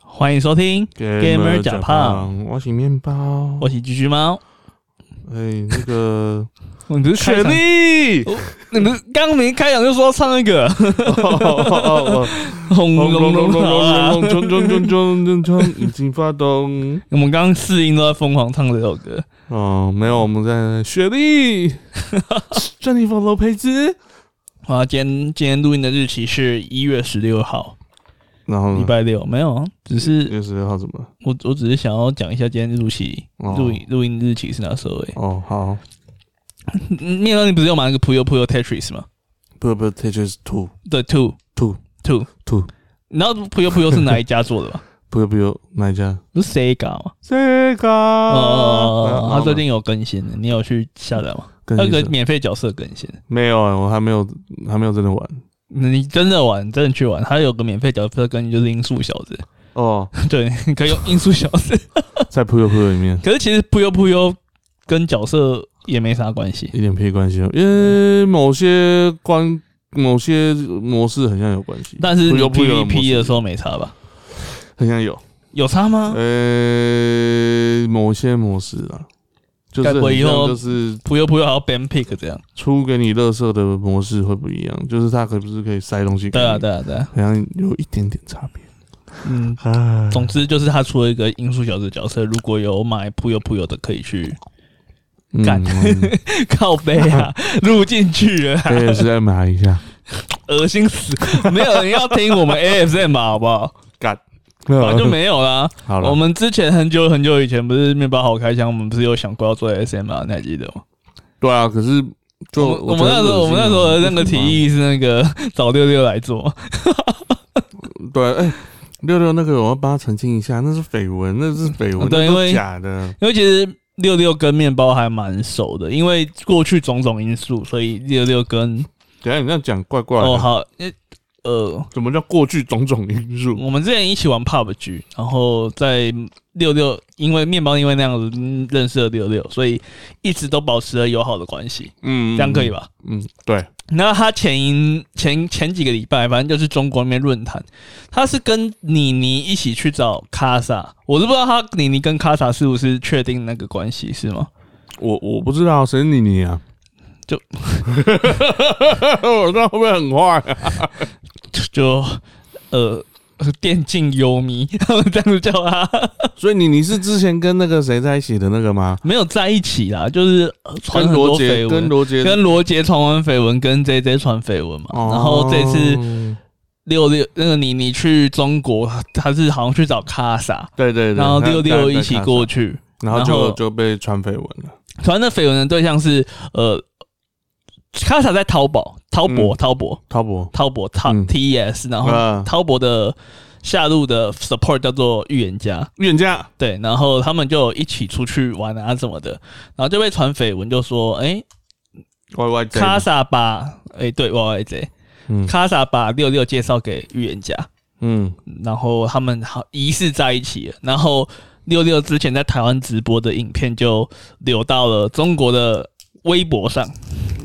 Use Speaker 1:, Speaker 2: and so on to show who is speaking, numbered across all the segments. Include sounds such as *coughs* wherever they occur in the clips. Speaker 1: 欢迎收听，Gamer 假胖
Speaker 2: 胖，我洗面包。
Speaker 1: 我是橘橘猫。
Speaker 2: 哎，那个
Speaker 1: 你不是
Speaker 2: 雪
Speaker 1: 开场，
Speaker 2: 莉，
Speaker 1: 你不是刚没开场就说要唱那个轰隆隆隆隆啊！
Speaker 2: 冲冲冲冲冲冲，引擎发动。
Speaker 1: 我们刚刚试音都在疯狂唱这首歌，
Speaker 2: 哦，没有，我们在雪莉，珍妮佛罗培兹。
Speaker 1: 啊，今天今天录音的日期是一月十六号，
Speaker 2: 然后
Speaker 1: 礼
Speaker 2: 呢？
Speaker 1: 拜六，没有，只是
Speaker 2: 六十六号怎么了？
Speaker 1: 我我只是想要讲一下今天录期
Speaker 2: 哦
Speaker 1: 录音录音日期是哪时候诶、
Speaker 2: 哦，好，
Speaker 1: 欸。面包你不是有买那个 Puyo Puyo Tetris 吗？
Speaker 2: 不不，Tetris Two
Speaker 1: 对，Two
Speaker 2: Two
Speaker 1: Two，
Speaker 2: Two，
Speaker 1: 你知道 Puyo Puyo 是哪一家做的吗？
Speaker 2: 不不不，哪一家？
Speaker 1: 是 Sega 吗？
Speaker 2: 这个。
Speaker 1: 哦，他最近
Speaker 2: 近
Speaker 1: 有更新的，你有去下载吗？那个免费角色更新，
Speaker 2: 没有，我还没有，还没有真的玩。
Speaker 1: 你真的玩，真的去玩，它有个免费角色更新就是音速小子， *laughs*
Speaker 2: 哦，
Speaker 1: 对，你可以用音速小子。 *laughs*
Speaker 2: 在 Puyo Puyo 里面
Speaker 1: 可是其实不悠不悠跟角色也没啥关系，
Speaker 2: 一点屁关系没有，因为某些关某些模式很像有关系，
Speaker 1: 但是你
Speaker 2: Puyo Puyo 模式
Speaker 1: PVP 的时候没差吧？
Speaker 2: 很像有，
Speaker 1: 有差吗？
Speaker 2: 呃，某些模式啊，就是
Speaker 1: 该不会
Speaker 2: 很像
Speaker 1: 以后
Speaker 2: 就是
Speaker 1: 不悠不悠还要 ban pick 这样？
Speaker 2: 出给你乐色的模式会不一样，就是它可不是可以塞东西给
Speaker 1: 对
Speaker 2: 你，
Speaker 1: 啊，对啊，对啊，
Speaker 2: 好像有一点点差别。
Speaker 1: 嗯。
Speaker 2: 啊，
Speaker 1: 总之就是他出了一个音速小子角色，如果有买不悠不悠的可以去 *laughs* 干
Speaker 2: 嗯
Speaker 1: 靠背
Speaker 2: *laughs*
Speaker 1: 啊，录进去了啊、
Speaker 2: 可以实在买一下，
Speaker 1: 恶心死！ *laughs* 没有人要听我们 AFM 好不好？
Speaker 2: *laughs*
Speaker 1: 本来就没有啦。
Speaker 2: 好了
Speaker 1: 我，们之前很久很久以前不是面包好开箱，我们不是有想过要做 SMR，你还记得吗？
Speaker 2: 对啊，可是就
Speaker 1: 我我们那时候我们那时候
Speaker 2: 啊
Speaker 1: 的那个提，议是那个找六六来做，
Speaker 2: 觉得恶心啊对，哎、六六那个我要帮他澄清一下，那是绯闻，那是绯闻，
Speaker 1: 哦对
Speaker 2: 那都
Speaker 1: 因为
Speaker 2: 假的，
Speaker 1: 因为其实六六跟面包还蛮熟的，因为过去种种因素，所以六六跟
Speaker 2: 等一下你这样讲怪怪的，
Speaker 1: 哦好呃呃，
Speaker 2: 怎么叫过去种种因素？
Speaker 1: 我们之前一起玩 PUBG，然后在六六因为面包因为那样子嗯认识了六六，所以一直都保持了友好的关系，
Speaker 2: 嗯
Speaker 1: 这样可以？吧？
Speaker 2: 嗯，对，
Speaker 1: 那他前一前前几个礼拜，反正就是中国那边论坛，他是跟妮妮一起去找卡萨，我是不知道他妮妮跟卡萨是不是确定那个关系是吗？
Speaker 2: 我我不知道谁是你你啊，
Speaker 1: 就
Speaker 2: *laughs* 我这样会不会很坏、啊？
Speaker 1: 就呃电竞幽迷，他们这样子叫他，
Speaker 2: 所以你你是之前跟那个谁在一起的那个吗？
Speaker 1: 没有在一起啦，就是呃传
Speaker 2: 跟
Speaker 1: 很
Speaker 2: 罗
Speaker 1: 多
Speaker 2: 杰，
Speaker 1: 绯
Speaker 2: 跟
Speaker 1: 闻。
Speaker 2: 罗杰，
Speaker 1: 跟罗杰传闻绯闻，跟 J J 传绯闻嘛，然后这次
Speaker 2: 哦
Speaker 1: 六六那个你你去中国，他是好像去找卡萨，
Speaker 2: 对对对，
Speaker 1: 然后六六
Speaker 2: 他
Speaker 1: 一起过，去，
Speaker 2: 他在
Speaker 1: 然
Speaker 2: 他上然
Speaker 1: 后
Speaker 2: 后就就被传绯闻了。
Speaker 1: 传的绯闻的对象是呃，卡萨在淘宝、滔博、
Speaker 2: 嗯
Speaker 1: 滔博、
Speaker 2: 滔博，
Speaker 1: 滔博、淘
Speaker 2: 嗯
Speaker 1: TES，然后
Speaker 2: 啊，
Speaker 1: 滔博的下路的 support 叫做预言家，
Speaker 2: 预言家，
Speaker 1: 对，然后他们就有一起出去玩啊什么的，然后就被传绯闻，就说哎，
Speaker 2: Y Y J，
Speaker 1: 卡萨把哎对 YYZ，
Speaker 2: 嗯
Speaker 1: 卡萨把六六介绍给预言家，
Speaker 2: 嗯，
Speaker 1: 然后他们好疑似在一起了，然后六六之前在台湾直播的影片就流到了中国的微博上，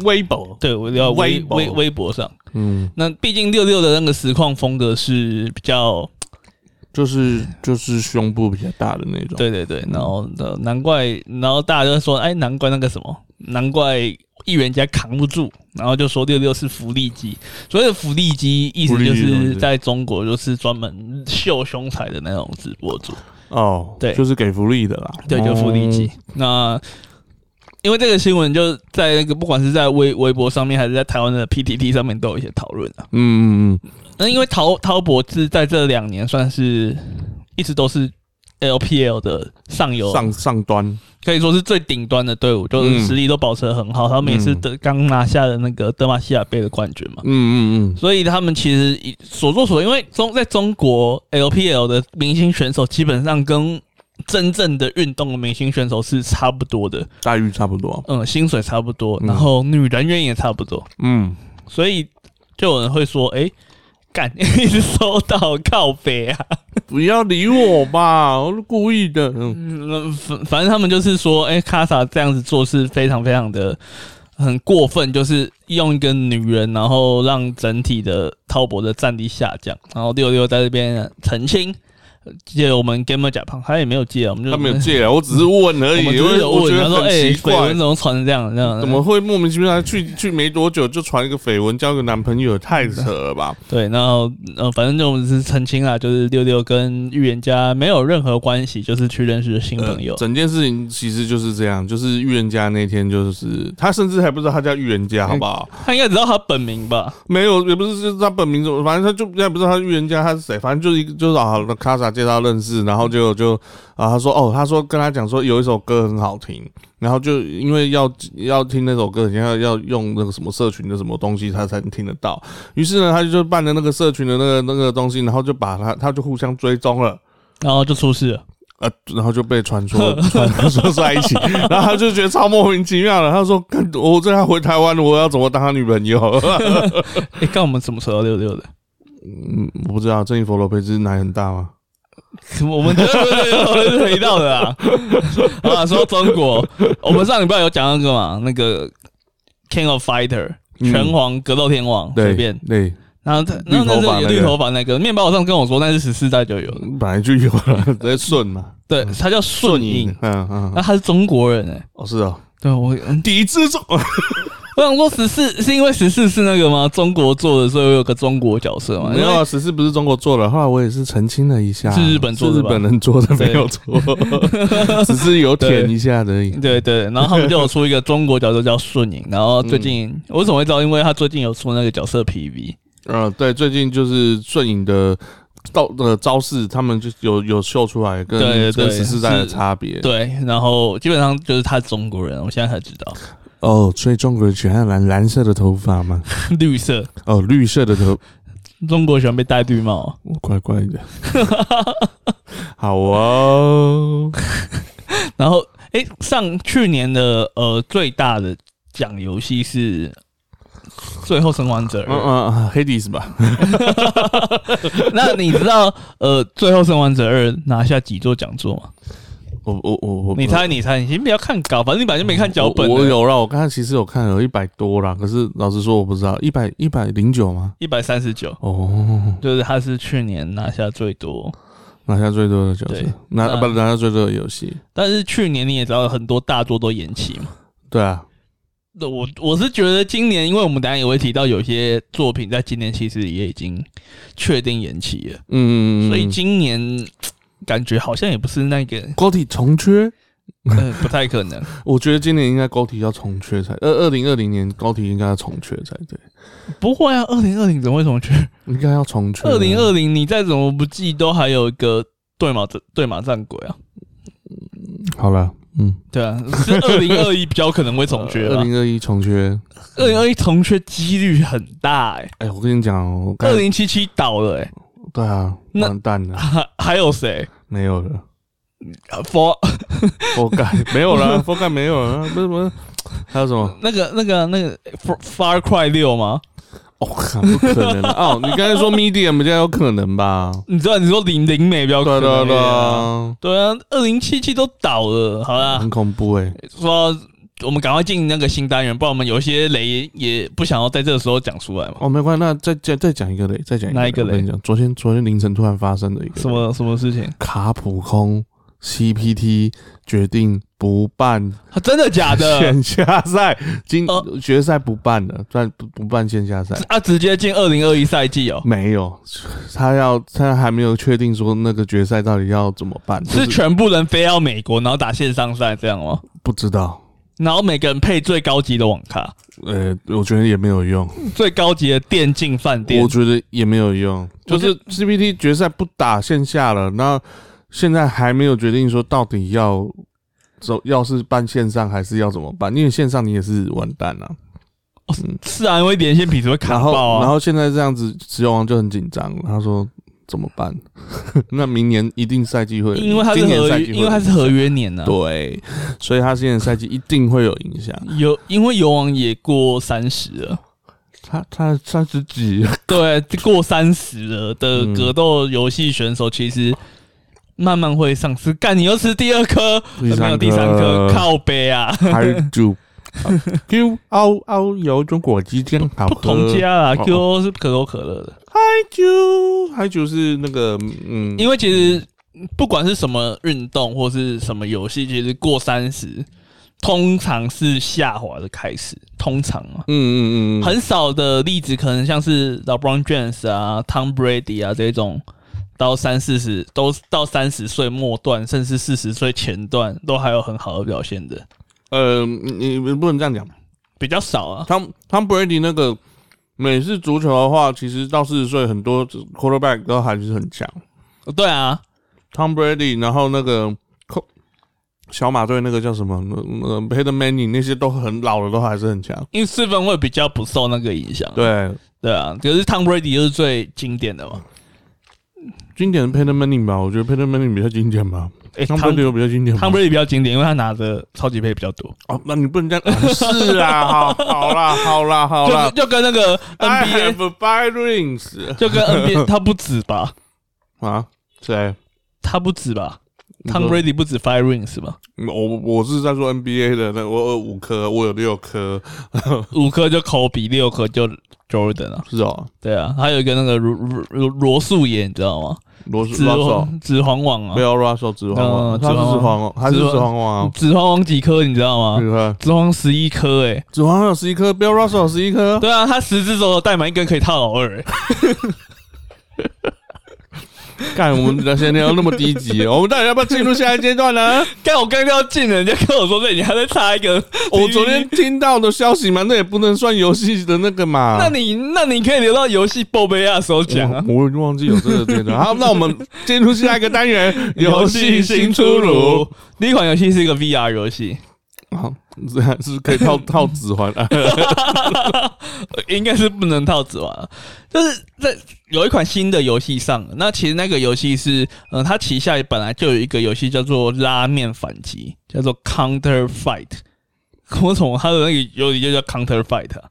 Speaker 2: 微博，
Speaker 1: 对，我要微
Speaker 2: 微博
Speaker 1: 微微博上。
Speaker 2: 嗯，
Speaker 1: 那毕竟六六的那个实况风格是比较，
Speaker 2: 就是就是胸部比较大的那种，，
Speaker 1: 对对对，然后呃难怪，然后大家就说，哎，难怪那个什么，难怪议员家扛不住，然后就说六六是福利机。所谓的福利机，意思就
Speaker 2: 福利机什么意
Speaker 1: 是
Speaker 2: 思
Speaker 1: 在中国就是专门秀胸材的那种直播主，
Speaker 2: 哦，
Speaker 1: 对
Speaker 2: 就是给福利的啦，哦
Speaker 1: 对，就福利机。那因为这个新闻就在那个不管是在微微博上面，还是在台湾的 PTT 上面都有一些讨论啊。
Speaker 2: 嗯，嗯嗯
Speaker 1: 那因为陶陶博是在这两年算是一直都是 LPL 的上游
Speaker 2: 嗯，，上上端，
Speaker 1: 可以说是最顶端的队伍，就是实力都保持得
Speaker 2: 嗯
Speaker 1: 很好。他们也是得刚拿下了那个德玛西亚杯的冠军嘛，
Speaker 2: 嗯嗯嗯，
Speaker 1: 所以他们其实以所作所为，因为中在中国 LPL 的明星选手基本上跟真正的运动的明星选手是差不多的，
Speaker 2: 待遇差不多，
Speaker 1: 嗯，薪水差不多，
Speaker 2: 嗯
Speaker 1: 然后女人缘也差不多， *laughs*
Speaker 2: 嗯，
Speaker 1: 所以就有人会说，哎、干， *laughs* 一直收到告别啊。
Speaker 2: 不要理我吧，我是故意的，嗯，
Speaker 1: 嗯，反反正他们就是说，哎、卡萨这样子做是非常非常的很过分，就是用一个女人，然后让整体的滔博的战力下降，然后六六在这边澄清，借我们 Gamer 假胖，他也没有借啊，我们就
Speaker 2: 他没有借啊，我只是问
Speaker 1: *laughs*
Speaker 2: 而
Speaker 1: 我
Speaker 2: 已。
Speaker 1: 们只
Speaker 2: 因
Speaker 1: 是
Speaker 2: 为
Speaker 1: 有
Speaker 2: 我
Speaker 1: 问
Speaker 2: 觉
Speaker 1: 他
Speaker 2: 得
Speaker 1: 说，
Speaker 2: 很
Speaker 1: 哎，
Speaker 2: 奇
Speaker 1: 绯
Speaker 2: 怪
Speaker 1: 闻，怎么传成这样？这样
Speaker 2: 怎么会莫名其妙去去没多久就传一个绯闻，交个男朋友，太扯了
Speaker 1: *laughs*
Speaker 2: 吧？
Speaker 1: 对，然后呃，反正就我们是澄清啦，就是六六跟预言家没有任何关系，就是去认识新朋友
Speaker 2: 呃。整件事情其实就是这样，就是预言家那天就是他甚至还不知道他叫预言家，好不好？
Speaker 1: 他应该知道他本名吧？
Speaker 2: 没有，也不是就是他本名怎么，反正他就也不知道他是预言家他是谁，反正就是一个就是啊，卡萨介绍认识，然后就就啊，他说哦，他说跟他讲说有一首歌很好听，然后就因为要要听那首歌，你要要用那个什么社群的什么东西，他才能听得到。于是呢，他就办了那个社群的那个那个东西，然后就把他他就互相追踪了。
Speaker 1: 然后就出事了。
Speaker 2: 呃，然后就被传说传说在一起，然后他就觉得超莫名其妙的。他说：“干我这样回台湾，我要怎么当他女朋友？”
Speaker 1: 哎、看我们怎么扯到六六的？
Speaker 2: 嗯，我不知道，珍妮佛罗培兹奶很大吗？
Speaker 1: 我们这是回到的啊。啊，说到中国，我们上礼拜有讲到那个嘛，那个 King of Fighter
Speaker 2: 嗯
Speaker 1: 拳皇格斗天王，随、
Speaker 2: 对
Speaker 1: 便。
Speaker 2: 对，
Speaker 1: 然后他
Speaker 2: 绿
Speaker 1: 那那
Speaker 2: 头发
Speaker 1: 是
Speaker 2: 那个
Speaker 1: 绿头发那个面包，我上次跟我说那是十四代就有了。
Speaker 2: 本来就有了，直接顺嘛，
Speaker 1: 对，他叫顺应，
Speaker 2: 嗯
Speaker 1: 那
Speaker 2: 嗯，
Speaker 1: 他是中国人哎、
Speaker 2: 哦是哦，
Speaker 1: 对我，嗯
Speaker 2: 抵制中，
Speaker 1: 我想说十四是因为十四是那个吗？中国做的，所以有个中国角色嘛？
Speaker 2: 没有啊，十四不是中国做的，后来我也是澄清了一下，
Speaker 1: 哎是日本做的
Speaker 2: 是日
Speaker 1: 吧
Speaker 2: 本人做的，
Speaker 1: 对
Speaker 2: 没有错， *laughs* 只是有舔一下而已
Speaker 1: 因为。对对，然后他们就有出一个中国角色叫顺影，然后最近、我为什么会知道？因为他最近有出那个角色 PV，
Speaker 2: 嗯，对，最近就是顺影的。到的招式，他们就有有秀出来跟
Speaker 1: 对对
Speaker 2: 跟十四代的
Speaker 1: 是
Speaker 2: 差别。
Speaker 1: 对，然后基本上就是他是中国人，我现在才知道 *laughs*
Speaker 2: 哦，所以中国人喜欢蓝蓝色的头发吗？
Speaker 1: 绿色，
Speaker 2: 哦，绿色的头，
Speaker 1: 中国喜欢被戴绿帽。
Speaker 2: 我乖乖的。 *laughs* 好哦，嗯
Speaker 1: 然后诶，上去年的呃最大的奖游戏是《最后生还者
Speaker 2: 嗯
Speaker 1: 二》
Speaker 2: 嗯，Hades 吧，
Speaker 1: *laughs* 那你知道呃《最后生还者二》拿下几座讲座吗？
Speaker 2: 我我我我，
Speaker 1: 你猜，你猜，你先不要看稿，反正你本来就没看脚本。
Speaker 2: 我我有啦，我刚才其实有看，有一百多啦，可是老实说我不知道，一百一百零九吗？
Speaker 1: 一百三十九，
Speaker 2: 哦，
Speaker 1: 就是他是去年拿下最多，
Speaker 2: 拿下最多的角色
Speaker 1: 对，
Speaker 2: 拿
Speaker 1: 那
Speaker 2: 不拿下最多的游戏，
Speaker 1: 但是去年你也知道很多大作都延期嘛。
Speaker 2: 对啊，
Speaker 1: 那我我是觉得今年，因为我们等一下也会提到，有些作品在今年其实也已经确定延期了，
Speaker 2: 嗯，
Speaker 1: 所以今年嘖感觉好像也不是那个，
Speaker 2: 高体重缺，
Speaker 1: 呃、 *laughs* 不太可能。
Speaker 2: 我觉得今年应该高体要重缺才，呃二二零二零年高体应该要重缺才对，
Speaker 1: 不会啊，二零二零怎么会重缺？
Speaker 2: 应该要重缺啊，
Speaker 1: 二零二零你再怎么不济，都还有一个对马战对马战鬼啊。
Speaker 2: 好了，嗯，
Speaker 1: 对啊，是二零二一比较可能会重 *laughs* 缺吧。啊
Speaker 2: 二零二一重缺，
Speaker 1: 二零二一重缺几率很大哎、
Speaker 2: 哎，我跟你讲哦，我刚
Speaker 1: 二
Speaker 2: 才
Speaker 1: 零七七倒了哎、
Speaker 2: 对啊，
Speaker 1: 那
Speaker 2: 完蛋了，
Speaker 1: 还 *laughs* 还有谁？
Speaker 2: 没有了，
Speaker 1: 佛
Speaker 2: 覆盖
Speaker 1: *laughs*
Speaker 2: 没有了，覆盖没有了，不是不是，还有什么？
Speaker 1: 那个那个那个 Far Cry 六吗？哦
Speaker 2: 我、靠，不可
Speaker 1: 啊
Speaker 2: 能的 *laughs* 哦！你刚才说 medium 比较有可能吧？
Speaker 1: 你知道你说零零美比较
Speaker 2: 对
Speaker 1: 可
Speaker 2: 对
Speaker 1: 能
Speaker 2: 对
Speaker 1: 啊
Speaker 2: 啊，
Speaker 1: 对啊，二零七七都倒了，好啦
Speaker 2: 很，恐怖哎、
Speaker 1: 说我们赶快进那个新单元，不然我们有一些雷也不想要在这个时候讲出来嘛。
Speaker 2: 哦，没关系，那再再再讲一个雷，再讲
Speaker 1: 哪一
Speaker 2: 一
Speaker 1: 个
Speaker 2: 个
Speaker 1: 雷
Speaker 2: 雷。我跟你讲，昨天昨天凌晨突然发生的一个雷
Speaker 1: 什么什么事情？
Speaker 2: 卡普空 CPT 决定不办
Speaker 1: 啊、真的假
Speaker 2: *laughs*
Speaker 1: 的？
Speaker 2: 线下赛，今、
Speaker 1: 呃
Speaker 2: 决赛不办了，但不不办线下赛。
Speaker 1: 啊，直接进二零二一赛季哦，
Speaker 2: 没有，他要他还没有确定说那个决赛到底要怎么办，就是
Speaker 1: 全部人飞到美国，然后打线上赛这样吗？
Speaker 2: 不知道。
Speaker 1: 然后每个人配最高级的网咖，
Speaker 2: 呃，我觉得也没有用，
Speaker 1: 最高级的电竞饭店
Speaker 2: 我。觉得也没有用。
Speaker 1: 我
Speaker 2: 就
Speaker 1: 觉得
Speaker 2: 是 CPT 决赛不打线下了，那现在还没有决定说到底要走，要是办线上还是要怎么办？因为线上你也是完蛋了、
Speaker 1: 是啊，因为连线品质会卡
Speaker 2: 然后，
Speaker 1: 爆
Speaker 2: 然
Speaker 1: 啊。
Speaker 2: 后现在这样子，石油王就很紧张，他说怎么办？ *laughs* 那明年一定赛季会，
Speaker 1: 因为它是
Speaker 2: 今年
Speaker 1: 合
Speaker 2: 赛
Speaker 1: 约，
Speaker 2: 季会
Speaker 1: 因为它是合约年呢、啊。
Speaker 2: *laughs* 对，所以他今年赛季一定会有影响。
Speaker 1: 有，因为游王也过三十了，
Speaker 2: 他他三十 *laughs* 几，
Speaker 1: 对，过三十了的
Speaker 2: 嗯
Speaker 1: 格斗游戏选手，其实慢慢会丧失。干，你又吃第二颗，呃
Speaker 2: 第三颗
Speaker 1: 没有第三颗，靠背啊，
Speaker 2: 还 *laughs* 煮 Q 凹凹有种果汁真好喝。
Speaker 1: 不同家啊啦
Speaker 2: 哦
Speaker 1: ，QO 是可口可乐的，
Speaker 2: 海酒，海酒是那个嗯，
Speaker 1: 因为其实不管是什么运动或是什么游戏，其实过三十通常是下滑的开始，通常啊。
Speaker 2: 嗯嗯嗯嗯，
Speaker 1: 很少的例子，可能像是 LeBron James 啊、Tom Brady 啊这种，到三四十都到三十岁末段，甚至四十岁前段，都还有很好的表现的，
Speaker 2: 呃，你你不能这样讲。
Speaker 1: 比较少啊。
Speaker 2: 汤汤 Brady 那个美式足球的话，其实到四十岁，很多 quarterback 都还是很强。
Speaker 1: 对啊，
Speaker 2: 汤 Brady，然后那个扣小马队那个叫什么，那那 p e t e r Manning 那些都很老了，都还是很强。
Speaker 1: 因为四分会比较不受那个影响。
Speaker 2: 对，
Speaker 1: 对啊，可是 Tom Brady 就是最经典的嘛。
Speaker 2: 经典的 p e t e r Manning 吧，我觉得 p e t e r Manning 比较经典吧。
Speaker 1: 诶
Speaker 2: 汤
Speaker 1: 欸 Tom
Speaker 2: 哎 Brady 有比较经典吗
Speaker 1: Tom Brady 比较经典，因为他拿的超级杯比较多，
Speaker 2: 哦，那你不能这样。 *laughs* 啊是啊，好，好啦，好啦，好
Speaker 1: 就
Speaker 2: 啦。
Speaker 1: 就跟那个
Speaker 2: I
Speaker 1: NBA，
Speaker 2: *laughs* have five rings
Speaker 1: 就跟 NBA，他不止吧？
Speaker 2: 啊，谁
Speaker 1: 他不止吧
Speaker 2: 你说嗯
Speaker 1: ？Tom Brady 不止 five rings 吧？
Speaker 2: 我我是在说 NBA 的，那我有五颗，我有六颗，
Speaker 1: 五颗就科比，六颗就 Jordan 啊，
Speaker 2: 是哦，
Speaker 1: 对啊，还有一个那个罗罗罗罗素爷，你知道吗？
Speaker 2: 罗斯
Speaker 1: 指
Speaker 2: 罗手
Speaker 1: 指环王啊
Speaker 2: 没，有 Russell 指环王，
Speaker 1: 嗯
Speaker 2: 他是指
Speaker 1: 指
Speaker 2: 环
Speaker 1: 环
Speaker 2: 王，他是指
Speaker 1: 指环
Speaker 2: 环王啊，
Speaker 1: 指环王几颗你知道
Speaker 2: 你
Speaker 1: 吗？
Speaker 2: 看
Speaker 1: 指环王十一颗
Speaker 2: *laughs*
Speaker 1: 哎，
Speaker 2: 指环王有十一颗，不要 Russell 有十一颗，
Speaker 1: 对啊，他十只手带满一根可以套老二、欸，
Speaker 2: 看我们聊闲聊那么
Speaker 1: *laughs*
Speaker 2: 低级，我们到底要不要进入下一阶段呢？
Speaker 1: 刚我刚要进人家跟我说这，你还在插一个，
Speaker 2: *laughs* 我昨天听到的消息嘛，那也不能算游戏的那个嘛。
Speaker 1: 那你那你可以留到游戏报备亚的时候讲啊。
Speaker 2: 我我已经忘记有这个阶段。好，那我
Speaker 1: *laughs*
Speaker 2: 们进入下一个单元， *laughs* 游戏新出炉。，
Speaker 1: 第一款游戏是一个 VR 游戏，
Speaker 2: 好，这样是可
Speaker 1: *laughs*
Speaker 2: 以套套指环啊。
Speaker 1: 应该是不能套纸玩，就是在有一款新的游戏上，那其实那个游戏是，呃，它旗下本来就有一个游戏叫做拉面反击，叫做 Counter Fight。我从它的那个游戏就叫 Counter Fight，、啊、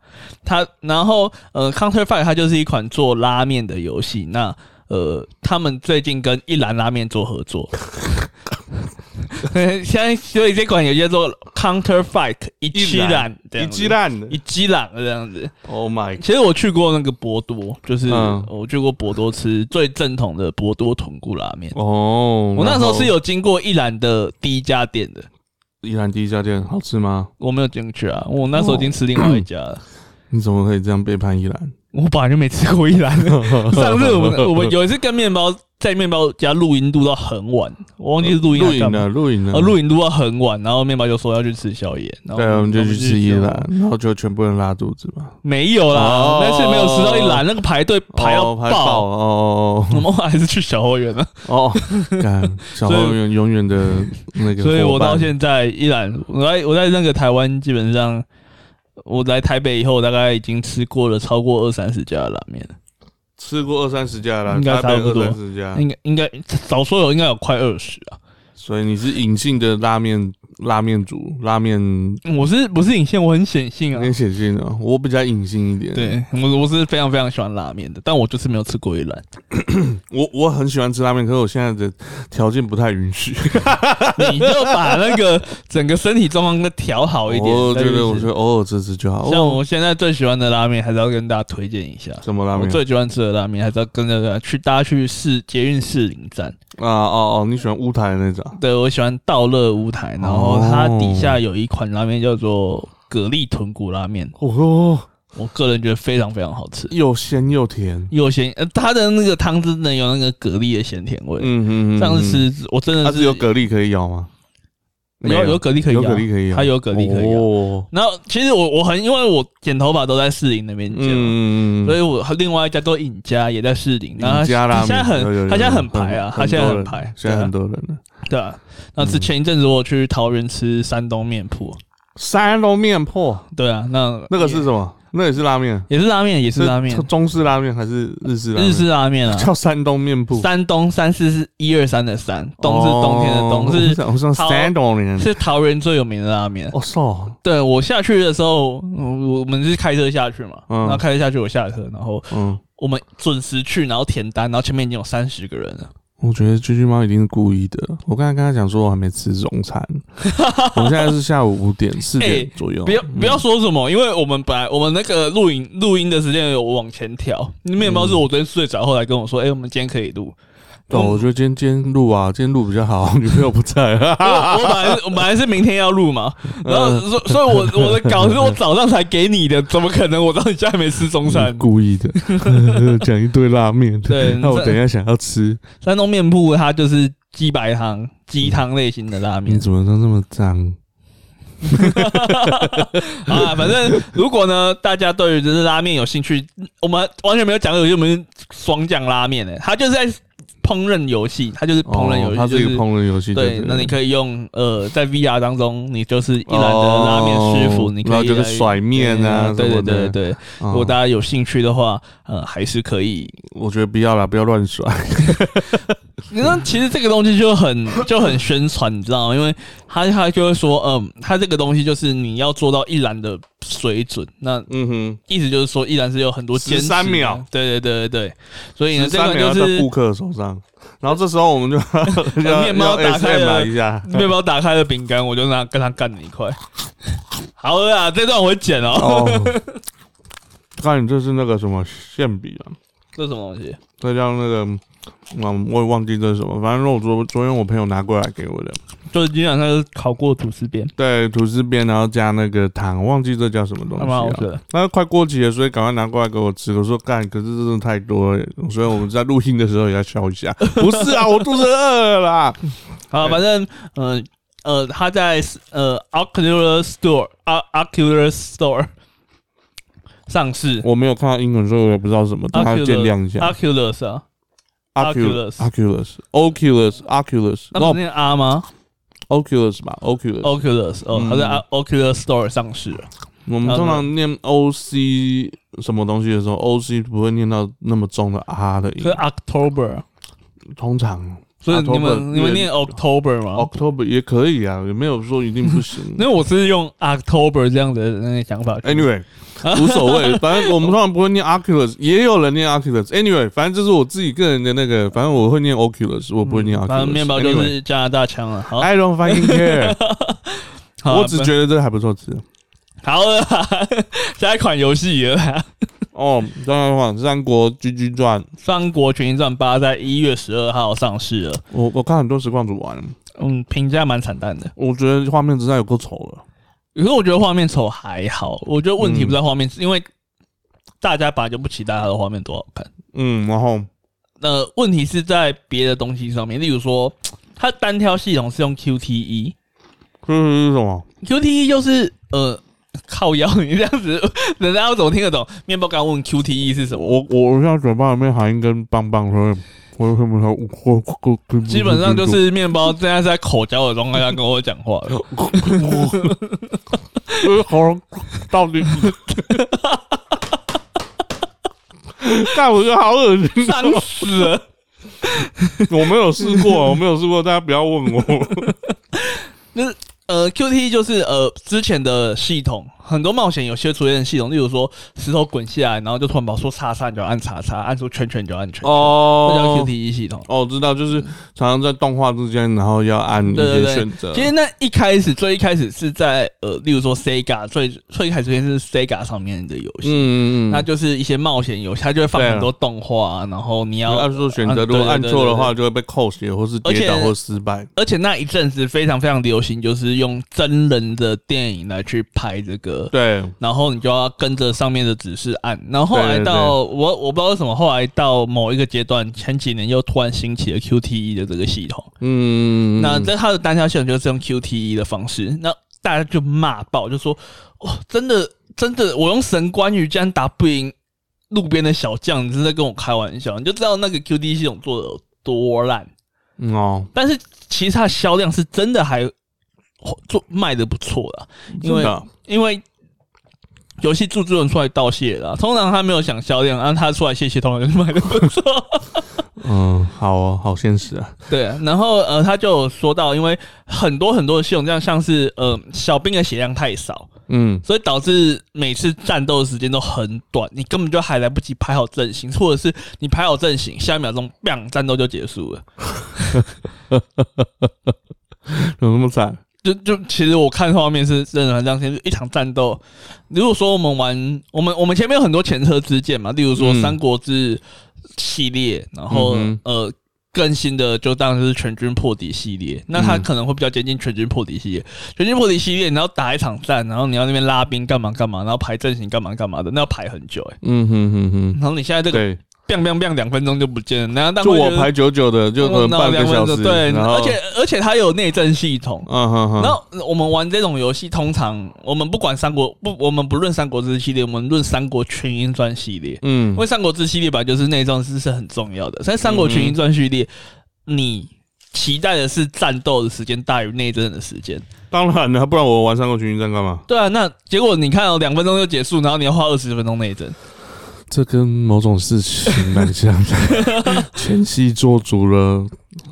Speaker 1: 它然后呃 Counter Fight 它就是一款做拉面的游戏。那呃，他们最近跟一兰拉面做合作， *laughs* 现在所以这款游戏叫做 Counter Fight 一七
Speaker 2: 一兰
Speaker 1: 兰，这
Speaker 2: 一
Speaker 1: 样子
Speaker 2: 鸡蛋
Speaker 1: 一激朗这样子。
Speaker 2: ，Oh my，
Speaker 1: 其实我去过那个博多，就是
Speaker 2: 嗯
Speaker 1: 我去过博多吃最正统的博多豚骨拉面。
Speaker 2: 哦，
Speaker 1: 我那时候是
Speaker 2: 有
Speaker 1: 有经过一兰的第一家店的，
Speaker 2: 依然第一家店好吃吗？
Speaker 1: 我没有进去啊，我那时候已经吃另外一家
Speaker 2: 哦
Speaker 1: 了。
Speaker 2: 你怎么可以这样背叛依然？
Speaker 1: 我本来就没吃过一兰， *laughs*
Speaker 2: *laughs*
Speaker 1: 上次我们我们有一次跟面包在面包家录音录到很晚，我忘记是录音还
Speaker 2: 录
Speaker 1: 是
Speaker 2: 影
Speaker 1: 干嘛
Speaker 2: 了，录影了，
Speaker 1: 呃，录影录到很晚，然后面包就说要去吃宵夜，然后
Speaker 2: 对，我们就去吃一
Speaker 1: 哦
Speaker 2: 兰
Speaker 1: 然后我们，
Speaker 2: 然后就全部人拉肚子嘛，
Speaker 1: 就没有啦
Speaker 2: 哦，
Speaker 1: 那次没有吃到一兰，那个排队排到
Speaker 2: 哦排爆
Speaker 1: 爆，
Speaker 2: 了哦
Speaker 1: 我们还是去小后园了。啊
Speaker 2: 哦哦， *laughs* 干小
Speaker 1: 所以
Speaker 2: 朋友永远的那个伙伴，
Speaker 1: 所以我到现在依然，我在我在那个台湾，基本上我来台北以后，大概已经吃过了超过二三十家的拉面了，
Speaker 2: 吃过二三十家了，
Speaker 1: 应该
Speaker 2: 台北
Speaker 1: 差不多
Speaker 2: 二三十家，
Speaker 1: 应该应该少说有应该有快二十啊。
Speaker 2: 所以你是隐性的拉面拉面族，拉面
Speaker 1: 我是不是隐性？我很显性啊
Speaker 2: 很。显性的，我比较隐性一点，，
Speaker 1: *laughs* 对我我是非常非常喜欢拉面的，但我就是没有吃过一兰。
Speaker 2: 我我很喜欢吃拉面，可是我现在的条件不太
Speaker 1: *laughs*
Speaker 2: 允许，
Speaker 1: *laughs* 你就把那个 *laughs* 整个身体状况都调好一点。
Speaker 2: 我觉
Speaker 1: 再去
Speaker 2: 哦得我
Speaker 1: 吃
Speaker 2: 觉得偶尔吃吃就好，
Speaker 1: 像
Speaker 2: 哦
Speaker 1: 我现在最喜欢的拉面，还是要跟大家推荐一下。
Speaker 2: 什么拉
Speaker 1: 我
Speaker 2: 面
Speaker 1: 最喜欢吃的拉面，还是要跟大家去大家去市捷运士林站。
Speaker 2: 啊哦哦，你喜欢乌台的那种。
Speaker 1: 对，我喜欢道乐乌台，然后
Speaker 2: 哦
Speaker 1: 它底下有一款拉面叫做蛤蜊豚骨拉面，
Speaker 2: 哦，
Speaker 1: 我个人觉得非常非常好吃，
Speaker 2: 又鲜又甜。
Speaker 1: 又咸，呃，它的那个汤汁真的有那个蛤蜊的咸甜味。
Speaker 2: 嗯嗯嗯，
Speaker 1: 上次吃我真
Speaker 2: 它
Speaker 1: 的
Speaker 2: 是
Speaker 1: 是
Speaker 2: 有蛤蜊可以咬吗？没
Speaker 1: 有有蛤蜊可以
Speaker 2: 有
Speaker 1: 咬，
Speaker 2: 蛤蜊可以咬，
Speaker 1: 它有蛤蜊可以咬。
Speaker 2: 哦，
Speaker 1: 然后其实我我很因为我剪头发都在士林那边剪嘛。
Speaker 2: 嗯，
Speaker 1: 所以我另外一家叫尹家也在士林，然后
Speaker 2: 尹家拉
Speaker 1: 他
Speaker 2: 面
Speaker 1: 现在很
Speaker 2: 有有有
Speaker 1: 他现在很排啊，他现在很排，
Speaker 2: 现在很嗯多人了。
Speaker 1: 对啊。那是前一阵子我去桃园吃山东面铺，
Speaker 2: 山东面破
Speaker 1: 对啊，那
Speaker 2: 那个是什么？那也是拉面，
Speaker 1: 也是拉面，也是拉面，
Speaker 2: 中式拉面还是日式拉面？
Speaker 1: 日式拉
Speaker 2: *laughs*
Speaker 1: 面啊。
Speaker 2: 叫山东面铺，
Speaker 1: 山东三四是一二三的三，东是冬天的
Speaker 2: 哦
Speaker 1: 冬，
Speaker 2: 我
Speaker 1: 是
Speaker 2: 想我想
Speaker 1: 桃
Speaker 2: 山东人。
Speaker 1: *laughs* 是桃园最有名的拉面。
Speaker 2: 哦，是哦，
Speaker 1: 对我下去的时候，嗯我我们是开车下去嘛，
Speaker 2: 嗯
Speaker 1: 然后开车下去，我下车，然后
Speaker 2: 嗯，
Speaker 1: 我们准时去，然后填单，然后前面已经有三十个人了。
Speaker 2: 我觉得居居猫一定是故意的。我刚才跟他讲说我还没吃中
Speaker 1: *laughs*
Speaker 2: 餐，我现在是下午五点四点
Speaker 1: 哎
Speaker 2: 左右。
Speaker 1: 不要不要说什么，因为我们本来我们那个录影录音的时间有往前调，面包是我昨天睡着，后来跟我说，哎，我们今天可以录。
Speaker 2: 嗯哦，我觉得今天今天录啊，今天录比较好，女朋友不在。
Speaker 1: *laughs* 因
Speaker 2: *laughs*
Speaker 1: 为我本来是我本来是明天要录嘛，
Speaker 2: 嗯
Speaker 1: 然后所所以我，我的稿是我早上才给你的，怎么可能我到你家还没吃中餐？
Speaker 2: 故意的， *laughs* 讲一堆拉面。
Speaker 1: 对
Speaker 2: *laughs* 那我等一下想要吃，
Speaker 1: 山东面铺它就是鸡白汤、鸡汤类型的拉
Speaker 2: 你
Speaker 1: 面
Speaker 2: 怎么都那么脏？嗯
Speaker 1: 啊。反正如果呢，大家对于这是拉面有兴趣，我们完全没有讲有些我们双讲拉面诶、它就是在烹饪游戏，它就是烹饪游
Speaker 2: 哦
Speaker 1: 戏，
Speaker 2: 它是一
Speaker 1: 就
Speaker 2: 个烹饪游戏。
Speaker 1: 对，那你可以用呃，在 VR 当中，你就是一兰的拉面师傅，
Speaker 2: 哦
Speaker 1: 你
Speaker 2: 然
Speaker 1: 可
Speaker 2: 后
Speaker 1: 以
Speaker 2: 就是
Speaker 1: 来
Speaker 2: 甩面啊
Speaker 1: 对
Speaker 2: 什
Speaker 1: 对
Speaker 2: 么
Speaker 1: 对对
Speaker 2: 的
Speaker 1: 对。
Speaker 2: 哦
Speaker 1: 如果大家有兴趣的话，呃，还是可以。
Speaker 2: 我觉得不要啦，不要乱甩。
Speaker 1: 你知道，其实这个东西就
Speaker 2: *laughs*
Speaker 1: 很就很宣传，你知道吗？因为他他就会说，嗯，他这个东西就是你要做到一兰的水准，那
Speaker 2: 嗯哼，
Speaker 1: 意思就是说，一兰是有很多兼职的
Speaker 2: 13秒，
Speaker 1: 对对对对对。所以呢，这
Speaker 2: 三
Speaker 1: 个
Speaker 2: 秒要
Speaker 1: 就
Speaker 2: 在
Speaker 1: 是呃
Speaker 2: 顾客手上，然后这时候我们就 *laughs* 要
Speaker 1: 面包
Speaker 2: 要
Speaker 1: 打开
Speaker 2: SM
Speaker 1: 了
Speaker 2: 一下。
Speaker 1: 面包打开了饼干，我就拿跟他干了一块。 *laughs* 好了啦，这段我会剪哦。
Speaker 2: 哦，看你这是那个什么馅饼啊？
Speaker 1: 这是什么东西？
Speaker 2: 这叫那个，嗯，我也忘记这是什么。反正我昨昨天我朋友拿过来给我的，
Speaker 1: 就是基本上是烤过吐司边，
Speaker 2: 对，吐司边，然后加那个糖，忘记这叫什么东
Speaker 1: 还蛮好吃
Speaker 2: 西了、啊
Speaker 1: 的。
Speaker 2: 那快过期了，所以赶快拿过来给我吃。我说干，可是真的太多了，所以我们在录音的时候也要消
Speaker 1: *laughs*
Speaker 2: 一下。不是啊，我肚子饿了啦。
Speaker 1: 好，反正呃呃，他在呃 Oculus Store 啊 Oculus Store 上市
Speaker 2: 我没有看到英文，所以我也不知道什么，大家见谅一下。
Speaker 1: ，Oculus 啊，Oculus
Speaker 2: Oculus Oculus Oculus
Speaker 1: 那不
Speaker 2: No
Speaker 1: 是念 R 吗
Speaker 2: Oculus 吧，Oculus。
Speaker 1: ？Oculus 哦，
Speaker 2: 嗯
Speaker 1: 他在 O- Oculus Store 上市了。
Speaker 2: 我们通常念 OC 什么东西的时候，OC 不会念到那么重的 R 的音
Speaker 1: 所以，October，
Speaker 2: 通常
Speaker 1: 啊所以你
Speaker 2: October，
Speaker 1: 们你们念 October 吗？
Speaker 2: October 也可以啊，也没有说一定不行。
Speaker 1: 因为我是用 October 这样的那个想法去。
Speaker 2: Anyway，无所谓，反正我们通常不会念 Oculus，也有人念 Oculus。Anyway，反正这是我自己个人的那个，反正我会念 Oculus，我不会念 Oculus。
Speaker 1: 反正面包就
Speaker 2: Anyway，
Speaker 1: 是加拿大腔了。好，
Speaker 2: I don't fucking care，
Speaker 1: 好
Speaker 2: 哎我只觉得这个还不错吃。
Speaker 1: 好了 *laughs* 啦，下一款游戏了啦。
Speaker 2: 哦，当然话，三国 GG 传，
Speaker 1: 《三国群英传八》在一月十二号上市了，
Speaker 2: 我我看很多实况组玩，
Speaker 1: 嗯，评价蛮惨淡的。
Speaker 2: 我觉得画面实在有够丑了。
Speaker 1: 可是我觉得画面丑还好，我觉得问题不在画面，是因为大家本来就不期待它的画面多好看。
Speaker 2: 嗯，然后
Speaker 1: 那问题是在别的东西上面，例如说，它单挑系统是用 E QTE，QTE
Speaker 2: 这是什么？
Speaker 1: 就是呃靠腰，你这样子， *laughs* 人家要怎么听得懂？面包刚问 QTE 是什么？
Speaker 2: 我我现在嘴巴里面含一根棒棒，所以我什么时候我我我
Speaker 1: 基本上就是面包现在是在口交的状态下跟我讲话 *laughs* 了。
Speaker 2: 呃，喉咙到底。但我觉得好恶心，
Speaker 1: 伤死了！
Speaker 2: 我没有试过，我没有试过，大家不要问我。
Speaker 1: 呃，QT 就是呃之前的系统，很多冒险有些出现的系统，例如说石头滚下来，然后就突然把说叉叉你就按叉叉，按出圈圈你就按圈，这叫
Speaker 2: 哦
Speaker 1: QTE 系统。
Speaker 2: 哦，我知道，就是常常在动画之间，然后要按一
Speaker 1: 对
Speaker 2: 些
Speaker 1: 对对
Speaker 2: 选择。
Speaker 1: 其实那一开始最一开始是在呃，例如说 Sega 最最一开始出现是 Sega 上面的游戏，
Speaker 2: 嗯嗯嗯，
Speaker 1: 那就是一些冒险游戏，它就会放
Speaker 2: 对啊
Speaker 1: 很多动画、啊，然后你要
Speaker 2: 按错选择，
Speaker 1: 按
Speaker 2: 如
Speaker 1: 啊对
Speaker 2: 果
Speaker 1: 对
Speaker 2: 按
Speaker 1: 对
Speaker 2: 错的
Speaker 1: 对
Speaker 2: 话，就会被扣血，或是
Speaker 1: 而
Speaker 2: 跌
Speaker 1: 且
Speaker 2: 倒或失败。
Speaker 1: 而且那一阵子非常非常流行，就是用真人的电影来去拍这个
Speaker 2: 对，
Speaker 1: 然后你就要跟着上面的指示按。然后后来
Speaker 2: 对对对
Speaker 1: 到我我不知道为什么，后来到某一个阶段，前几年又突然兴起了 QTE 的这个系统。
Speaker 2: 嗯，
Speaker 1: 那在它的单挑系统就是用 QTE 的方式，那大家就骂爆，就说哇，真的真的，我用神关羽竟然打不赢路边的小将，你是在跟我开玩笑？你就知道那个 QTE 系统做的有多烂。
Speaker 2: 嗯哦，
Speaker 1: 但是其实它的销量是真的还做卖的不错的，因为
Speaker 2: 真的啊
Speaker 1: 因为游戏制作人出来道谢了啊、通常他没有想销量，然后他出来谢谢，通常就卖的不错。
Speaker 2: 嗯，好哦，好现实啊。
Speaker 1: 对啊、然后呃，他就有说到，因为很多很多的系统，这样像是呃小兵的血量太少，
Speaker 2: 嗯，
Speaker 1: 所以导致每次战斗的时间都很短，你根本就还来不及排好阵型，或者是你排好阵型，下一秒钟 bang 战斗就结束了。
Speaker 2: 有那么惨？
Speaker 1: 就就其实我看画面是真的很像，其实一场战斗。如果说我们玩我们我们前面有很多前车之鉴嘛，例如说
Speaker 2: 嗯
Speaker 1: 《三国志》系列，然后、
Speaker 2: 嗯
Speaker 1: 呃更新的就当然是全军破敌系列，那
Speaker 2: 嗯
Speaker 1: 它可能会比较接近全军破敌系列。全军破敌系列，你要打一场战，然后你要那边拉兵干嘛干嘛，然后排阵型干嘛干嘛的，那要排很久哎、
Speaker 2: 嗯哼哼哼，
Speaker 1: 然后你现在这个
Speaker 2: 对，
Speaker 1: biang biang biang 两分钟就不见了，然后当
Speaker 2: 就我排九九的，就可能半个小时，
Speaker 1: 对，
Speaker 2: 然后
Speaker 1: 而且而且它有内政系统。
Speaker 2: 嗯哼哼，
Speaker 1: 然后我们玩这种游戏，通常我们不管三国不，我们不论三国志系列，我们论三国群英传系列。
Speaker 2: 嗯
Speaker 1: 因为《三国志》系列吧，就是内政是是很重要的。在《三国群英传》序列，你期待的是战斗的时间大于内政的时间。
Speaker 2: 当然了，不然我玩三国群英战干嘛？
Speaker 1: 对啊，那结果你看哦，两分钟就结束，然后你要花二十分钟内政。
Speaker 2: 这跟某种事情蛮像的，
Speaker 1: *laughs*
Speaker 2: 前期做足了，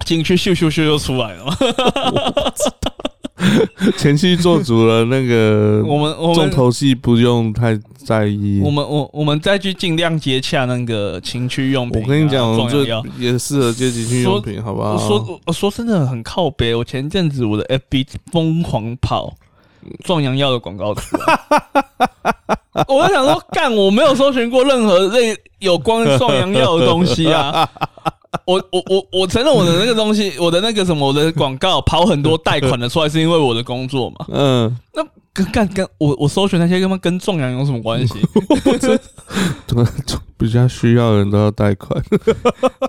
Speaker 1: 进去咻咻咻就出来了嘛。
Speaker 2: *laughs* 前期做足了那个
Speaker 1: 我们我
Speaker 2: 嗯重
Speaker 1: 们
Speaker 2: 头戏，不用太在意
Speaker 1: 我。们我我们再去尽量接洽那个情趣用品、
Speaker 2: 我
Speaker 1: 啊。
Speaker 2: 跟你讲，我
Speaker 1: 壮
Speaker 2: 这
Speaker 1: 阳药
Speaker 2: 也适合接情趣用品，好不
Speaker 1: 我
Speaker 2: 好？
Speaker 1: 说我说真的很靠北，我前阵子我的 FB 疯狂跑壮阳药的广告词、啊，我就想说，干我没有搜寻过任何类有关壮阳药的东西啊。我我我我承认我的那个东西，我的那个什么，我的广告跑很多贷款的出来，是因为我的工作嘛。
Speaker 2: *laughs* 嗯，
Speaker 1: 那跟干跟我我搜寻那些跟他妈跟壮阳有什么关系？
Speaker 2: 比较需要的人都要贷款，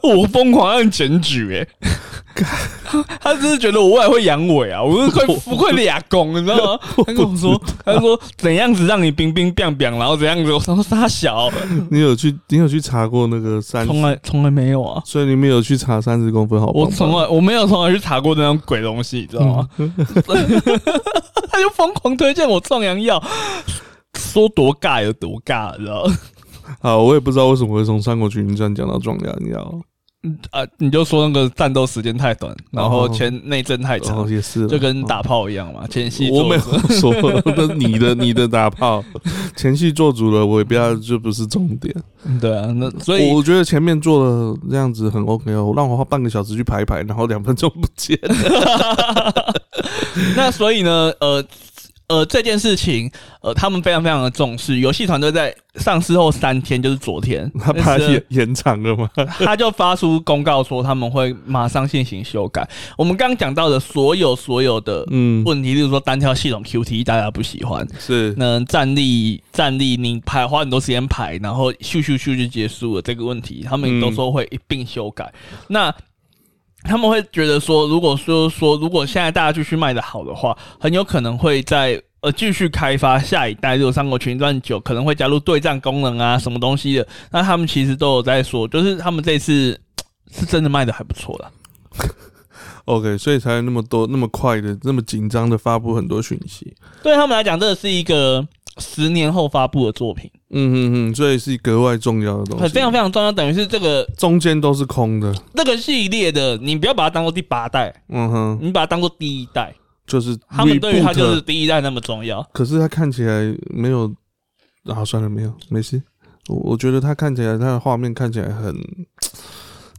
Speaker 1: 我疯狂按检举、欸，哎，他只是觉得我未来会阳痿啊，我是快我快俩公，你知道吗？他跟我说，他说怎样子让你冰冰冰冰，然后怎样子，我说他小，
Speaker 2: 你有去你有去查过那个三？
Speaker 1: 从来从来没有啊，
Speaker 2: 所以你们有去查三十公分好棒棒？
Speaker 1: 我从来我没有从来去查过那种鬼东西，你知道吗？他就疯狂推荐我壮阳药，说多尬有多尬，你知道吗？
Speaker 2: 啊，我也不知道为什么会从《三国群英传》讲到壮阳药，
Speaker 1: 啊，你就说那个战斗时间太短，然后
Speaker 2: 哦
Speaker 1: 前内政太
Speaker 2: 然后
Speaker 1: 长，
Speaker 2: 哦也是啦
Speaker 1: 就跟打炮一样嘛，前戏
Speaker 2: 我
Speaker 1: 做
Speaker 2: 没有说，那你的你的打炮前戏做足了，我也不要，这不是重点。
Speaker 1: 对啊，那 *laughs* 所以
Speaker 2: 嗯我觉得前面做了这样子很 OK 哦，让我花半个小时去排一排，然后两分钟不
Speaker 1: *laughs*
Speaker 2: 见。
Speaker 1: 那所以呢，呃呃，这件事情，呃，他们非常非常的重视。游戏团队在上市后三天，就是昨天，
Speaker 2: 他把它
Speaker 1: 那
Speaker 2: 延
Speaker 1: 是啊
Speaker 2: 延长了吗？
Speaker 1: *laughs* 他就发出公告说他们会马上进行修改。我们刚刚讲到的所有所有的
Speaker 2: 嗯，
Speaker 1: 问题，例如说单挑系统 QTE 大家不喜欢，
Speaker 2: 是，
Speaker 1: 那战力战力你排花很多时间排，然后咻咻咻就结束了这个问题，他们也都说会一并修改。那他们会觉得说，如果说说如果现在大家继续卖的好的话，很有可能会在呃继续开发下一代，例如《三国群英传九》可能会加入对战功能啊什么东西的。那他们其实都有在说，就是他们这次 *laughs* 是真的卖的还不错了。
Speaker 2: OK，所以才有那么多那么快的那么紧张的发布很多讯息。
Speaker 1: 对他们来讲，这是一个十年后发布的作品，
Speaker 2: 嗯嗯嗯，所以是格外重要的东西，
Speaker 1: 很非常非常重要，等于是这个
Speaker 2: 中间都是空的。
Speaker 1: 那个系列的，你不要把它当做第八代，
Speaker 2: 嗯哼，
Speaker 1: 你把它当做第一代。
Speaker 2: 就是
Speaker 1: 他们对于它
Speaker 2: reboot
Speaker 1: 就是第一代那么重要。
Speaker 2: 可是他看起来没有啊，算了，没有，没事。我我觉得他看起来，他的画面看起来很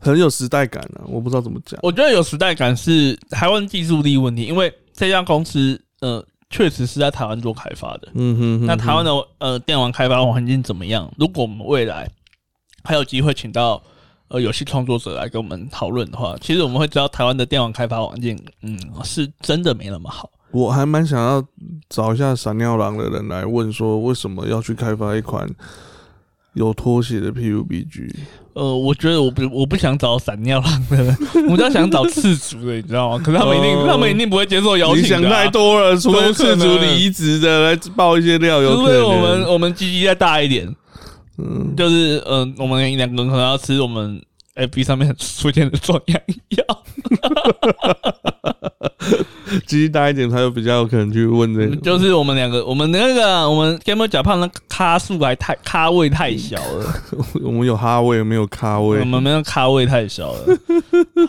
Speaker 2: 很有时代感啊，我不知道怎么讲。
Speaker 1: 我觉得有时代感是台湾技术力问题，因为这家公司呃确实是在台湾做开发的。
Speaker 2: 嗯哼哼
Speaker 1: 那台湾
Speaker 2: 的
Speaker 1: 的呃电玩开发环境怎么样？如果我们未来还有机会请到呃游戏创作者来跟我们讨论的话，其实我们会知道台湾的电玩开发环境，嗯，是真的没那么好。
Speaker 2: 我还蛮想要找一下闪尿狼的人来问说，为什么要去开发一款有拖鞋的 PUBG？
Speaker 1: 呃，我觉得我不我不想找闪尿狼的
Speaker 2: *laughs*
Speaker 1: 人，我比较想找赤足的，你知道吗？可是他们一定、
Speaker 2: 哦
Speaker 1: 他们一定不会接受邀
Speaker 2: 你
Speaker 1: 请的、
Speaker 2: 想太
Speaker 1: 啊。
Speaker 2: 多了，除非
Speaker 1: 怎么可
Speaker 2: 赤
Speaker 1: 能
Speaker 2: 足离职的
Speaker 1: *laughs*
Speaker 2: 来爆一些料，有
Speaker 1: 除
Speaker 2: 可
Speaker 1: 非
Speaker 2: 能
Speaker 1: 我们我们鸡鸡再大一点，
Speaker 2: 嗯，
Speaker 1: 就是嗯、呃我们两个人可能要吃我们 FB 上面出现的壮阳
Speaker 2: *laughs*
Speaker 1: 药，
Speaker 2: 鸡大一点才有比较有可能去问这个。 *laughs*
Speaker 1: 就是我们两个我们那个啊我们 Game 假胖那个咖数还太咖位太小了，
Speaker 2: 我们有哈位，没有咖
Speaker 1: 我
Speaker 2: 位。
Speaker 1: 们没有咖位太小了，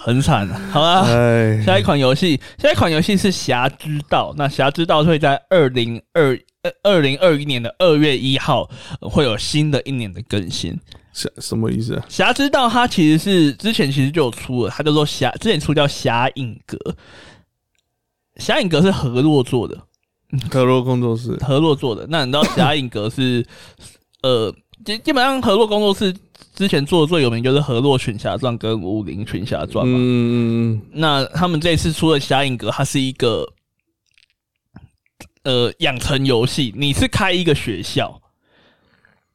Speaker 1: 很惨啊。好啦，
Speaker 2: 哎，
Speaker 1: 下一款游戏，下一款游戏是《侠之道》。那《侠之道》会在二零二呃二零二一年的二月一号呃会有新的一年的更新。《
Speaker 2: 什什么意思啊？
Speaker 1: 侠之道》它其实是之前其实就有出了，它叫做《侠》，之前出叫《侠影阁》。《侠影阁》是河洛做的，
Speaker 2: 可洛工作室，
Speaker 1: *coughs* 河洛做的。那你知道《侠影阁》是呃，基基本上河洛工作室之前做的最有名就是《河洛群侠传》跟《武林群侠传》嘛。
Speaker 2: 嗯嗯
Speaker 1: 那他们这次出的《侠影阁》，它是一个呃养成游戏，你是开一个学校，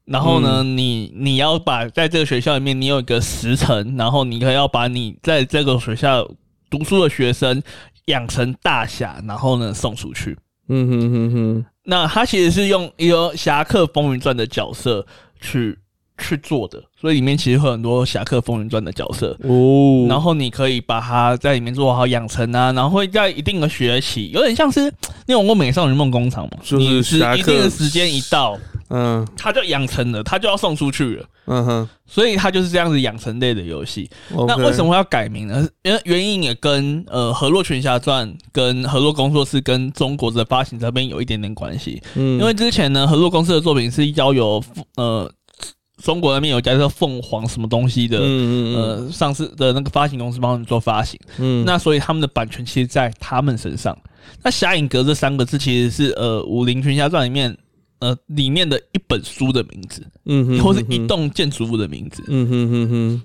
Speaker 1: 然后呢，你你要把在这个学校里面，你有一个时辰，然后你可要把你在这个学校读书的学生养成大侠，然后呢送出去。
Speaker 2: 嗯哼哼哼，
Speaker 1: 那他其实是用一个《侠客风云传》的角色去去做的，所以里面其实会有很多《侠客风云传》的角色。
Speaker 2: 哦，
Speaker 1: 然后你可以把它在里面做好养成啊，然后会在一定的学期，有点像是那种过《美少女梦工厂》嘛，
Speaker 2: 就是
Speaker 1: 你时
Speaker 2: 侠客
Speaker 1: 一定的时间一到，
Speaker 2: 嗯
Speaker 1: 它就养成了，它就要送出去了，
Speaker 2: 嗯哼，
Speaker 1: 所以它就是这样子养成类的游戏。那为什
Speaker 2: 么？
Speaker 1: 么要改名呢？原原因也跟呃《河洛群侠传》跟呃河洛工作室跟中国的发行这边有一点点关系，
Speaker 2: 嗯
Speaker 1: 因为之前呢，合作公司的作品是交由呃中国那边有一家叫凤凰什么东
Speaker 2: 음,
Speaker 1: 西的。
Speaker 2: 嗯嗯
Speaker 1: 呃，上市的那个发行公司帮他们做发行，
Speaker 2: 嗯
Speaker 1: 那所以他们的版权其实在他们身上。那《侠影阁》这三个字其实是呃《武林群侠传》里面呃里面的一本书的名字，
Speaker 2: 嗯哼，
Speaker 1: 或是一栋建筑物的名字，
Speaker 2: 嗯哼哼哼，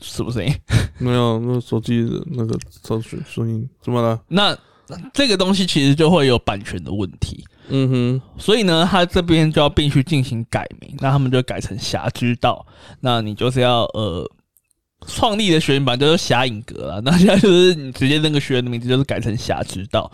Speaker 1: 是不是？
Speaker 2: 没有，那手机的那个手声声音怎么了？
Speaker 1: 那这个东西其实就会有版权的问题，
Speaker 2: 嗯
Speaker 1: 所以呢，他这边就要必须进行改名，那他们就改成侠之道。那你就是要呃，创立的学员版就是侠影阁了。那现在就是你直接那个学员的名字就是改成侠之道。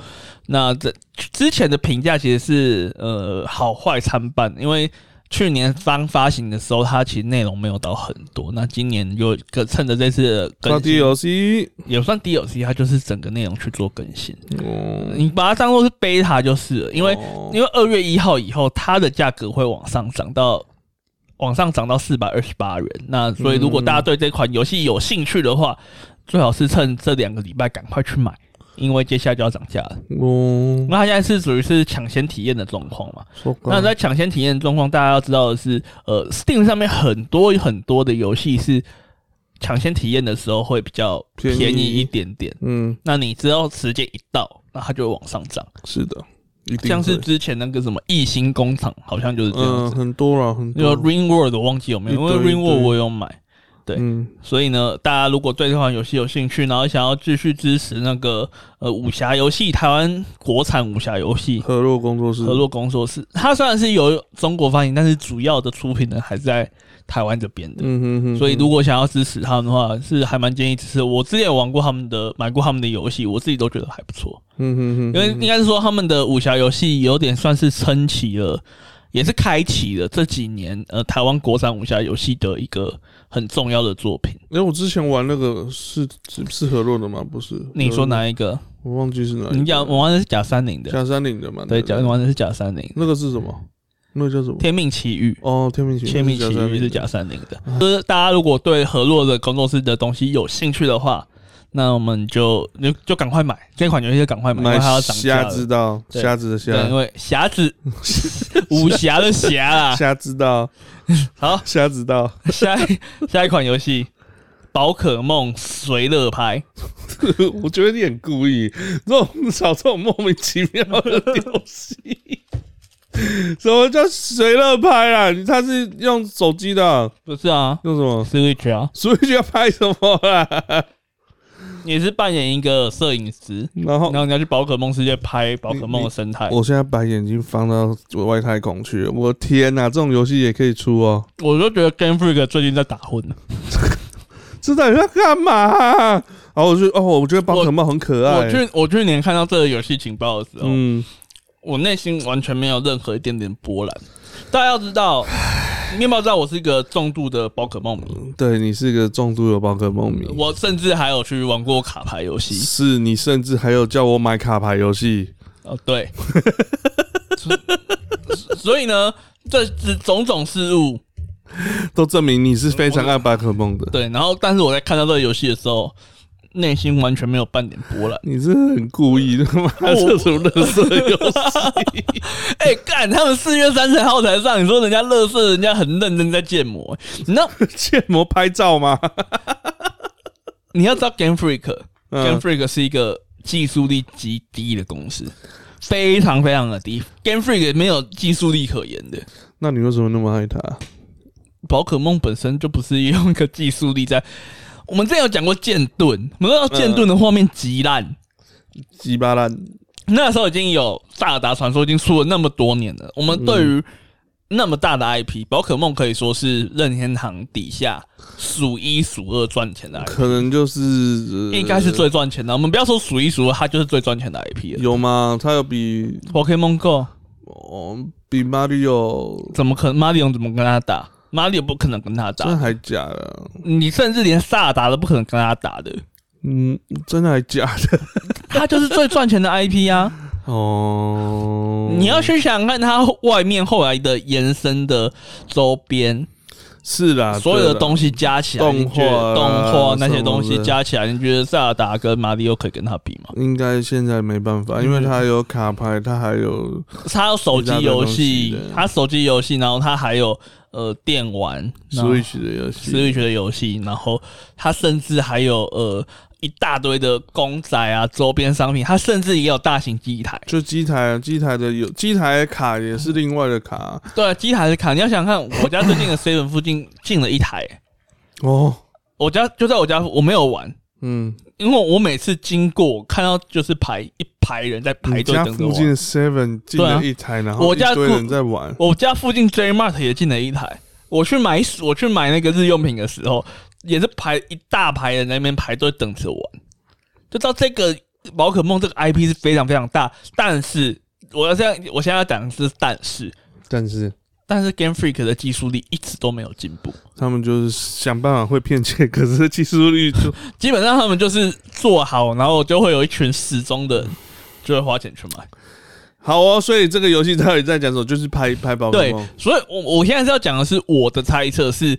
Speaker 1: 那这之前的评价其实是呃好坏参半，因为去年刚发行的时候，它其实内容没有到很多。那今年又更趁着这次的
Speaker 2: 哼，到
Speaker 1: 更新，
Speaker 2: DLC
Speaker 1: 也算 DLC，它就是整个内容去做更新。
Speaker 2: 哦，
Speaker 1: 你把它当做是 beta 就是了，因为因为二月一号以后，它的价格会往上涨到往上涨到四百二十八元。那所以，如果大
Speaker 2: 嗯
Speaker 1: 家对这款游戏有兴趣的话，最好是趁这两个礼拜赶快去买，因为接下来就要涨价了。
Speaker 2: 哦，
Speaker 1: 那它现在是属于是抢先体验的状况嘛？那
Speaker 2: 那
Speaker 1: 在抢先体验的状况，大家要知道的是，呃，Steam 上面很多很多的游戏是抢先体验的时候会比较
Speaker 2: 便宜
Speaker 1: 便宜一点点。
Speaker 2: 嗯，
Speaker 1: 那你只要时间一到，那它就会往上涨。
Speaker 2: 是的，一定
Speaker 1: 像是
Speaker 2: 会
Speaker 1: 之前那个什么异星工厂，好像就是这样
Speaker 2: 嗯
Speaker 1: 子。
Speaker 2: 很多了，很
Speaker 1: 那个
Speaker 2: 多，
Speaker 1: Ring World 我忘记有没有，因为
Speaker 2: 一堆一堆
Speaker 1: Ring World 我有买，对
Speaker 2: 嗯
Speaker 1: 所以呢，大家如果对这款游戏有兴趣，然后想要继续支持那个呃武侠游戏，台湾国产武侠游戏
Speaker 2: 合作工作室
Speaker 1: 合作工作室，它虽然是由中国发行，但是主要的出品人还是在台湾这边的。
Speaker 2: 嗯哼哼，
Speaker 1: 所以如果想要支持他们的话，是还蛮建议支持。我之前有玩过他们的，买过他们的游戏，我自己都觉得还不错。
Speaker 2: 嗯哼哼，
Speaker 1: 因为应该是说他们的武侠游戏有点算是撑起了，也是开启了这几年呃台湾国产武侠游戏的一个很重要的作品。
Speaker 2: 因为我之前玩那个是是是合作的吗？不是，
Speaker 1: 你说
Speaker 2: 哪？
Speaker 1: 哪一个？
Speaker 2: 我忘记是哪一个。
Speaker 1: 你讲我玩的是假三零的，
Speaker 2: 假山岭的嘛？
Speaker 1: 对，假
Speaker 2: 假
Speaker 1: 我玩的是假三零，《
Speaker 2: 那个是什么？那个叫什么？
Speaker 1: 天命奇遇》。
Speaker 2: 哦，天命奇
Speaker 1: 《
Speaker 2: 遇，
Speaker 1: 天命奇
Speaker 2: 山
Speaker 1: 遇》
Speaker 2: 岭
Speaker 1: 是假三零的，啊 *laughs* 就是大家如果对河洛的工作室的东西有兴趣的话，那我们就就就赶快买这款游戏，就赶快买，因为
Speaker 2: 买
Speaker 1: 它要涨价
Speaker 2: 虾
Speaker 1: 了
Speaker 2: 知。道，
Speaker 1: 对
Speaker 2: 虾子的
Speaker 1: 对，因
Speaker 2: 虾，
Speaker 1: 为侠子武侠的侠 *laughs* 啦。
Speaker 2: 虾知道，
Speaker 1: 好，
Speaker 2: 虾知道，
Speaker 1: *laughs* 下一下一款游戏《宝可梦随乐拍》，
Speaker 2: *laughs* 我觉得你很故意，这种找这种莫名其妙的游戏。 *laughs* 什么叫随乐拍啊？他是用手机的啊、
Speaker 1: 不是啊
Speaker 2: 用什么？
Speaker 1: ，Switch 啊，
Speaker 2: 所以就要拍什么啊啦？
Speaker 1: 你是扮演一个摄影师，
Speaker 2: 然后
Speaker 1: 然后你要去宝可梦世界拍宝可梦的生态。
Speaker 2: 我现在把眼睛放到外太空去了，我天哪、这种游戏也可以出哦！
Speaker 1: 我就觉得 Game Freak 最近在打混，
Speaker 2: 知道你在干嘛、啊？然后我就哦，我觉得宝可梦很可爱。
Speaker 1: 我去我去年看到这个游戏情报的时候，
Speaker 2: 嗯，
Speaker 1: 我内心完全没有任何一点点波澜。大家要知道，面包知道我是一个重度的宝可梦迷，
Speaker 2: 对你是个重度的宝可梦迷，
Speaker 1: 我甚至还有去玩过卡牌游戏。
Speaker 2: 是你甚至还有叫我买卡牌游戏。
Speaker 1: 哦，对，所 *laughs* 所以呢，这这种种事物，
Speaker 2: 都证明你是非常爱宝可梦的。。
Speaker 1: 对，然后但是我在看到这个游戏的时候，内心完全没有半点波澜 *laughs*
Speaker 2: 你是很故意的吗？这种乐色游戏，
Speaker 1: *laughs* 哎、干，他们四月三十号才上，你说人家乐色，人家很认真在建模，欸你知道
Speaker 2: 建模拍照吗？
Speaker 1: 你要知道 Game Freak，Game、
Speaker 2: 嗯
Speaker 1: Freak 是一个技术力极低的公司。非常非常的低，Game Freak 没有技术力可言的，
Speaker 2: 那你为什么那么爱他？
Speaker 1: 宝可梦本身就不是用一个技术力在。我们之前有讲过剑盾，我们知道剑盾的画面极烂，
Speaker 2: 嗯鸡巴烂，
Speaker 1: 那时候已经有《萨尔达传说》已经出了那么多年了，我们对
Speaker 2: 嗯
Speaker 1: 于那么大的 IP，宝可梦可以说是任天堂底下数一数二赚钱的 IP，
Speaker 2: 可能就是、呃
Speaker 1: 应该是最赚钱的。我们不要说数一数二，它就是最赚钱的 IP 了。
Speaker 2: 有吗？它有比
Speaker 1: Pokemon Go
Speaker 2: 哦比 Mario
Speaker 1: 怎么可能？马里奥怎么跟他打？马里奥不可能跟他
Speaker 2: 真
Speaker 1: 打，
Speaker 2: 还假的？
Speaker 1: 你甚至连萨尔达都不可能跟他打的。
Speaker 2: 嗯，真的还假的？
Speaker 1: *laughs* 它就是最赚钱的 IP 啊！
Speaker 2: 哦，
Speaker 1: 你要去想想看它外面后来的延伸的周边，
Speaker 2: 是啦，
Speaker 1: 所有
Speaker 2: 啊对
Speaker 1: 的
Speaker 2: 啦
Speaker 1: 东西加起来，
Speaker 2: 动
Speaker 1: 你觉得
Speaker 2: 画啊
Speaker 1: 动画那些东
Speaker 2: 什么
Speaker 1: 西
Speaker 2: 的
Speaker 1: 加起来，你觉得萨尔达跟马里奥可以跟他比吗？
Speaker 2: 应该现在没办法，
Speaker 1: 嗯
Speaker 2: 因为它有卡牌，它还有
Speaker 1: 他有手机游
Speaker 2: 呃其
Speaker 1: 戏
Speaker 2: 他的东西，对
Speaker 1: 他手机游戏，然后他还有呃电玩、
Speaker 2: Switch 的游戏。
Speaker 1: Switch 的游戏，然后他甚至还有呃一大堆的公仔啊周边商品，他甚至也有大型机台。
Speaker 2: 就机台啊，机台的有机台卡也是另外的卡啊
Speaker 1: 对，机台的卡，你要想看，我家最近的 seven 附近进了一台、
Speaker 2: 哦，
Speaker 1: 我家就在我家，我没有玩，
Speaker 2: 嗯，
Speaker 1: 因为我每次经过我看到就是排一排人在排
Speaker 2: 你
Speaker 1: 队
Speaker 2: 家
Speaker 1: 等着
Speaker 2: 附
Speaker 1: 我
Speaker 2: 近。的 Seven 进
Speaker 1: 对啊
Speaker 2: 了一台，然后
Speaker 1: 我
Speaker 2: 一
Speaker 1: 家
Speaker 2: 堆
Speaker 1: 附
Speaker 2: 人在玩，
Speaker 1: 我家附近 J Mart 也进了一台。我去买我去买那个日用品的时候，也是排一大排人在那边排队等着玩。就到这个宝可梦这个 IP 是非常非常大，但是我要这样，我现在要讲的是但是，
Speaker 2: 但是
Speaker 1: 但是 Game Freak 的技术力一直都没有进步，
Speaker 2: 他们就是想办法会骗钱，可是技术
Speaker 1: *laughs*
Speaker 2: 率就
Speaker 1: 基本上他们就是做好，然后就会有一群死忠的人就会花钱去买。
Speaker 2: 好哦。所以这个游戏到底在讲什么？就是拍拍宝可
Speaker 1: 对
Speaker 2: 梦，，
Speaker 1: 所以我我现在是要讲的是我的猜测是，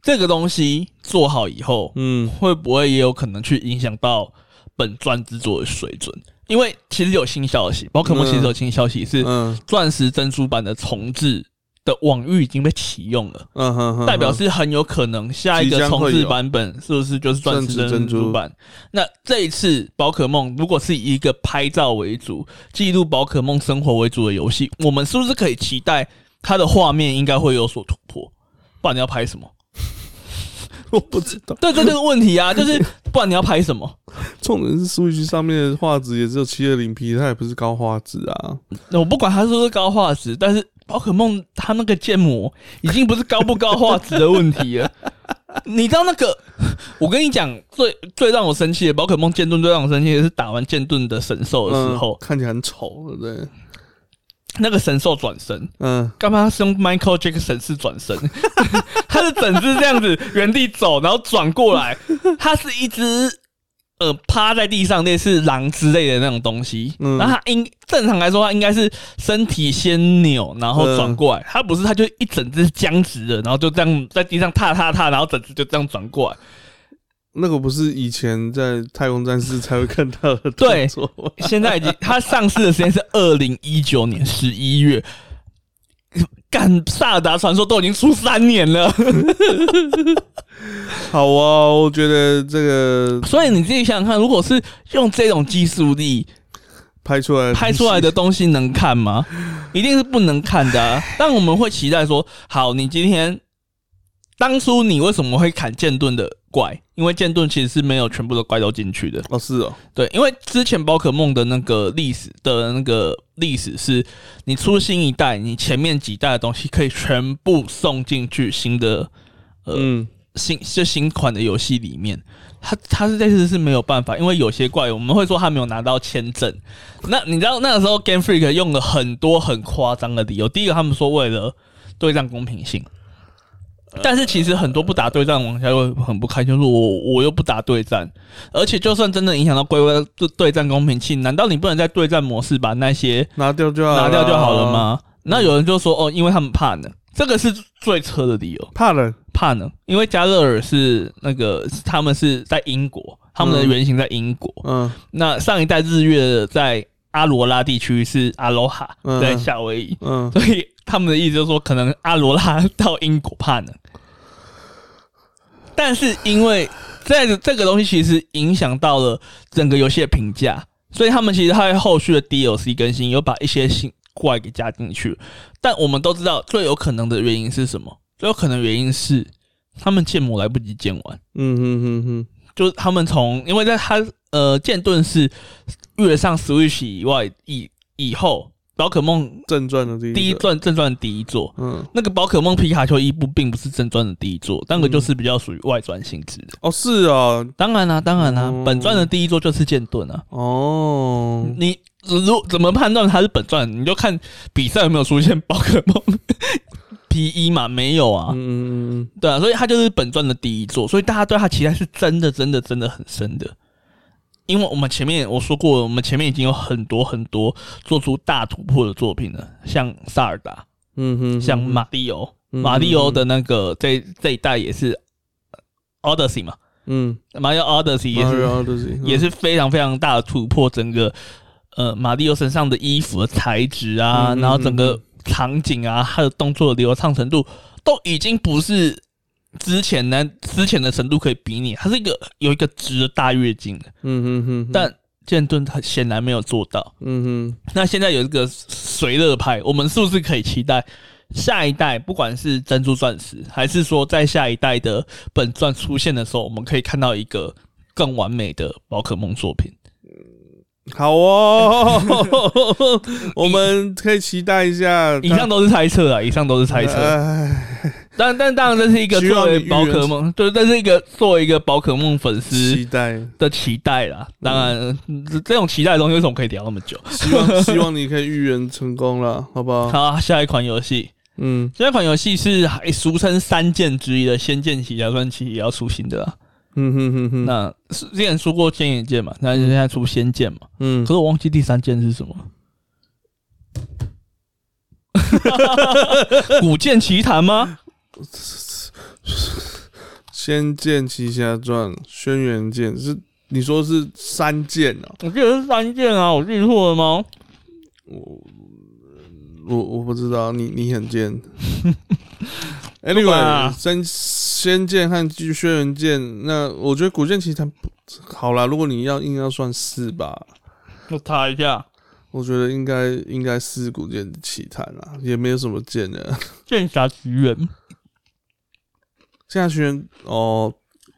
Speaker 1: 这个东西做好以后，
Speaker 2: 嗯，
Speaker 1: 会不会也有可能去影响到本钻制作的水准？因为其实有新消息，宝可梦其实有新消息是
Speaker 2: 嗯
Speaker 1: 钻石珍珠版的重置的网域已经被启用了，
Speaker 2: 嗯哼哼，
Speaker 1: 代表是很有可能下一
Speaker 2: 即
Speaker 1: 个
Speaker 2: 将会
Speaker 1: 重置
Speaker 2: 有
Speaker 1: 版本是不是就是钻石
Speaker 2: 钻石
Speaker 1: 珍
Speaker 2: 珍
Speaker 1: 珠
Speaker 2: 珠
Speaker 1: 版？那这一次宝可梦如果是以一个拍照为主、记录宝可梦生活为主的游戏，我们是不是可以期待它的画面应该会有所突破？不然你要拍什么？
Speaker 2: 我不知道，
Speaker 1: 对，这这个问题啊，就是不然你要拍什么？
Speaker 2: 重点是 Switch 上面的画质也只有七二零 P，它也不是高画质啊。
Speaker 1: 我不管它是不是高画质，但是宝可梦它那个建模已经不是高不高画质的问题了。 *laughs* 你知道那个？我跟你讲，最最让我生气的宝可梦剑盾，最让我生气的是打完剑盾的神兽的时候
Speaker 2: 嗯，看起来很丑，对不对？
Speaker 1: 那个神兽转身，
Speaker 2: 嗯，
Speaker 1: 干嘛是用 Michael Jackson 式转身？ *laughs* 它是整只这样子原地走，然后转过来，它是一只。呃，趴在地上类似狼之类的那种东西，
Speaker 2: 嗯
Speaker 1: 然后它应正常来说，它应该是身体先扭，然后转过来。它不是，它就一整只僵直的，然后就这样在地上踏踏踏，然后整只就这样转过来。
Speaker 2: 那个不是以前在太空战士才会看到的
Speaker 1: 对
Speaker 2: 动作吗
Speaker 1: 现在已经，它上市的时间是二零一九年十一月。干《萨尔达传说》都已经出三年了，
Speaker 2: 好啊，我觉得这个
Speaker 1: 所以你自己想想看，如果是用这种技术力
Speaker 2: 拍出来
Speaker 1: 拍出来的东西能看吗？一定是不能看的、啊。但我们会期待说，好，你今天当初你为什么会砍剑盾的怪？因为剑盾其实是没有全部的怪都进去的。
Speaker 2: 哦，是哦，
Speaker 1: 对，因为之前宝可梦的那个历史的那个历史是，你出新一代，你前面几代的东西可以全部送进去新的呃
Speaker 2: 嗯，
Speaker 1: 新就新款的游戏里面，他他是这次是没有办法，因为有些怪我们会说他没有拿到签证。那你知道那个时候 Game Freak 用了很多很夸张的理由，第一个他们说为了对战公平性，但是其实很多不打对战玩家会很不开心，说我我又不打对战，而且就算真的影响到规规对对战公平性，难道你不能在对战模式把那些
Speaker 2: 拿掉就好了
Speaker 1: 拿掉就好了？吗？那有人就说哦，因为他们怕呢，这个是最车的理由。
Speaker 2: 怕冷，
Speaker 1: 怕呢，因为加勒尔是那个他们是在英国，他们的原型在英国。
Speaker 2: 嗯
Speaker 1: 那上一代日月在阿罗拉地区是阿罗哈，
Speaker 2: 嗯
Speaker 1: 在夏威夷，
Speaker 2: 嗯，
Speaker 1: *laughs* 所以他们的意思就是说，可能阿罗拉到英国怕呢。但是因为这这个东西其实影响到了整个游戏的评价，所以他们其实在后续的 DLC 更新有把一些新怪给加进去。但我们都知道最有可能的原因是什么？最有可能原因是他们建模来不及建完，
Speaker 2: 嗯哼哼哼，
Speaker 1: 就是他们从因为在他呃剑盾是越上 Switch 以外以以后，宝可梦
Speaker 2: 正传的第一
Speaker 1: 第一
Speaker 2: 个，
Speaker 1: 传正传的第一作，
Speaker 2: 嗯，
Speaker 1: 那个宝可梦皮卡丘伊布并不是正传的第一作，
Speaker 2: 嗯
Speaker 1: 那个就是比较属于外传性质的。
Speaker 2: 哦是啊，
Speaker 1: 当然啦、当然啦、
Speaker 2: 哦
Speaker 1: 本传的第一作就是剑盾啊。
Speaker 2: 哦，
Speaker 1: 你如怎么判断它是本传？你就看比赛有没有出现宝可梦 *laughs* P 一嘛，没有啊，
Speaker 2: 嗯嗯
Speaker 1: 对啊，所以它就是本传的第一作，所以大家对它期待是真的、真的、真的很深的。因为我们前面我说过，我们前面已经有很多很多做出大突破的作品了，像萨尔达，
Speaker 2: 嗯哼，
Speaker 1: 像马里欧，
Speaker 2: 嗯
Speaker 1: 马里欧的那个这这一代也是 Odyssey 嘛，
Speaker 2: 嗯，
Speaker 1: 马里奥 Odyssey 也
Speaker 2: 也
Speaker 1: 是
Speaker 2: 是
Speaker 1: 也是非常非常大的突破，整个呃马里奥身上的衣服的材质啊，
Speaker 2: 嗯嗯
Speaker 1: 然后整个场景啊，他的动作的流畅程度都已经不是之前呢之前的程度可以比拟，它是一个有一个值得大跃进的，
Speaker 2: 嗯哼哼，
Speaker 1: 但剑盾他显然没有做到。
Speaker 2: 嗯哼
Speaker 1: 那现在有一个随乐派，我们是不是可以期待下一代，不管是珍珠钻石，还是说在下一代的本传出现的时候，我们可以看到一个更完美的宝可梦作品？
Speaker 2: 好
Speaker 1: *laughs*
Speaker 2: 哦，我们可以期待一下
Speaker 1: 以上都是猜测啊，以上都是猜测。
Speaker 2: 哎
Speaker 1: 但但当然，这是一个
Speaker 2: 希望
Speaker 1: 作为
Speaker 2: 你预言
Speaker 1: 宝可梦，对，这是一个作为一个宝可梦粉丝
Speaker 2: 期待，
Speaker 1: 的期待啦。当然，这这种期待的东西为什么可以聊那么久？*laughs*
Speaker 2: 希望希望你可以预言成功了，好不好？
Speaker 1: 好，下一款游戏，
Speaker 2: 嗯
Speaker 1: 下一款游戏是还俗称三剑之一的《仙剑奇侠传奇》也要出新的啦。
Speaker 2: 嗯哼哼哼，
Speaker 1: 那是之前出过《仙眼剑》嘛，那现在出《仙剑》嘛，
Speaker 2: 嗯
Speaker 1: 可是我忘记第三剑是什 *laughs* 么。古剑奇谭吗？
Speaker 2: 《仙剑奇侠传》《轩辕剑》是你说是三剑啊？
Speaker 1: 我记得是三剑啊，我记错了吗？
Speaker 2: 我我不知道，你你
Speaker 1: *laughs*
Speaker 2: 很贱。
Speaker 1: 不管啊
Speaker 2: anyway，仙仙剑和轩辕剑，那我觉得古剑奇谭不好啦。如果你要硬要算是吧，
Speaker 1: 我查一下，
Speaker 2: 我觉得应该应该是古剑奇谭啦，也没有什么剑的。 *laughs*
Speaker 1: 《剑侠奇缘》
Speaker 2: 现在轩哦，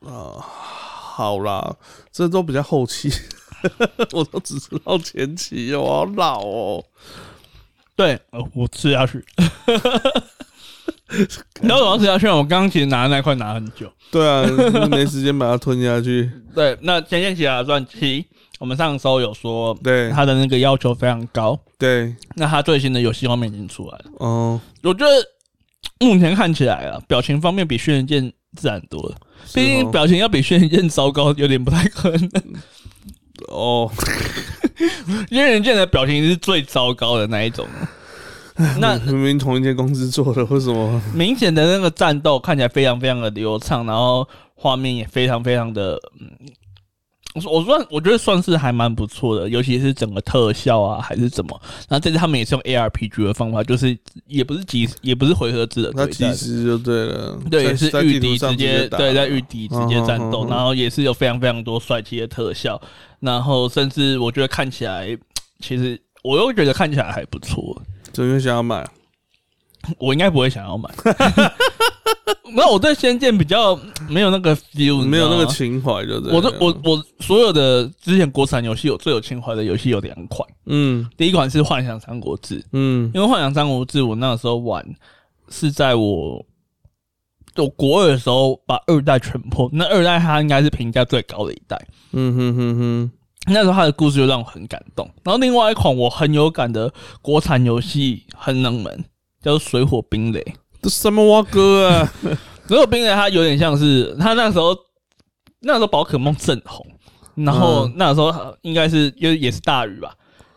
Speaker 2: 呃，好啦，这都比较后期， *laughs* 我都只知道前期哦，我好老哦。
Speaker 1: 对，呃我吃下去。 *laughs* 你知道我要吃下去吗？我刚刚其实拿的那块拿很久。
Speaker 2: 对啊，没时间把它吞
Speaker 1: *laughs*
Speaker 2: 下去。
Speaker 1: 对，那《仙剑奇侠传七》，我们上周有说
Speaker 2: 对
Speaker 1: 它的那个要求非常高，
Speaker 2: 对，
Speaker 1: 那它最新的游戏画面已经出来了。
Speaker 2: 哦，
Speaker 1: 我觉得目前看起来啊，表情方面比轩辕剑自然多了。
Speaker 2: 是
Speaker 1: 毕竟
Speaker 2: 哦
Speaker 1: 表情要比轩辕剑糟糕，有点不太可能。
Speaker 2: 哦， *laughs*
Speaker 1: 轩辕剑的表情是最糟糕的那一种了。那
Speaker 2: 明明同一间公司做的，为什么？
Speaker 1: 明显的那个战斗看起来非常非常的流畅，然后画面也非常非常的，嗯，我说我算我觉得算是还蛮不错的，尤其是整个特效啊还是怎么。然后这次他们也是用 ARPG 的方法，就是也不是即也不是回合制的
Speaker 2: 他
Speaker 1: 对
Speaker 2: 及
Speaker 1: 战，
Speaker 2: 时就对了，
Speaker 1: 对，
Speaker 2: 在
Speaker 1: 也是
Speaker 2: 在
Speaker 1: 御
Speaker 2: 地图
Speaker 1: 敌
Speaker 2: 上
Speaker 1: 直接
Speaker 2: 打
Speaker 1: 对，在御敌直接战
Speaker 2: 嗯
Speaker 1: 斗，
Speaker 2: 嗯嗯嗯
Speaker 1: 然后也是有非常非常多帅气的特效，然后甚至我觉得看起来，其实我又觉得看起来还不错，
Speaker 2: 准确想要买，
Speaker 1: 我应该不会想要买。 *laughs* 那我对《仙剑》比较没有那个 feel，
Speaker 2: 没有那个
Speaker 1: 情。
Speaker 2: 情怀，就对了。
Speaker 1: 我对我我所有的之前国产游戏有最有情怀的游戏有两款，
Speaker 2: 嗯
Speaker 1: 第一款是《幻想三国志》，
Speaker 2: 嗯
Speaker 1: 因为《幻想三国志》我那时候玩是在我我国二的时候把二代全破，那二代它应该是评价最高的一代。
Speaker 2: 嗯哼哼哼，
Speaker 1: 那时候它的故事就让我很感动。然后另外一款我很有感的国产游戏很冷门，叫做《水火冰雷》。
Speaker 2: 这什么蛙哥啊？ *laughs*
Speaker 1: 水火冰雷它有点像是它那时候那时候宝可梦正红，然后
Speaker 2: 嗯
Speaker 1: 那时候应该是也也是大鱼吧。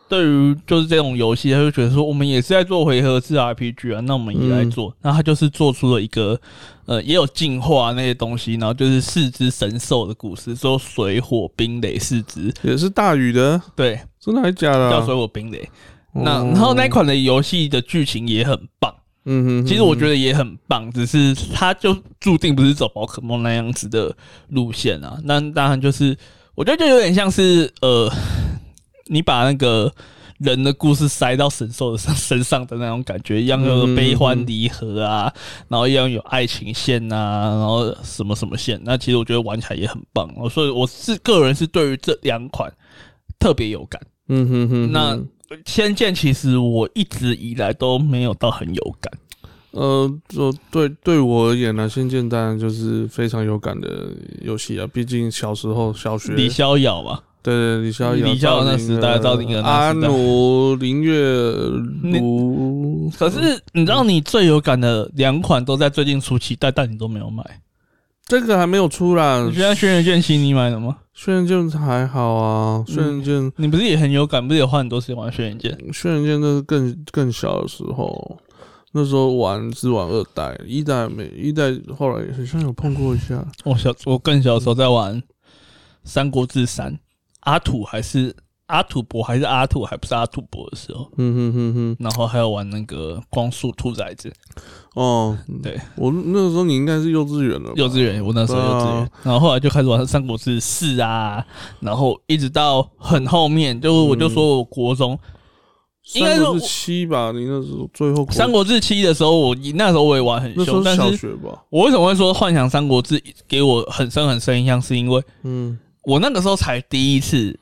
Speaker 1: 对于就是这种游戏，他就觉得说我们也是在做回合制 RPG 啊，那我们也来做。那他就是做出了一个呃也有进化那些东西，然后就是四只神兽的故事，说水火冰雷四只，
Speaker 2: 也是大宇的，
Speaker 1: 对，
Speaker 2: 真的还假的啊？
Speaker 1: 叫水火冰雷。那
Speaker 2: 哦
Speaker 1: 然后那一款的游戏的剧情也很棒，
Speaker 2: 嗯哼，
Speaker 1: 其实我觉
Speaker 2: 得
Speaker 1: 得也很棒，只是它就注定不是走宝可梦那样子的路线啊。那当然就是，我觉得就有点像是呃，你把那个人的故事塞到神兽的身身上的那种感觉，一样有悲欢离合啊，然后一样有爱情线啊，然后什么什么线。那其实我觉得玩起来也很棒，哦所以我是个人是对于这两款特别有感。
Speaker 2: 嗯哼哼，
Speaker 1: 那《仙剑》其实我一直以来都没有到很有感，
Speaker 2: 呃，就对对我而言呢、仙剑》当然就是非常有感的游戏啊，毕竟小时候小学
Speaker 1: 李逍遥嘛，
Speaker 2: 对对，李逍遥、
Speaker 1: 李逍遥那时代赵
Speaker 2: 赵灵
Speaker 1: 灵
Speaker 2: 儿
Speaker 1: 儿
Speaker 2: 阿
Speaker 1: 那时代
Speaker 2: 奴、林月如，
Speaker 1: *laughs* 可是你知道，你最有感的两款都在最近出期待，但你都没有买。
Speaker 2: 这个还没有出啦
Speaker 1: 你。觉得《轩辕嗯剑心》你买了吗？
Speaker 2: 轩辕剑还好啊，轩辕剑，
Speaker 1: 你不是也很有感，不是也花很多时间玩《轩辕剑》？
Speaker 2: 轩辕剑那是更更小的时候，那时候玩是玩二代，一代没一代后来好像有碰过一下，
Speaker 1: 我小我更小的时候在玩《三国志三》，阿土还是阿土伯还是阿土还不是阿土伯的时候，
Speaker 2: 嗯哼哼哼。
Speaker 1: 然后还有玩那个光速兔崽子，
Speaker 2: 哦，
Speaker 1: 对，
Speaker 2: 我那时候你应该是幼稚园了吧，
Speaker 1: 幼稚园我那时
Speaker 2: 哦
Speaker 1: 候幼稚园
Speaker 2: 对，
Speaker 1: 然后后来就开始玩《三国志四》啊，然后一直到很后面，就我就
Speaker 2: 嗯
Speaker 1: 说我国中应该
Speaker 2: 三
Speaker 1: 说
Speaker 2: 国
Speaker 1: 我
Speaker 2: 是七吧？你那时候最后国
Speaker 1: 《三国志七》的时候，我那时候我也玩很
Speaker 2: 那时
Speaker 1: 凶，
Speaker 2: 候
Speaker 1: 但
Speaker 2: 小
Speaker 1: 是
Speaker 2: 学吧？
Speaker 1: 我为什么会说《幻想三国志》给我很深很深印象，是因为
Speaker 2: 嗯
Speaker 1: 我那个时候才第一次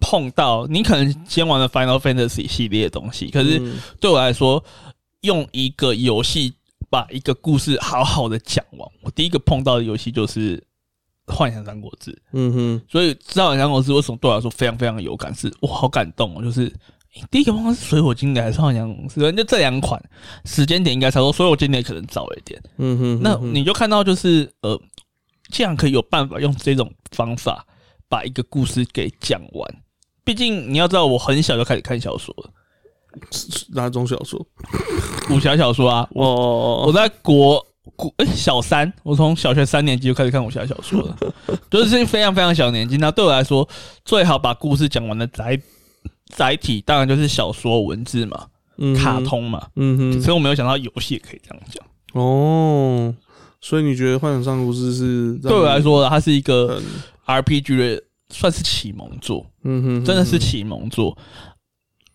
Speaker 1: 碰到，你可能先玩了 Final Fantasy 系列的东西，可是
Speaker 2: 嗯
Speaker 1: 对我来说，用一个游戏把一个故事好好的讲完，我第一个碰到的游戏就是《幻想三国志》，
Speaker 2: 嗯哼，
Speaker 1: 所以《知道想国志》为什么对我来说非常非常有感，是我好感动哦，就是。诶第一个碰到是水火经典还是幻想公司？就这两款时间点应该差不多，水火经典可能早一点。
Speaker 2: 嗯哼，
Speaker 1: 那
Speaker 2: 嗯哼
Speaker 1: 你就看到就是呃，竟然可以有办法用这种方法把一个故事给讲完。毕竟你要知道，我很小就开始看小说
Speaker 2: *laughs*
Speaker 1: 了，
Speaker 2: 哪种小说？
Speaker 1: 武侠小说啊。我
Speaker 2: 哦
Speaker 1: 我在国国诶小三，我从小学三年级就开始看武侠小说
Speaker 2: *laughs*
Speaker 1: 了，就是非常非常小年纪。那对我来说，最好把故事讲完的载载体，当然就是小说文字嘛，卡，通嘛。
Speaker 2: 嗯哼嗯哼，
Speaker 1: 所以我没有想到游戏也可以这样讲。
Speaker 2: 哦，所以你觉得《幻想上故事》是让
Speaker 1: 对我来说，它是一
Speaker 2: 你
Speaker 1: 个
Speaker 2: 很，
Speaker 1: RPG 的算是启蒙作。
Speaker 2: 嗯哼，
Speaker 1: 真的是启蒙作。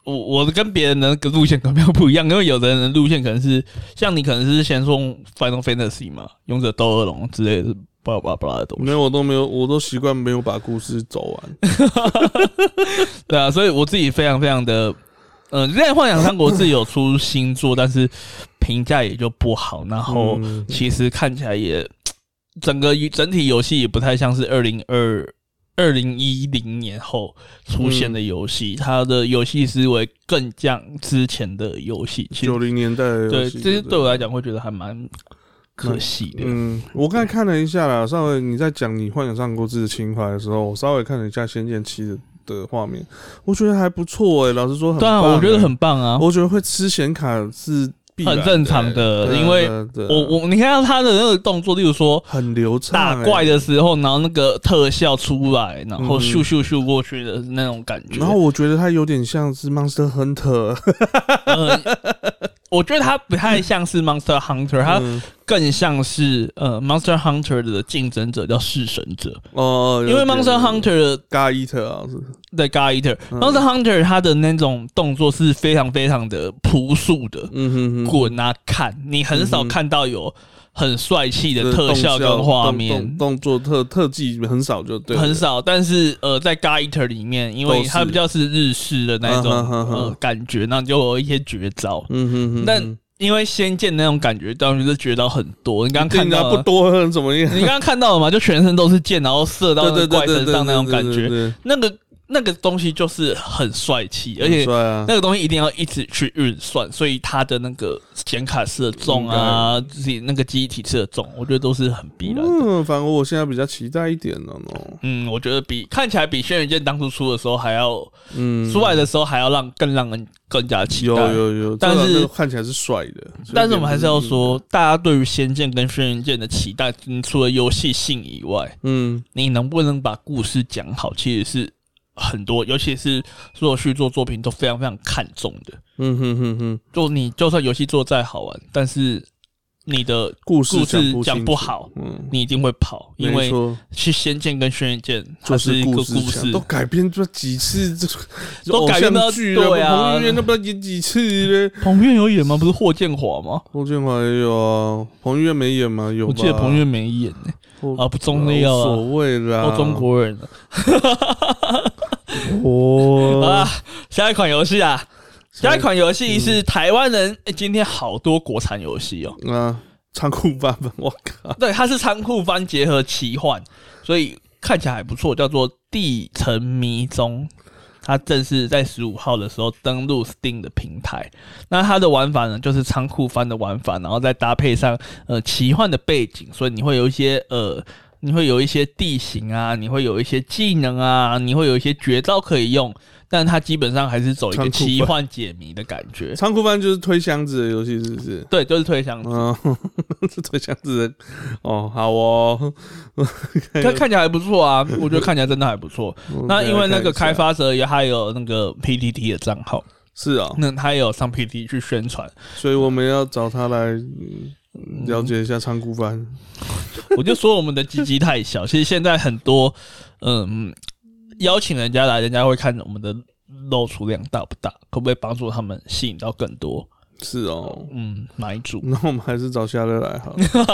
Speaker 1: 我我跟别人的那个路线可能 *laughs* 不一样，因为有的人的路线可能是像你，可能是先送 Final Fantasy 嘛，勇者斗恶龙之类的，巴拉巴拉巴拉的东
Speaker 2: 没
Speaker 1: 西。
Speaker 2: 有，我都没有，我都习惯没有把故事走完。
Speaker 1: 对啊，所以我自己非常非常的，嗯、现在《幻想三国志》有出新作，但是评价也就不好，然后
Speaker 2: 嗯
Speaker 1: 其实看起来也整个整体游戏也不太像是二零二二零一零年后出现的
Speaker 2: 嗯
Speaker 1: 游戏，它的游戏思维更像之前的游戏。其实
Speaker 2: 九零年代的游
Speaker 1: 对，
Speaker 2: 戏
Speaker 1: 这些对我来讲会觉得还蛮可惜的。
Speaker 2: 嗯，我刚才看了一下啦，稍微你在讲你幻想上过自己情怀的时候，我稍微看了一下《仙剑七》的的画面，我觉得还不错哎、老实说很
Speaker 1: 对
Speaker 2: 棒欸、
Speaker 1: 啊，我觉得很棒啊。
Speaker 2: 我觉得会吃显卡是必然
Speaker 1: 很正常
Speaker 2: 欸
Speaker 1: 的
Speaker 2: 对啊
Speaker 1: 因为
Speaker 2: 对啊对啊
Speaker 1: 我我你看到他的那个动作，例如说
Speaker 2: 很流畅、
Speaker 1: 打
Speaker 2: 欸
Speaker 1: 怪。的时候，然后那个特效出来，然后
Speaker 2: 嗯
Speaker 1: 咻咻咻过去的那种感觉。
Speaker 2: 然后我觉得它有点像是 Monster Hunter，
Speaker 1: 呃，我觉得它不太像是 Monster Hunter，它
Speaker 2: 嗯
Speaker 1: 更像是呃 Monster Hunter 的竞争者叫弑神者，
Speaker 2: 哦，
Speaker 1: 因为 Monster Hunter 的
Speaker 2: g a i t 啊，是
Speaker 1: 的 g a i t e r
Speaker 2: 嗯
Speaker 1: Monster Hunter 它的那种动作是非常非常的朴素的，
Speaker 2: 嗯哼哼，
Speaker 1: 滚啊看，你很少
Speaker 2: 嗯哼
Speaker 1: 看到有很帅气的
Speaker 2: 就是
Speaker 1: 特效
Speaker 2: 动
Speaker 1: 跟画
Speaker 2: 动
Speaker 1: 面
Speaker 2: 动。动作特特技很少就对了，
Speaker 1: 很少，但是呃，在 g a i t e r 里面，因为
Speaker 2: 都是
Speaker 1: 它比较是日式的那种
Speaker 2: 嗯哼哼
Speaker 1: 呃
Speaker 2: 哼
Speaker 1: 感觉，那就有一些绝招。
Speaker 2: 嗯哼哼，
Speaker 1: 但因为《仙剑》那种感觉，当然就是觉得很多。你刚刚看
Speaker 2: 定的
Speaker 1: 到
Speaker 2: 不
Speaker 1: 了，
Speaker 2: 多 *laughs* 怎么样？
Speaker 1: 你刚刚看到了嘛？就全身都是剑， *laughs* 然后射到那个
Speaker 2: 对对
Speaker 1: 怪
Speaker 2: 对
Speaker 1: 身
Speaker 2: 对
Speaker 1: 上那种感
Speaker 2: 对
Speaker 1: 觉，
Speaker 2: 对
Speaker 1: 那个那个东西就是很帅气，
Speaker 2: 对
Speaker 1: 而且
Speaker 2: 很帅啊，
Speaker 1: 那个东西一定要一直去运算，所以它的那个显卡射中啊，自己那个机体射中，我觉得都是很必然的。
Speaker 2: 嗯，反而我现在比较期待一点了呢。
Speaker 1: 嗯，我觉得比看起来比《轩辕剑》当初出的时候还要
Speaker 2: 嗯，
Speaker 1: 出来的时候还要让更让人更加期待。
Speaker 2: 有有有，
Speaker 1: 但
Speaker 2: 这个
Speaker 1: 是
Speaker 2: 这个看起来是帅的，
Speaker 1: 但是我们还是要说，大家对于《仙剑》跟《轩辕剑》的期待，嗯除了游戏性以外，
Speaker 2: 嗯，
Speaker 1: 你能不能把故事讲好，其实是很多，尤其是所有续作作品都非常非常看重的。
Speaker 2: 嗯嗯哼哼哼，
Speaker 1: 就你就算游戏做再好玩，但是你的
Speaker 2: 故
Speaker 1: 故
Speaker 2: 事
Speaker 1: 事
Speaker 2: 不
Speaker 1: 讲
Speaker 2: 清
Speaker 1: 不
Speaker 2: 楚
Speaker 1: 好，
Speaker 2: 嗯，
Speaker 1: 你一定会跑，因
Speaker 2: 没
Speaker 1: 为
Speaker 2: 错，
Speaker 1: 去《仙剑》跟《轩辕剑》它
Speaker 2: *laughs* 就是
Speaker 1: 一个
Speaker 2: 故
Speaker 1: 故
Speaker 2: 强
Speaker 1: 事
Speaker 2: 都，改编这几次，这
Speaker 1: *laughs* 都改编到
Speaker 2: 偶像剧了，
Speaker 1: 对啊
Speaker 2: 彭于晏那不知道演几次
Speaker 1: *laughs*
Speaker 2: 呢？
Speaker 1: 彭于晏有演吗？不是霍建华吗？
Speaker 2: 霍建华也有啊，彭于晏没演吗？有吧，
Speaker 1: 我记得彭于晏没演呢、
Speaker 2: 后
Speaker 1: 啊，不重要
Speaker 2: 无
Speaker 1: 啊，
Speaker 2: 所谓啦，
Speaker 1: 都中国人了。好
Speaker 2: 哦
Speaker 1: 啦，下一款游戏啊，下一嗯款游戏是台湾人。哎，今天好多国产游戏哦。
Speaker 2: 啊，仓库版本，我靠，
Speaker 1: 对，它是仓库番结合奇幻，所以看起来还不错，叫做《地城迷踪》。它正式在十五号的时候登陆 Steam 的平台。那它的玩法呢，就是仓库番的玩法，然后再搭配上呃奇幻的背景，所以你会有一些呃，你会有一些地形啊，你会有一些技能啊，你会有一些绝招可以用，但它基本上还是走一
Speaker 2: 仓
Speaker 1: 个
Speaker 2: 库番
Speaker 1: 奇幻解谜的感觉。
Speaker 2: 仓库版就是推箱子的游戏，是不是？
Speaker 1: 对，就是推箱子。
Speaker 2: *laughs* 嗯，推箱子的，哦，好哦，
Speaker 1: *laughs* 看看起来还不错啊，我觉得看起来真的还不 *laughs* 错。那因为那个开发者也还有那个 PTT 的账号，
Speaker 2: *laughs* 是啊，
Speaker 1: 那他也有上 PTT 去宣传。 *laughs*
Speaker 2: 所以我们要找他来嗯了解一下仓库番。
Speaker 1: 我就说我们的鸡鸡太小，其实现在很多嗯邀请人家来，人家会看我们的露出量大不大，可不可以帮助他们吸引到更多
Speaker 2: 是哦，
Speaker 1: 嗯买 *laughs* 主。
Speaker 2: 那我们还是找夏乐来好了。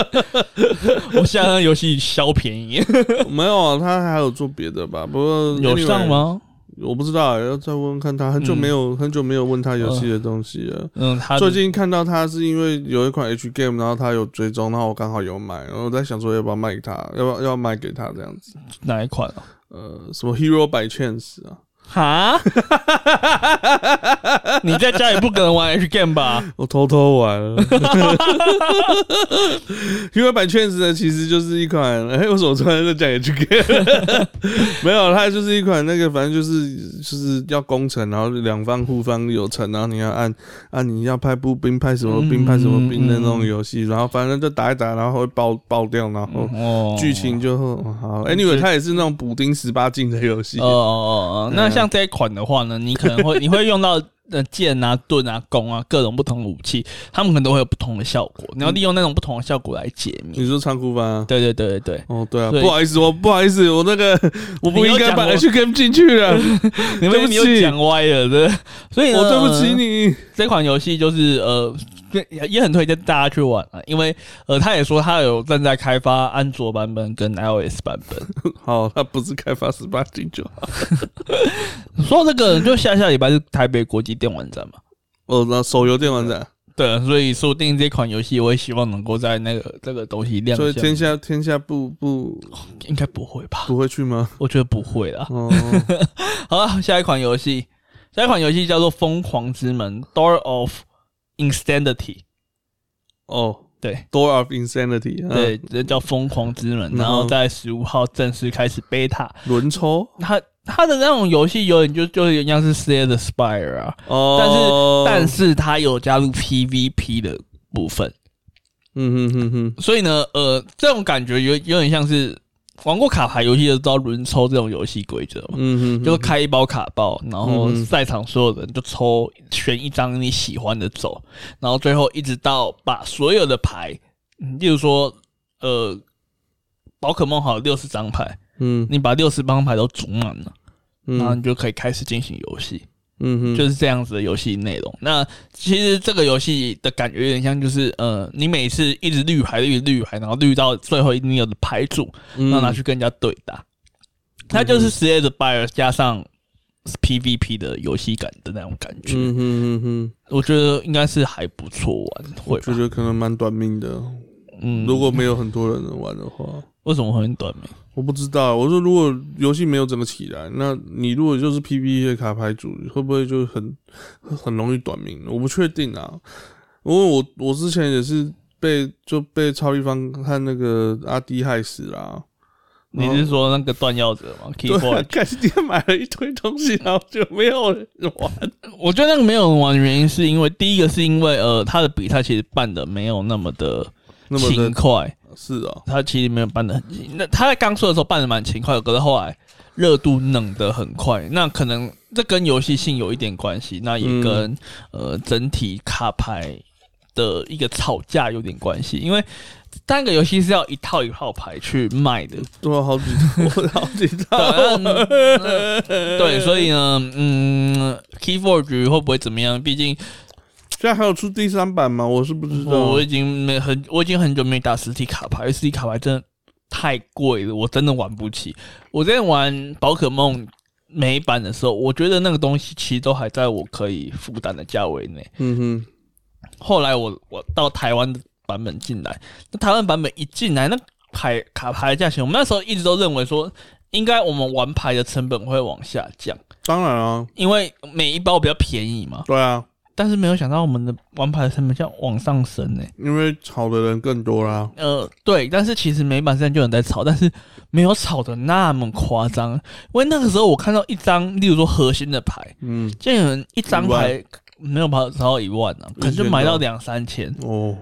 Speaker 2: *laughs*
Speaker 1: 我现在游戏消便宜，
Speaker 2: 没有啊，他还有做别的吧？不过
Speaker 1: *laughs* 有上？吗？
Speaker 2: anyway，我不知道、啊要再问问看他。很久没有、很久没有问他游
Speaker 1: 呃
Speaker 2: 戏的东西了。
Speaker 1: 嗯，他的
Speaker 2: 最近看到他是因为有一款 H game，然后他有追踪，然后我刚好有买，然后我在想说要不要卖给他，要不要要卖给他这样子。
Speaker 1: 哪一款啊？
Speaker 2: 呃，什么 Hero by Chance 啊？
Speaker 1: 哈， *laughs* 你在家也不可能玩 H game 吧？
Speaker 2: 我偷偷玩了。Hero by Chance 呢，其实就是一款，哎、为什么我突然在讲 H game？没 *laughs* 有，它就是一款那个，反正就是就是要攻城，然后两方互方有城，然后你要按按你要派步兵，派什么
Speaker 1: 嗯
Speaker 2: 兵，派什么兵的那种
Speaker 1: 嗯
Speaker 2: 游戏，然后反正就打一打，然后会爆爆掉，然后
Speaker 1: *laughs* 哦嗯
Speaker 2: 剧情就好。Anyway，它也是那种补丁十八禁的游戏
Speaker 1: 哦。哦哦，
Speaker 2: 啊
Speaker 1: 那像这一款的话呢，你可能会 *laughs* 你会用到呃剑啊、盾啊、弓啊各种不同的武器，他们可能都会有不同的效果，
Speaker 2: 嗯
Speaker 1: 你要利用那种不同的效果来解谜。
Speaker 2: 你说仓库吧？啊？
Speaker 1: 对对对对对，
Speaker 2: 哦，对啊，
Speaker 1: 对
Speaker 2: 不好意思，我不好意思，我那个 *laughs* 我不
Speaker 1: 你
Speaker 2: 应
Speaker 1: 有
Speaker 2: 该
Speaker 1: 讲
Speaker 2: 把
Speaker 1: 我
Speaker 2: H game 进去了，
Speaker 1: 你
Speaker 2: 对不
Speaker 1: 们你又
Speaker 2: 起
Speaker 1: 讲歪了， *laughs* 对。啊所以呢
Speaker 2: 我对不起你。
Speaker 1: 这款游戏就是呃，对也也很推荐大家去玩啊，因为呃，他也说他有正在开发安卓版本跟 iOS 版本。
Speaker 2: 好，他不是开发十八禁就好。
Speaker 1: 说到这个，就下下礼拜是台北国际电玩展嘛。
Speaker 2: 哦，那手游电玩展，啊
Speaker 1: 对，所以说不定这款游戏我也希望能够在那个这个东西亮
Speaker 2: 所以
Speaker 1: 相
Speaker 2: 天下天下不不
Speaker 1: 应该不会吧？
Speaker 2: 不会去吗？
Speaker 1: 我觉得不会啦。
Speaker 2: 哦，
Speaker 1: 好了，下一款游戏，下一款游戏叫做《疯狂之门》（Door of Insanity）。
Speaker 2: 哦
Speaker 1: 对
Speaker 2: ，Door of Insanity，啊
Speaker 1: 对，，这叫《疯狂之门》，
Speaker 2: 嗯
Speaker 1: 嗯然后在十五号正式开始 beta。
Speaker 2: 轮抽
Speaker 1: 它它的那种游戏有点就就有点像是《s l a y the Spire》啊，
Speaker 2: 哦，
Speaker 1: 但是它有加入 PVP 的部分，
Speaker 2: 嗯哼哼哼，
Speaker 1: 所以呢，呃，这种感觉有有点像是玩过卡牌游戏的都知道轮抽这种游戏规则嘛。
Speaker 2: 嗯哼哼，
Speaker 1: 就是开一包卡包，然后
Speaker 2: 嗯
Speaker 1: 赛场所有人就抽选一张你喜欢的走，然后最后一直到把所有的牌，嗯例如说呃，宝可梦好六十张牌，
Speaker 2: 嗯
Speaker 1: 你把六十张牌都组满了，然后
Speaker 2: 嗯
Speaker 1: 你就可以开始进行游戏，
Speaker 2: 嗯哼，
Speaker 1: 就是这样子的游戏内容。那其实这个游戏的感觉有点像就是呃，你每次一直绿牌绿绿牌，然后绿到最后你有的牌组，
Speaker 2: 嗯
Speaker 1: 让他去跟人家对打。它就是实业的 buyer 加上 PVP 的游戏感的那种感觉，
Speaker 2: 嗯哼哼哼，
Speaker 1: 我觉得应该是还不错玩，会
Speaker 2: 我
Speaker 1: 吧
Speaker 2: 觉？得可能蛮短命的，
Speaker 1: 嗯，
Speaker 2: 如果没有很多人能玩的话。
Speaker 1: 为什么会很短命？
Speaker 2: 我不知道，我说如果游戏没有整个起来，那你如果就是 PVE 的卡牌组，会不会就很很容易短命？我不确定啊，因为我我之前也是被就被超立方和那个阿迪害死啊啦、
Speaker 1: 你是说那个断药者吗
Speaker 2: *laughs* 对啊
Speaker 1: ？Keyboard，，
Speaker 2: 干今天买了一堆东西，然后就没有人玩。
Speaker 1: *laughs* 我觉得那个没有人玩的原因是因为第一个是因为呃，他的比赛其实办的没有那么的
Speaker 2: 那么
Speaker 1: 勤
Speaker 2: 的
Speaker 1: 快，
Speaker 2: 是啊，
Speaker 1: 他其实没有办的很勤。那他在刚出的时候办的蛮勤快的，可是后来热度冷得很快，那可能
Speaker 2: 嗯
Speaker 1: 这跟游戏性有一点关系，那也跟、呃整体卡牌的一个吵架有点关系，因为单个游戏是要一套一套牌去卖的，
Speaker 2: 对啊，好几套，好几 *laughs*
Speaker 1: 对
Speaker 2: 套，
Speaker 1: 啊那嗯 *laughs* 对，所以呢，嗯，Keyforge 会不会怎么样？毕竟
Speaker 2: 现在还有出第三版吗？我是不知道
Speaker 1: 哦我。已经没很，我已经很久没打实体卡牌，因为实体卡牌真的太贵了，我真的玩不起。我之前玩宝可梦美版的时候，我觉得那个东西其实都还在我可以负担的价位内。
Speaker 2: 嗯
Speaker 1: 后来我我到台湾的版本进来，那台湾版本一进来，那牌卡牌的价钱，我们那时候一直都认为说，应该我们玩牌的成本会往下降，
Speaker 2: 哼，当然啊，
Speaker 1: 因为每一包比较便宜嘛。
Speaker 2: 对啊，
Speaker 1: 但是没有想到我们的玩牌的成本像往上升呢、
Speaker 2: 因为炒的人更多啦。
Speaker 1: 呃，对，但是其实美版现在就有人在炒，但是没有炒的那么夸张。因为那个时候我看到一张，例如说核心的牌，
Speaker 2: 嗯，
Speaker 1: 就有人一张
Speaker 2: 一万
Speaker 1: 牌没有跑超到一万啊，可能就买到
Speaker 2: 一千多
Speaker 1: 两三千。
Speaker 2: 哦，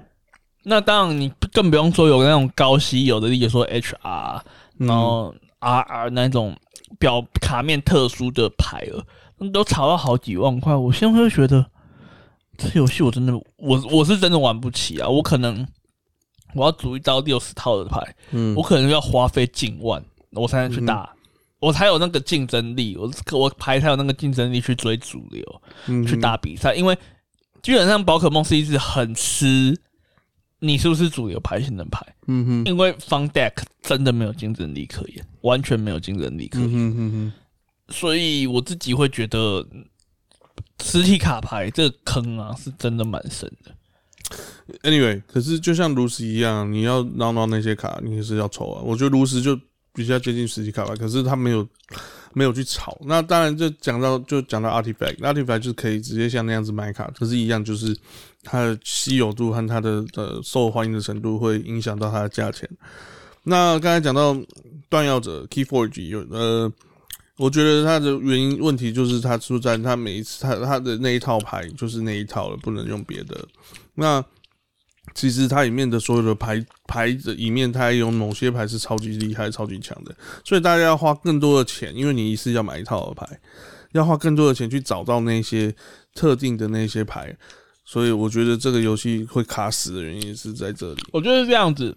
Speaker 1: 那当然，你更不用说有那种高稀有的，例如说 HR，
Speaker 2: 嗯
Speaker 1: 然后 RR 那种表卡面特殊的牌了，都炒到好几万块。我现在就觉得这游戏我真的，我我是真的玩不起啊！我可能我要组一张六十套的牌，
Speaker 2: 嗯
Speaker 1: 我可能要花费近万，我才能去打。我才有那个竞争力，我我牌才有那个竞争力去追主流。
Speaker 2: 嗯
Speaker 1: 去打比赛，因为基本上宝可梦是一只很吃你是不是主流牌型的牌，
Speaker 2: 嗯哼，
Speaker 1: 因为 Fun Deck 真的没有竞争力可言，完全没有竞争力可言，
Speaker 2: 嗯哼嗯哼，
Speaker 1: 所以我自己会觉得嗯实体卡牌这个坑啊是真的蛮深的。
Speaker 2: Anyway，可是就像炉石一样，你要闹闹那些卡，你也是要抽啊。我觉得炉石就比较接近实体卡吧，可是它没有没有去炒。那当然就讲到就讲到 artifact，artifact 就是可以直接像那样子买卡，可是一样就是它的稀有度和它的呃受欢迎的程度会影响到它的价钱。那刚才讲到断药者 Keyforge 有呃。我觉得它的原因问题就是它出在它每一次它它的那一套牌就是那一套了，不能用别的。那其实它里面的所有的牌牌子里面，它有某些牌是超级厉害、超级强的，所以大家要花更多的钱，因为你一次要买一套的牌，要花更多的钱去找到那些特定的那些牌，所以我觉得这个游戏会卡死的原因是在这里。
Speaker 1: 我觉得是这样子，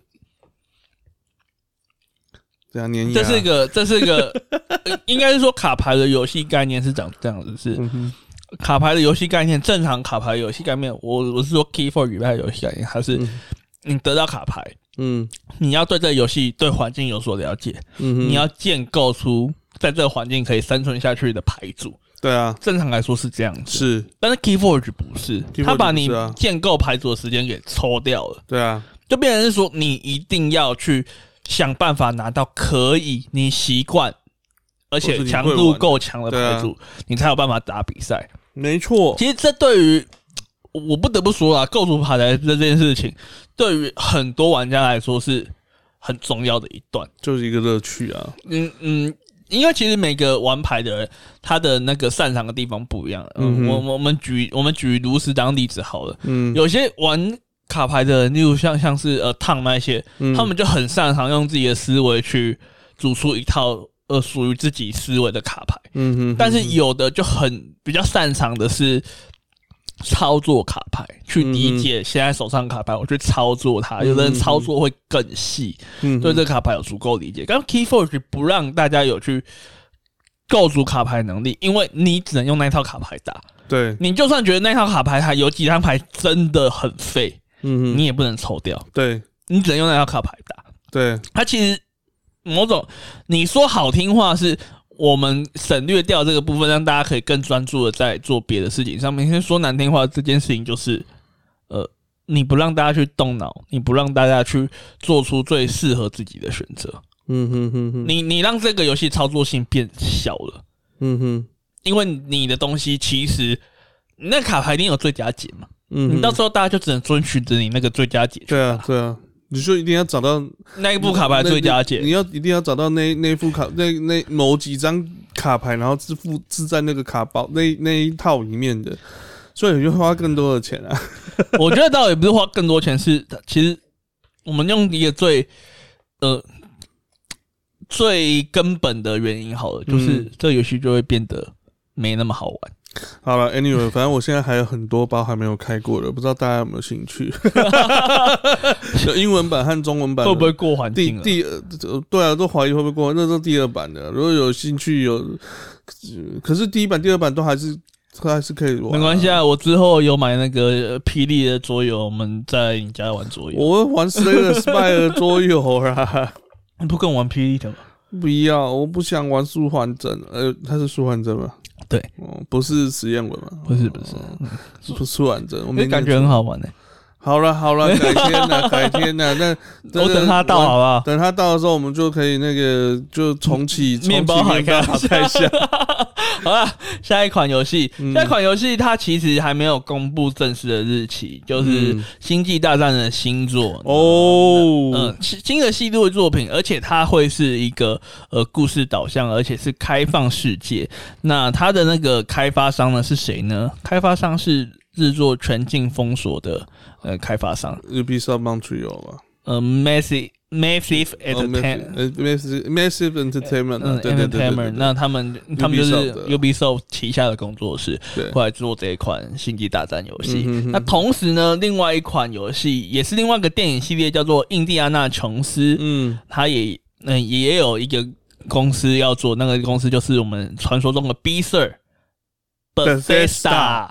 Speaker 2: 这样碾
Speaker 1: 这
Speaker 2: 压，
Speaker 1: 是一个，这是一个，呃应该是说卡牌的游戏概念是长这样子，是
Speaker 2: 嗯哼，
Speaker 1: 卡牌的游戏概念，正常卡牌游戏概念，我我是说 Key for 语派游戏概念，它是
Speaker 2: 嗯
Speaker 1: 你得到卡牌，
Speaker 2: 嗯
Speaker 1: 你要对这个游戏、对环境有所了解，
Speaker 2: 嗯哼，
Speaker 1: 你要建构出在这个环境可以生存下去的牌组。
Speaker 2: 对啊，
Speaker 1: 正常来说是这样子，
Speaker 2: 是
Speaker 1: 但是 Keyforge 不是，
Speaker 2: Keyforge
Speaker 1: 他把你
Speaker 2: 不是啊
Speaker 1: 建构牌组的时间给抽掉了，
Speaker 2: 对啊，
Speaker 1: 就变成是说你一定要去想办法拿到可以你习惯而
Speaker 2: 或是
Speaker 1: 且
Speaker 2: 你
Speaker 1: 强
Speaker 2: 会
Speaker 1: 度
Speaker 2: 玩
Speaker 1: 够强的
Speaker 2: 对啊
Speaker 1: 牌组，你才有办法打比赛。
Speaker 2: 没错，
Speaker 1: 其实这对于我不得不说啦，构筑卡牌这件事情，对于很多玩家来说是很重要的一段。
Speaker 2: 就是一个乐趣啊，
Speaker 1: 嗯嗯，因为其实每个玩牌的人，他的那个擅长的地方不一样。
Speaker 2: 嗯哼
Speaker 1: 嗯，我我们举我们举炉石当例子好了，
Speaker 2: 嗯，
Speaker 1: 有些玩。卡牌的人，例如像像是呃烫那些，
Speaker 2: 嗯
Speaker 1: 他们就很擅长用自己的思维去组出一套呃属于自己思维的卡牌。
Speaker 2: 嗯哼，
Speaker 1: 但是有的就很比较擅长的是操作卡牌，去理解现在手上卡牌，我去操作它。
Speaker 2: 嗯
Speaker 1: 有的人操作会更细，
Speaker 2: 嗯哼
Speaker 1: 对这个卡牌有足够理解。刚 Keyforge 不让大家有去构筑卡牌能力，因为你只能用那套卡牌打。
Speaker 2: 对，
Speaker 1: 你就算觉得那套卡牌它有几张牌真的很废，
Speaker 2: 嗯哼，
Speaker 1: 你也不能抽掉，
Speaker 2: 对
Speaker 1: 你只能用那套卡牌打。
Speaker 2: 对，
Speaker 1: 它其实某种你说好听话是。我们省略掉这个部分，让大家可以更专注的在做别的事情上面。先说难听话，这件事情就是，呃，你不让大家去动脑，你不让大家去做出最适合自己的选择，
Speaker 2: 嗯哼哼哼，
Speaker 1: 你你让这个游戏操作性变小了，
Speaker 2: 嗯哼。
Speaker 1: 因为你的东西其实那卡牌一定有最佳解嘛，
Speaker 2: 嗯哼，
Speaker 1: 你到时候大家就只能遵循着你那个最佳解，
Speaker 2: 对啊，对啊，你就一定要找到
Speaker 1: 那一部卡牌最佳解
Speaker 2: 你，要一定要找到那那副卡那那某几张卡牌，然后自附自在那个卡包那那一套里面的，所以你就花更多的钱啊。 *laughs*
Speaker 1: 我觉得倒也不是花更多钱，是其实我们用一个最呃最根本的原因好了，就是
Speaker 2: 嗯
Speaker 1: 这个游戏就会变得没那么好玩。
Speaker 2: 好了，Anyway，反正我现在还有很多包还没有开过的，不知道大家有没有兴趣？ *laughs* 有英文版和中文版的
Speaker 1: 会不会过环
Speaker 2: 嗯第
Speaker 1: 境了？
Speaker 2: 第二，这对啊，都怀疑会不会过，那都第二版的。如果有兴趣有，呃可是第一版、第二版都还是都还是可以玩、
Speaker 1: 没关系。啊，我之后有买那个呃霹雳的桌游，我们在你家玩桌游。
Speaker 2: 我会玩 Slay the Spire 桌游啊，
Speaker 1: 你不跟我玩霹雳的吗？
Speaker 2: *laughs* 不要，我不想玩舒缓针。呃，它是舒缓针吗？
Speaker 1: 对
Speaker 2: 哦，不是实验文吗？
Speaker 1: 不是不是
Speaker 2: 哦，不是舒缓针。我
Speaker 1: 那
Speaker 2: 没
Speaker 1: 感觉很。好玩欸呢、
Speaker 2: 好
Speaker 1: *laughs*
Speaker 2: 了好了，改天了，改天了。那
Speaker 1: 我哦等他到啊好不好？
Speaker 2: 等他到的时候，我们就可以那个就重启重启
Speaker 1: 面包海
Speaker 2: 面包
Speaker 1: 看
Speaker 2: 海看一
Speaker 1: *laughs*
Speaker 2: 下。
Speaker 1: 好啦，下一款游戏，
Speaker 2: 嗯
Speaker 1: 下一款游戏它其实还没有公布正式的日期，就是
Speaker 2: 嗯
Speaker 1: 《星际大战》的新作。
Speaker 2: 哦，
Speaker 1: 嗯，新新的系列作品，而且它会是一个呃故事导向，而且是开放世界。那它的那个开发商呢是谁呢？开发商是制作《全境封锁》的呃开发商，
Speaker 2: Ubisoft Montreal 吧
Speaker 1: 呃，Massive Massive a t
Speaker 2: 哦
Speaker 1: e n
Speaker 2: ，Massive Massive Entertainment，
Speaker 1: 嗯
Speaker 2: 啊对对对对
Speaker 1: ，Entertainment，那他们他们就是
Speaker 2: Ubisoft 的
Speaker 1: Ubisoft 旗下的工作室，
Speaker 2: 对
Speaker 1: 过来做这一款《星际大战》游戏。
Speaker 2: 嗯哼哼
Speaker 1: 那同时呢，另外一款游戏也是另外一个电影系列，叫做《印第安纳琼斯》。
Speaker 2: 嗯
Speaker 1: 他也嗯也有一个公司要做，那个公司就是我们传说中的 B Sir
Speaker 2: Bethesda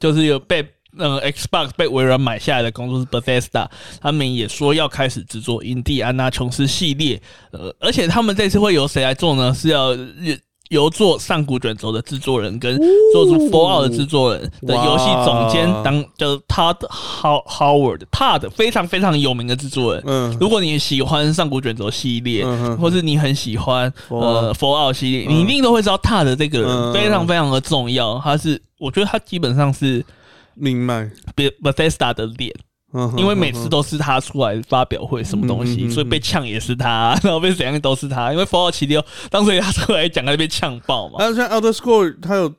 Speaker 1: 就是有被呃 Xbox 被微软买下来的公司是 Bethesda，他们也说要开始制作《印第安纳琼斯》系列，呃，而且他们这次会由谁来做呢？是要日由做《上古卷轴》的制作人
Speaker 2: 哦
Speaker 1: 跟做出《Fallout》的制作人的
Speaker 2: 哇
Speaker 1: 游戏总监当叫 Todd How- Howard，Todd 非常非常有名的制作人，
Speaker 2: 嗯
Speaker 1: *laughs* 如果你喜欢上古卷轴系列，
Speaker 2: 嗯嗯
Speaker 1: 或是你很喜欢呃 f o 系列，
Speaker 2: 嗯
Speaker 1: 你一定都会知道踏的这个
Speaker 2: 嗯
Speaker 1: 人非常非常的重要。他是，我觉得他基本上是
Speaker 2: 明白，
Speaker 1: Be- Bethesda 的脸，
Speaker 2: 嗯哼
Speaker 1: 因为每次都是他出来发表会什么东
Speaker 2: 嗯嗯嗯
Speaker 1: 西，
Speaker 2: 嗯
Speaker 1: 所以被呛也是他， *laughs* 然后被怎样都是他。因为 f o 系列当时他出来讲，他就被呛爆嘛。
Speaker 2: 那现在 Outer Score 它有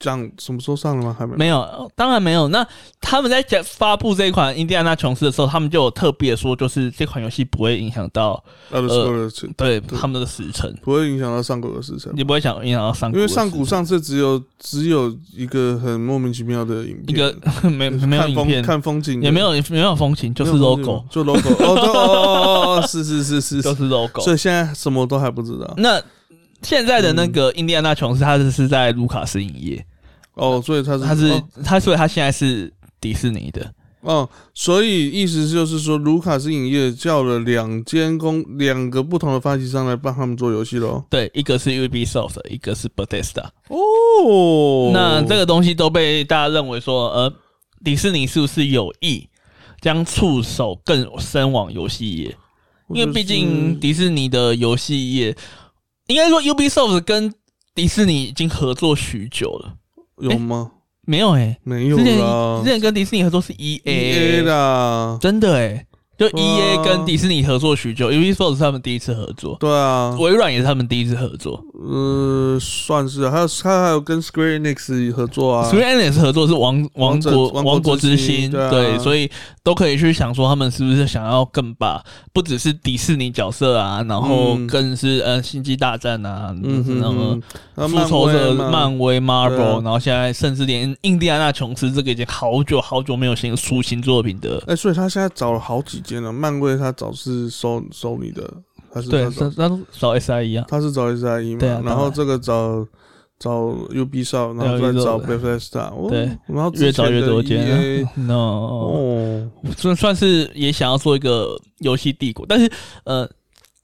Speaker 2: 讲什么时候上了吗？还没有，
Speaker 1: 没有，当然没有。那他们在讲发布这一款《印第安纳琼斯》的时候，他们就有特别说，就是这款游戏不会影响到
Speaker 2: Outer Score 的时
Speaker 1: 对他们的时程。
Speaker 2: 不会影响到上古的时程。
Speaker 1: 你不会想影响到上古
Speaker 2: 因
Speaker 1: 的
Speaker 2: 为
Speaker 1: 事情，
Speaker 2: 上古上次只有只有一个很莫名其妙的影片，
Speaker 1: 一个 *laughs* 没
Speaker 2: 就是
Speaker 1: 没有
Speaker 2: 看
Speaker 1: 影
Speaker 2: 风
Speaker 1: 片，
Speaker 2: 看风景的，
Speaker 1: 也没有没有风情，就是
Speaker 2: 没有风景
Speaker 1: logo，
Speaker 2: 就 logo 哦对哦哦哦哦，是是是是，
Speaker 1: 就是是 logo
Speaker 2: 所。以嗯现在什么都还不知道
Speaker 1: 那现在的那个印第安纳琼斯，它是是在卢卡斯影业，
Speaker 2: 哦，所以它是
Speaker 1: 它是
Speaker 2: 哦
Speaker 1: 它，所以它现在是迪士尼的。
Speaker 2: 哦，所以意思就是说，卢卡斯影业叫了两间公两个不同的发行商来帮他们做游戏喽。
Speaker 1: 对，一个是 Ubisoft，的一个是 Bethesda。
Speaker 2: 哦
Speaker 1: 那这个东西都被大家认为说，呃，迪士尼是不是有意将触手更深往游戏业？因为毕竟迪士尼的游戏业，应该说 Ubisoft 跟迪士尼已经合作许久了。
Speaker 2: 有吗？
Speaker 1: 没有哎、
Speaker 2: 没有
Speaker 1: 之前
Speaker 2: 啦
Speaker 1: 之前跟迪士尼合作是 E
Speaker 2: ，EA 啦，
Speaker 1: 真的哎、就 E
Speaker 2: 对
Speaker 1: A
Speaker 2: 啊
Speaker 1: 跟迪士尼合作许久，Ubisoft 是他们第一次合作，
Speaker 2: 对啊，
Speaker 1: 微软也是他们第一次合作
Speaker 2: 呃，算是啊还有他还有跟 Square Enix 合作啊
Speaker 1: s w e e n 也是合作是王王
Speaker 2: 王者
Speaker 1: 国
Speaker 2: 王国
Speaker 1: 王国
Speaker 2: 之
Speaker 1: 之
Speaker 2: 心
Speaker 1: 心，
Speaker 2: 对啊
Speaker 1: 对，所以都可以去想说他们是不是想要更把不只是迪士尼角色啊，然后
Speaker 2: 嗯
Speaker 1: 更是呃星际大战啊，
Speaker 2: 嗯哼
Speaker 1: 然后
Speaker 2: 哼，那
Speaker 1: 复仇者、
Speaker 2: 漫威嘛
Speaker 1: 漫威、
Speaker 2: 对啊
Speaker 1: Marvel，然后现在甚至连印第安纳琼斯这个已经好久好久没有新出新作品的
Speaker 2: 哎、所以他现在找了好几间了。漫威他找是收收你的，他是
Speaker 1: 对，
Speaker 2: 他找
Speaker 1: 那那少 SIE 啊，
Speaker 2: 他是找 S I E 嘛，
Speaker 1: 对啊
Speaker 2: 然
Speaker 1: 当
Speaker 2: 后
Speaker 1: 然
Speaker 2: 这个找找 U B 少，然后
Speaker 1: 对
Speaker 2: 再
Speaker 1: 啊，Ubisoft
Speaker 2: 找
Speaker 1: 的
Speaker 2: Bethesda，哦
Speaker 1: 对，
Speaker 2: 然后
Speaker 1: 越找越多间啊
Speaker 2: EA,。
Speaker 1: No，
Speaker 2: E 哦，
Speaker 1: 算算是也想要做一个游戏帝国，但是呃，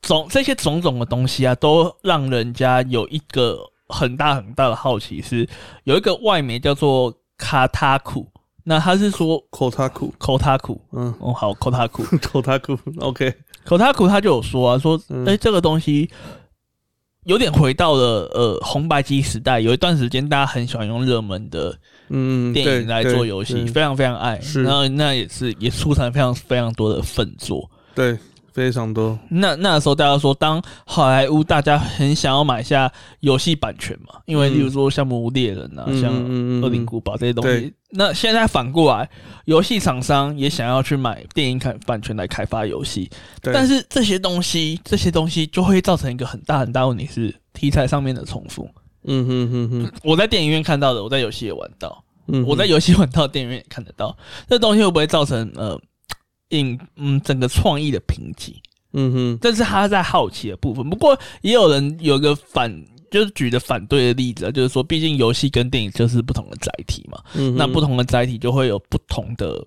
Speaker 1: 种这些种种的东西啊，都让人家有一个很大很大的好奇是，有一个外媒叫做卡塔库，那他是说
Speaker 2: 口他库，
Speaker 1: 口塔库。
Speaker 2: 嗯， *laughs*
Speaker 1: 哦，好，口塔库，
Speaker 2: 口他库，OK，
Speaker 1: 口塔库他就有说啊，说，
Speaker 2: 嗯
Speaker 1: 哎、这个东西有点回到了呃红白机时代，有一段时间大家很喜欢用热门的
Speaker 2: 嗯，
Speaker 1: 电影来做
Speaker 2: 对
Speaker 1: 游戏，
Speaker 2: 对
Speaker 1: 非常非常爱。
Speaker 2: 是
Speaker 1: 然后那也是也出产非常非常多的粪作。
Speaker 2: 对，非常多，
Speaker 1: 那那时候大家说，当好莱坞大家很想要买下游戏版权嘛，因为
Speaker 2: 嗯
Speaker 1: 例如说像《魔物猎人》啊，
Speaker 2: 嗯
Speaker 1: 像
Speaker 2: 嗯嗯嗯
Speaker 1: 《恶灵古堡》这些东
Speaker 2: 对
Speaker 1: 西。那现在反过来，游戏厂商也想要去买电影版版权来开发游戏，
Speaker 2: 对
Speaker 1: 但是这些东西，这些东西就会造成一个很大很大的问题是题材上面的重复。
Speaker 2: 嗯哼哼哼，
Speaker 1: 我在电影院看到的，我在游戏也玩到，
Speaker 2: 嗯哼
Speaker 1: 我在游戏玩到，电影院也看得到。这东西会不会造成呃影嗯整个创意的瓶颈？
Speaker 2: 嗯哼
Speaker 1: 这是他在好奇的部分。不过也有人有个反。就是举的反对的例子啊，就是说，毕竟游戏跟电影就是不同的载体嘛，
Speaker 2: 嗯哼，
Speaker 1: 那不同的载体就会有不同的，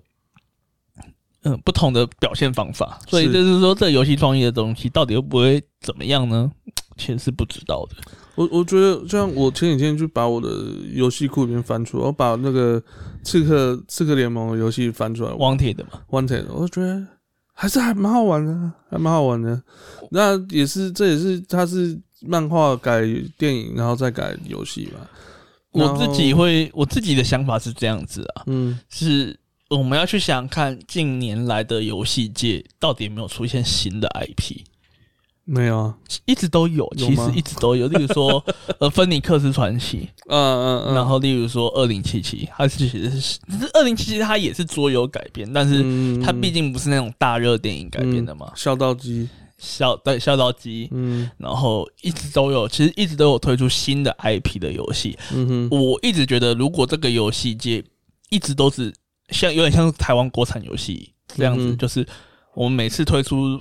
Speaker 1: 嗯，不同的表现方法。所以
Speaker 2: 是
Speaker 1: 就是说，这游戏创意的东西到底会不会怎么样呢？其实是不知道的。
Speaker 2: 我我觉得，就像我前几天去把我的游戏库里面翻出来，我把那个《刺客刺客联盟》的游戏翻出来
Speaker 1: 网铁的嘛，
Speaker 2: ，Wanted，我就觉得还是还蛮好玩的啊，还蛮好玩的。那也是，这也是它是漫画改电影，然后再改游戏嘛。
Speaker 1: 我自己
Speaker 2: 然后，
Speaker 1: 会，我自己的想法是这样子啊，
Speaker 2: 嗯
Speaker 1: 是我们要去想想看近年来的游戏界到底有没有出现新的 IP，
Speaker 2: 没有啊，
Speaker 1: 一直都有，
Speaker 2: 有
Speaker 1: 其实
Speaker 2: 吗
Speaker 1: 一直都有。例如
Speaker 2: *laughs*
Speaker 1: 说，呃，芬尼克斯传奇，
Speaker 2: 嗯嗯嗯，
Speaker 1: 然后例如说二零七七，它其实是二零七七，它也是桌游改编，但是
Speaker 2: 嗯
Speaker 1: 它毕竟不是那种大热电影改编的嘛，
Speaker 2: 孝道机，
Speaker 1: 笑对笑到鸡，
Speaker 2: 嗯
Speaker 1: 然后一直都有，其实一直都有推出新的 IP 的游戏，
Speaker 2: 嗯哼，
Speaker 1: 我一直觉得，如果这个游戏界一直都是像有点像台湾国产游戏这样子，
Speaker 2: 嗯哼
Speaker 1: 就是我们每次推出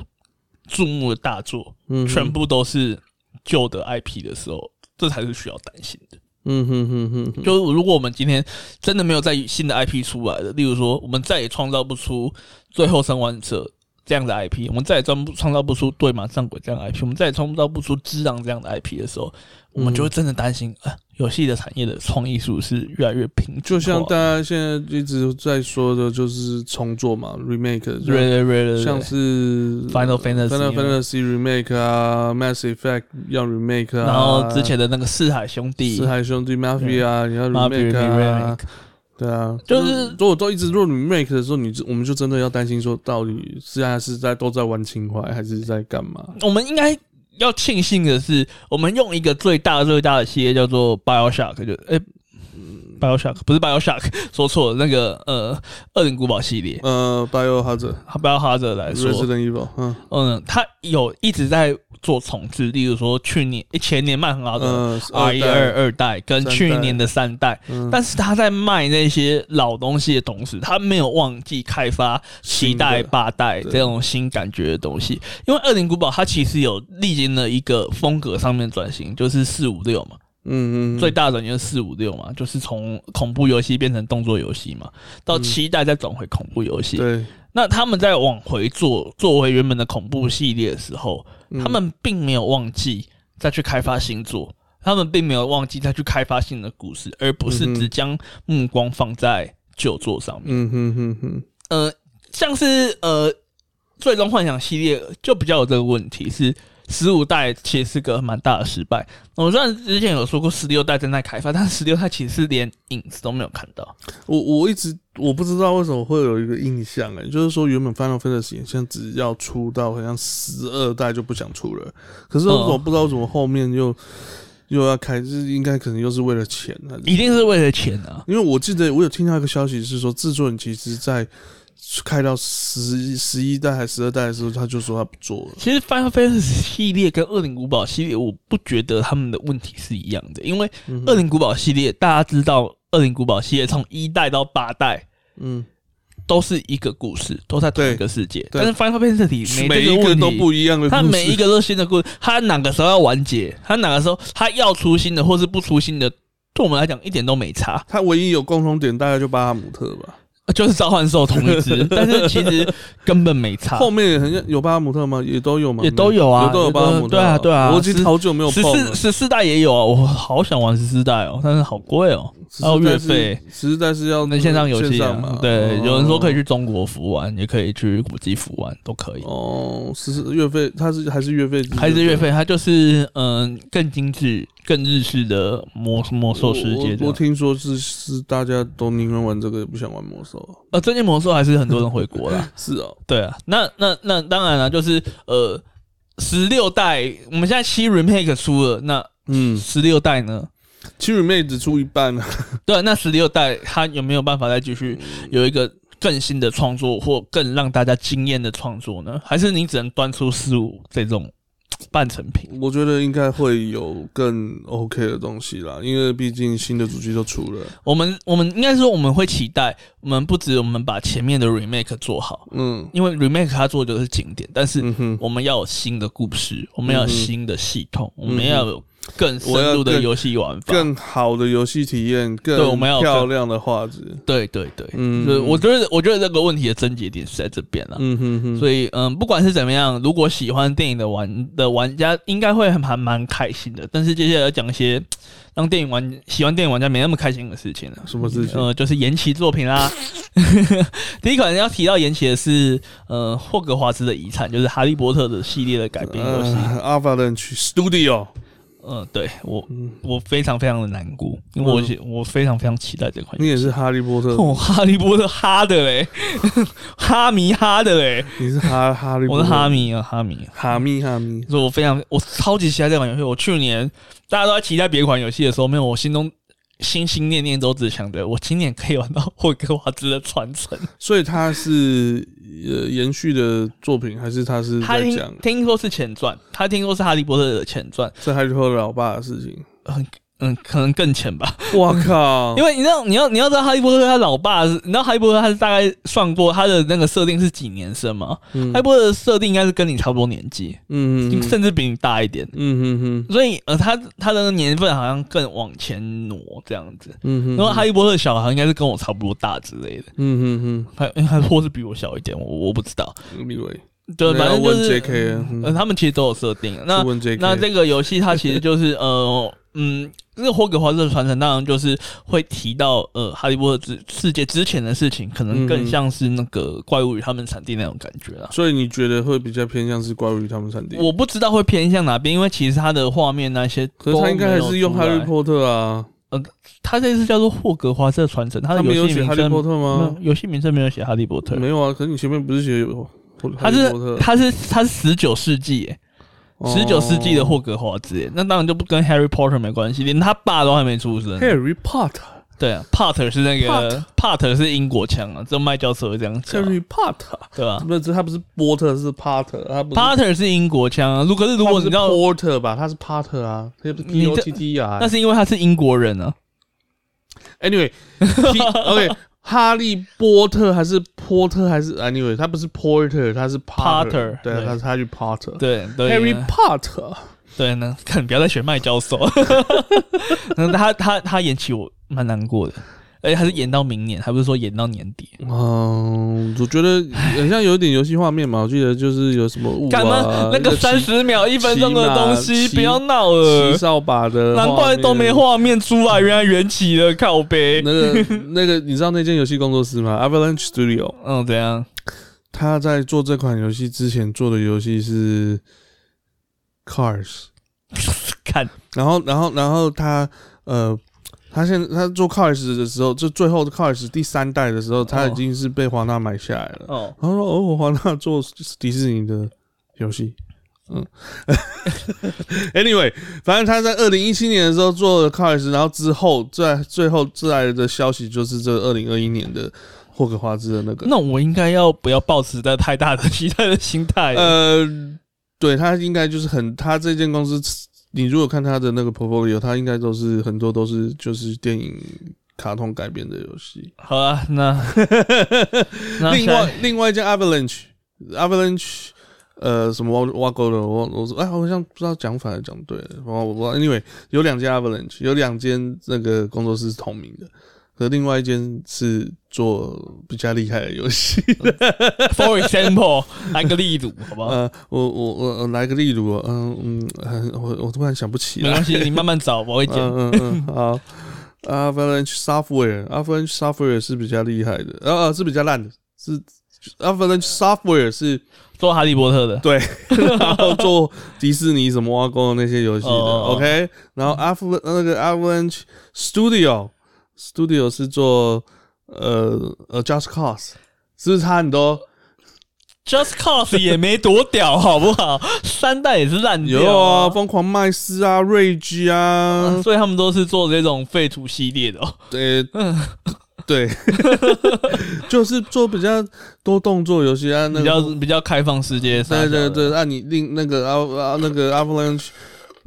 Speaker 1: 注目的大作，
Speaker 2: 嗯哼
Speaker 1: 全，部都是旧的 IP 的时候，这才是需要担心的。
Speaker 2: 嗯哼哼哼哼，
Speaker 1: 就如果我们今天真的没有在新的 IP 出来的，例如说我们再也创造不出《最后生还者》这样的 IP，我们再也创不创造不出《对马上鬼》这样的 IP，我们再也创造不出《之狼》这样的 IP 的时候，我们就会真的担心啊，游戏的产业的创意数是越来越平均化，
Speaker 2: 就像大家现在一直在说的，就是重做嘛，remake，
Speaker 1: 对对对对对，
Speaker 2: 像是
Speaker 1: Final Fantasy
Speaker 2: Final Fantasy remake 啊，Mass Effect 要 remake 啊，
Speaker 1: 然后之前的那个四海兄弟
Speaker 2: 四。海兄弟 Mafia 啊，也要
Speaker 1: Marvel
Speaker 2: remake 啊
Speaker 1: remake，，
Speaker 2: 对啊，
Speaker 1: 就是
Speaker 2: 如果都一直做 remake 的时候，你就我们就真的要担心说，到底现在是在都在玩情怀，还是在干嘛？
Speaker 1: 我们应该要庆幸的是，我们用一个最大最大的系列叫做 BioShock，就诶、BioShock 不是 BioShock，说 *laughs* 错了，那个呃《恶灵古堡》系列
Speaker 2: 呃，Biohazard、
Speaker 1: ，BioHazard 来说，
Speaker 2: Resident Evil，嗯
Speaker 1: 嗯，它有一直在做重置，例如说去年诶前年卖很好的。
Speaker 2: 嗯
Speaker 1: R 啊一二二代跟
Speaker 2: 三代
Speaker 1: 去年的三代，
Speaker 2: 嗯
Speaker 1: 但是他在卖那些老东西的同时，他没有忘记开发七代、
Speaker 2: 新的
Speaker 1: 八代
Speaker 2: 对
Speaker 1: 这种新感觉的东西。因为《恶灵古堡》它其实有历经了一个风格上面转型，就是四五六嘛，
Speaker 2: 嗯嗯，
Speaker 1: 最大的转型是四五六嘛，就是从恐怖游戏变成动作游戏嘛，到七代再转回恐怖游戏。
Speaker 2: 嗯对，
Speaker 1: 那他们在往回做做回原本的恐怖系列的时候，
Speaker 2: 嗯
Speaker 1: 他们并没有忘记再去开发新作，他们并没有忘记再去开发新的故事，而不是
Speaker 2: 嗯哼
Speaker 1: 只将目光放在旧作上面。
Speaker 2: 嗯哼哼哼，
Speaker 1: 呃，像是呃《最终幻想》系列就比较有这个问题是。十五代其实是个蛮大的失败。我虽然之前有说过十六代正在开发，但十六代其实是连影子都没有看到。
Speaker 2: 我我一直我不知道为什么会有一个印象哎、就是说原本 Final Fantasy 现在只要出到好像十二代就不想出了，可是为什么
Speaker 1: 嗯
Speaker 2: 不知道为什么后面又又要开，就是应该可能又是为了钱啊，
Speaker 1: 一定是为了钱啊！
Speaker 2: 因为我记得我有听到一个消息是说，制作人其实在开到十十一代还十二代的时候，他就说他不做了。
Speaker 1: 其实 Final Fantasy 系列跟《恶灵古堡》系列，我不觉得他们的问题是一样的，因为《
Speaker 2: 嗯
Speaker 1: 恶灵古堡》系列大家知道，《恶灵古堡》系列从一代到八代
Speaker 2: 嗯，
Speaker 1: 都是一个故事，都在同一
Speaker 2: 对
Speaker 1: 个世界。
Speaker 2: 对
Speaker 1: 但是 Final Fantasy 没
Speaker 2: 每
Speaker 1: 这
Speaker 2: 一
Speaker 1: 问
Speaker 2: 个
Speaker 1: 题
Speaker 2: 都不一样的故事，
Speaker 1: 它每一个都是新的故事，它哪个时候要完结，它哪个时候它要出新的，或是不出新的，对我们来讲一点都没差。
Speaker 2: 他唯一有共同点大概就巴哈姆特吧。
Speaker 1: 就是召唤兽同一
Speaker 2: *laughs*
Speaker 1: 只，但是其实根本没差。
Speaker 2: 后面也很像有巴哈姆特吗？也都有
Speaker 1: 啊
Speaker 2: 吗？
Speaker 1: 也都有啊
Speaker 2: 也都有巴哈姆特。
Speaker 1: 对啊对啊
Speaker 2: 我已经好久没有
Speaker 1: 十
Speaker 2: 碰
Speaker 1: 四
Speaker 2: 了。
Speaker 1: 十四代也有啊，我好想玩十四代哦，但是好贵哦，还有月费。
Speaker 2: 实在是要
Speaker 1: 那线上游戏、
Speaker 2: 线上
Speaker 1: 啊
Speaker 2: 嘛，
Speaker 1: 对，
Speaker 2: 哦
Speaker 1: 有人说可以去中国服玩，也可以去国际服玩，都可以。
Speaker 2: 哦，十四月费，它是还是月费制，
Speaker 1: 还是月费，它就是嗯更精致、更日式的魔魔兽世界这
Speaker 2: 哦我我
Speaker 1: 样
Speaker 2: 我。听说是是大家都宁愿玩这个，也不想玩魔兽。啊
Speaker 1: 呃，最近魔兽还是很多人回国
Speaker 2: *laughs*
Speaker 1: 啦。
Speaker 2: 是哦，
Speaker 1: 对啊，那那那当然了，就是呃十六代，我们现在七 remake 出了，那
Speaker 2: 嗯，
Speaker 1: 十六代呢？
Speaker 2: 七女妹只出一半啊。
Speaker 1: 对，那十六代它有没有办法再继续
Speaker 2: 嗯
Speaker 1: 有一个更新的创作或更让大家惊艳的创作呢？还是你只能端出十五这种半成品。
Speaker 2: 我觉得应该会有更 OK 的东西啦，因为毕竟新的主机都出了，
Speaker 1: 我们我们应该说我们会期待，我们不止我们把前面的 remake 做好，
Speaker 2: 嗯
Speaker 1: 因为 remake 它做的就是景点，但是
Speaker 2: 嗯哼，
Speaker 1: 我们要有新的故事，我们要有
Speaker 2: 嗯哼
Speaker 1: 新的系统，我
Speaker 2: 嗯
Speaker 1: 们
Speaker 2: 哼
Speaker 1: 要有更深入
Speaker 2: 我要
Speaker 1: 的
Speaker 2: 更
Speaker 1: 游戏玩法。
Speaker 2: 更好的游戏体验，
Speaker 1: 啊对
Speaker 2: 更
Speaker 1: 我们要有更
Speaker 2: 漂亮的画质，
Speaker 1: 对对对，
Speaker 2: 嗯
Speaker 1: 所以我觉得我觉得这个问题的症结点是在这边了。
Speaker 2: 嗯哼哼，
Speaker 1: 所以，嗯，不管是怎么样，如果喜欢电影的玩的玩家，应该会很还蛮开心的。但是接下来要讲一些让电影玩喜欢电影玩家没那么开心的事情了。
Speaker 2: 什么事情？
Speaker 1: 呃，就是延期作品啦。 *laughs* 第一款要提到延期的是，呃，霍格华兹的遗产，就是《哈利波特》的系列的改编游戏。
Speaker 2: a l p h a l a n c h 呃 Studio，
Speaker 1: 嗯、对我，我非常非常的难过，因为我是、我非常非常期待这款游戏。 *laughs*
Speaker 2: 你也是哈利波特，
Speaker 1: 哎哦，哈利波特哈的嘞， *laughs* 哈迷哈的嘞，
Speaker 2: 你是
Speaker 1: *laughs*
Speaker 2: 哈哈利波
Speaker 1: 我
Speaker 2: 特，
Speaker 1: 是哈迷啊，哈迷。
Speaker 2: 哈密哈密，
Speaker 1: 所以我非常，我超级期待这款游戏。我去年大家都在期待别款游戏的时候，没有，我心中心心念念都只想着，我今年可以玩到霍格华兹的传承。
Speaker 2: 所以它是呃延续的作品，还是它是
Speaker 1: 他
Speaker 2: 在
Speaker 1: 听
Speaker 2: 讲
Speaker 1: 听说是前传，他听说是哈利波特的前传，
Speaker 2: 是哈利波特老爸的
Speaker 1: *laughs*
Speaker 2: 事情？
Speaker 1: 嗯，可能更前吧。
Speaker 2: 我靠！
Speaker 1: 因为你知道，你要你要知道哈利波特他老爸是，你知道哈利波特他是大概算过他的那个设定是几年生吗？
Speaker 2: 嗯
Speaker 1: 哈利波特的设定应该是跟你差不多年纪，
Speaker 2: 嗯嗯
Speaker 1: 甚至比你大一点。
Speaker 2: 嗯嗯
Speaker 1: 所以呃，他他的年份好像更往前挪这样子。
Speaker 2: 嗯
Speaker 1: 然后哈利波特的小孩应该是跟我差不多大之类的，
Speaker 2: 嗯嗯
Speaker 1: 他因为他或是比我小一点，我我不知道。
Speaker 2: 嗯，立伟，
Speaker 1: 对，
Speaker 2: 那
Speaker 1: 反
Speaker 2: 要
Speaker 1: 正就
Speaker 2: 问
Speaker 1: 是
Speaker 2: JK，啊
Speaker 1: 呃，
Speaker 2: 嗯
Speaker 1: 他们其实都有设定。那
Speaker 2: 去问 JK，
Speaker 1: 那这个游戏它其实就是呃嗯，这个霍格华兹的传承当然就是会提到呃哈利波特之世界之前的事情，可能
Speaker 2: 嗯
Speaker 1: 更
Speaker 2: 哼
Speaker 1: 像是那个怪物与他们产地那种感觉啦。
Speaker 2: 所以你觉得会比较偏向是怪物与他们产地？
Speaker 1: 我不知道会偏向哪边，因为其实它的画面那些
Speaker 2: 可
Speaker 1: 都没有出
Speaker 2: 是他
Speaker 1: 来，
Speaker 2: 应该还是用哈利波特啊，
Speaker 1: 他这次叫做霍格华兹的传承，他
Speaker 2: 他
Speaker 1: 的
Speaker 2: 没
Speaker 1: 游戏
Speaker 2: 写
Speaker 1: 名
Speaker 2: 哈利
Speaker 1: 称
Speaker 2: 波特吗
Speaker 1: 没？有游戏名称没有写哈利波特，
Speaker 2: 没有啊，可是你前面不是写有哈
Speaker 1: 他
Speaker 2: 利
Speaker 1: 是
Speaker 2: 波特？哦
Speaker 1: 他是他是十九世纪耶，十九世纪的霍格华兹耶，那当然就不跟 Harry Potter 没关系，连他爸都还没出生。
Speaker 2: Harry Potter，Harry
Speaker 1: 对啊，Potter 是那个 Potter 是英国腔啊，这麦教授会这样讲啊，
Speaker 2: Potter，
Speaker 1: 对吧
Speaker 2: 不是他不是波特是 Potter，他不是
Speaker 1: ？Potter 是英国腔啊，如可是如
Speaker 2: 他
Speaker 1: 果
Speaker 2: 不
Speaker 1: 你
Speaker 2: 是
Speaker 1: 知道，
Speaker 2: Porter 吧，他是 Potter 啊，他不是
Speaker 1: 你
Speaker 2: P
Speaker 1: 这
Speaker 2: O T T 啊。
Speaker 1: 那是因为他是英国人啊， *laughs*
Speaker 2: Anyway，OK，哈利波特还是波特还是 Anyway，他不是 Porter，他是
Speaker 1: Potter，
Speaker 2: 对啊，
Speaker 1: 对
Speaker 2: 他是他去 Potter。
Speaker 1: 对对
Speaker 2: Harry
Speaker 1: 呢
Speaker 2: Potter，
Speaker 1: 对呢，看不要再学麦教授， *laughs* 那他他他演起我蛮难过的，而且还是演到明年，还不是说演到年底。
Speaker 2: 嗯，我觉得很像有一点游戏画面嘛，我记得就是有什么雾
Speaker 1: 干嘛
Speaker 2: 啊，？
Speaker 1: 那个
Speaker 2: 骑
Speaker 1: 三十秒、一分钟的东西，
Speaker 2: 骑
Speaker 1: 不要闹
Speaker 2: 骑
Speaker 1: 了。
Speaker 2: 扫把
Speaker 1: 呃
Speaker 2: 的画面，
Speaker 1: 难怪都没画面出来，原来缘起了靠背。
Speaker 2: 那个那个，你知道那间游戏工作室吗？Avalanche Studio，
Speaker 1: 嗯，怎样？
Speaker 2: 他在做这款游戏之前做的游戏是 Cars，
Speaker 1: *laughs* 看，
Speaker 2: 然后然后然后他呃，他现在他做 Cars 的时候，就最后的 Cars 第三代的时候，他已经是被华纳买下来了。
Speaker 1: 哦，
Speaker 2: 然后说哦，华纳做迪士尼的游戏。嗯 *laughs* ，Anyway，反正他在二零一七年的时候做了 Cars，然后之后在最后最来的消息就是这二零二一年的霍格华兹的那个
Speaker 1: 那我应该要不要抱持在太大的期待的心态？
Speaker 2: 呃，对他应该就是很，他这间公司，你如果看他的那个 portfolio，他应该都是很多都是就是电影、卡通改编的游戏。
Speaker 1: 好啊，那
Speaker 2: *laughs*
Speaker 1: 那
Speaker 2: 另
Speaker 1: 下
Speaker 2: 外，另外一间 Avalanche，Avalanche，呃，什么挖挖沟的，我我说哎，好像不知道讲反了，讲对了，我我我 anyway 有两间 Avalanche，有两间那个工作室是同名的。和另外一间是做比较厉害的游戏，
Speaker 1: 哦，for example，来个例子，好不好？
Speaker 2: *laughs* 呃，我我我我来个例如，嗯嗯，很我我突然想不起
Speaker 1: 没
Speaker 2: 来，
Speaker 1: 关系，你慢慢找，我会剪。
Speaker 2: 嗯嗯嗯，好。Avalanche Software，Avalanche Software 是比较厉害的，呃呃是比较烂的，是 Avalanche Software 是
Speaker 1: 做哈利波特的，
Speaker 2: *laughs* 对，然后做迪士尼什么挖工的那些游戏的
Speaker 1: 哦哦哦
Speaker 2: ，OK，然后 Aval 那个 Avalanche Studio Studio 是做呃呃 Just Cause，是不是差很多？
Speaker 1: Just Cause 也没多屌，好不好？ *laughs* 三代也是烂掉、
Speaker 2: 有啊，疯狂麦斯啊，瑞基啊，
Speaker 1: 嗯所以他们都是做这种废土系列的、哦。
Speaker 2: 呃，对， *laughs* 就是做比较多动作游戏啊，那
Speaker 1: 比较
Speaker 2: 个
Speaker 1: 比较开放世界杀
Speaker 2: 对
Speaker 1: 小
Speaker 2: 对
Speaker 1: 的，
Speaker 2: 对，那、你另那个啊啊那个 Avalanche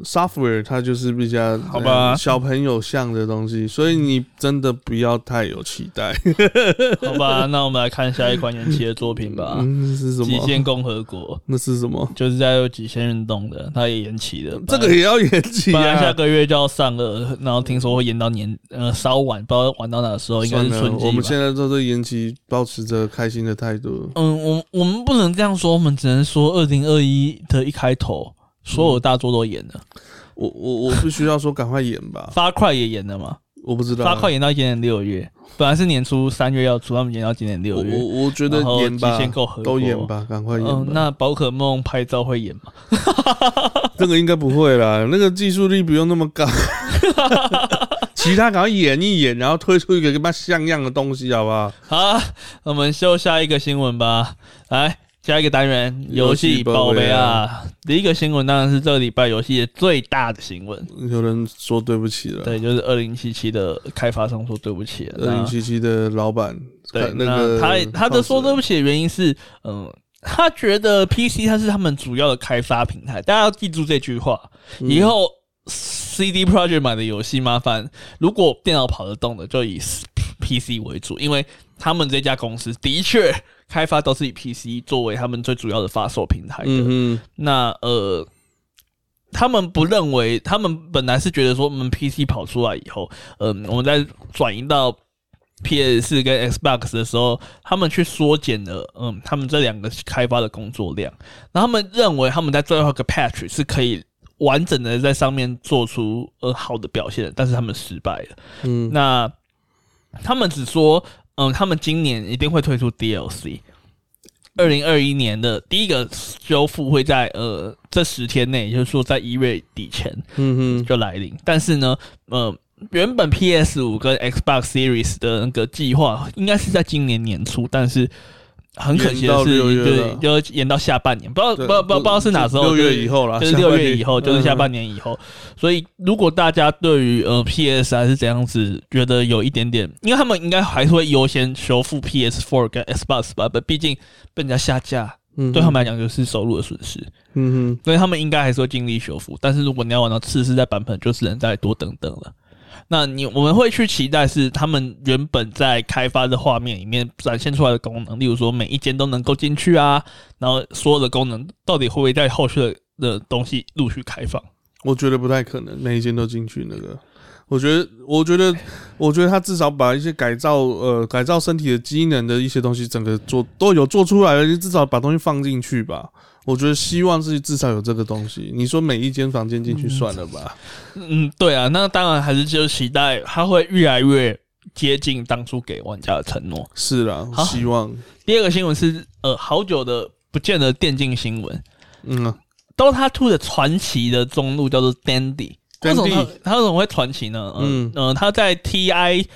Speaker 2: Software 它就是比较
Speaker 1: 好吧
Speaker 2: 呃小朋友向的东西，所以你真的不要太有期待。
Speaker 1: 好吧，那我们来看下一款元气的作品吧，
Speaker 2: *laughs* 嗯，是什
Speaker 1: 极
Speaker 2: 么？
Speaker 1: 限共和国》
Speaker 2: 那是什么？
Speaker 1: 就是在有极限运动的，它也延期了。
Speaker 2: 这
Speaker 1: 本来
Speaker 2: 个也要延期
Speaker 1: 本来下
Speaker 2: 啊！
Speaker 1: 个月就要上了，然后听说会延到年呃稍晚，不知道晚到哪时候，应该
Speaker 2: 算
Speaker 1: 是
Speaker 2: 了
Speaker 1: 春，
Speaker 2: 我们
Speaker 1: 季吧。
Speaker 2: 现在都对延期保持着开心的态度。
Speaker 1: 嗯，我我们不能这样说，我们只能说二零二一的一开头，所有大作都演了，
Speaker 2: 我我我必须要说，赶快演吧！
Speaker 1: 发快也演了嘛，
Speaker 2: 我不知道啊，
Speaker 1: 发快演到今年六月，本来是年初三月要出，他们延到今年六
Speaker 2: 我我
Speaker 1: 月。
Speaker 2: 我觉得
Speaker 1: 然后
Speaker 2: 演吧
Speaker 1: 极限够合，
Speaker 2: 都演。吧，赶快演吧。
Speaker 1: 嗯，那宝可梦拍照会演吗？
Speaker 2: *laughs* 这个应该不会啦，那个技术力不用那么
Speaker 1: *laughs*
Speaker 2: 高。其他赶快演一演，然后推出一个跟妈像样的东西，好不好？
Speaker 1: 好啊，我们秀下一个新闻吧。来，下一个单元游
Speaker 2: 游戏
Speaker 1: 戏报
Speaker 2: 报备
Speaker 1: 备啊。第一个新闻当然是这礼拜游戏的最大的新闻，
Speaker 2: 有人说对不起了，
Speaker 1: 对，就是二零七七的开发商说对不起了。
Speaker 2: 二零
Speaker 1: 那
Speaker 2: 七七的老板，
Speaker 1: 对，
Speaker 2: 那个
Speaker 1: 他他的说对
Speaker 2: 的
Speaker 1: 不起的原因是，嗯、他觉得 PC 它是他们主要的开发平台，大家要记住这句话。
Speaker 2: 嗯
Speaker 1: 以后 CD Project 买的游戏，麻烦如果电脑跑得动的，就以 PC 为主，因为他们这家公司的确开发都是以 PC 作为他们最主要的发售平台的。
Speaker 2: 嗯嗯
Speaker 1: 那呃，他们不认为，他们本来是觉得说，我们 PC 跑出来以后，嗯、我们再转移到 PS 四跟 Xbox 的时候，他们去缩减了，嗯，他们这两个开发的工作量，然后他们认为他们在最后一个 patch 是可以。完整的在上面做出呃好的表现的，但是他们失败了。
Speaker 2: 嗯，
Speaker 1: 那他们只说，嗯，他们今年一定会推出 DLC。二零二一年的第一个修复会在呃这十天内，也就是说在一月底前
Speaker 2: 嗯
Speaker 1: 就来临。但是呢，呃，原本 PS 五跟 Xbox Series 的那个计划应该是在今年年初，但是很可惜的
Speaker 2: 延到
Speaker 1: 是，
Speaker 2: 六月了
Speaker 1: 对，就延到下半年，不知道不
Speaker 2: 对
Speaker 1: 知道不知道不知道是哪时候，就
Speaker 2: 六月
Speaker 1: 是
Speaker 2: 以后啦
Speaker 1: 就是
Speaker 2: 下
Speaker 1: 六
Speaker 2: 半
Speaker 1: 月
Speaker 2: 年
Speaker 1: 以后，就是
Speaker 2: 嗯
Speaker 1: 下半年以后。所以，如果大家对于呃 PS 还是怎样子觉得有一点点，因为他们应该还是会优先修复 PS4 跟 Xbox 版本，毕竟被人家下架，
Speaker 2: 嗯哼，
Speaker 1: 对他们来讲就是收入的损失，
Speaker 2: 嗯
Speaker 1: 所以他们应该还是会尽力修复。但是，如果你要玩到次世代版本，就只能再多等等了。那你我们会去期待是他们原本在开发的画面里面展现出来的功能，例如说每一间都能够进去啊，然后所有的功能到底会不会在后续的的东西陆续开放？
Speaker 2: 哼，我觉得不太可能，每一间都进去那个。我觉得，我觉得，我觉得他至少把一些改造，呃，改造身体的机能的一些东西，整个做都有做出来了，至少把东西放进去吧。我觉得希望是至少有这个东西。你说每一间房间进去算了吧？
Speaker 1: 嗯，对啊，那当然还是就期待它会越来越接近当初给玩家的承诺。
Speaker 2: 是啦
Speaker 1: 好，
Speaker 2: 希望，
Speaker 1: 第二个新闻是呃，好久的不见的电竞新闻，
Speaker 2: 嗯啊，
Speaker 1: 《Dota 2》的传奇的中路叫做 Dandy，为什么
Speaker 2: Dandy
Speaker 1: 他他为什么会传奇呢？嗯
Speaker 2: 嗯
Speaker 1: 呃，他在 TI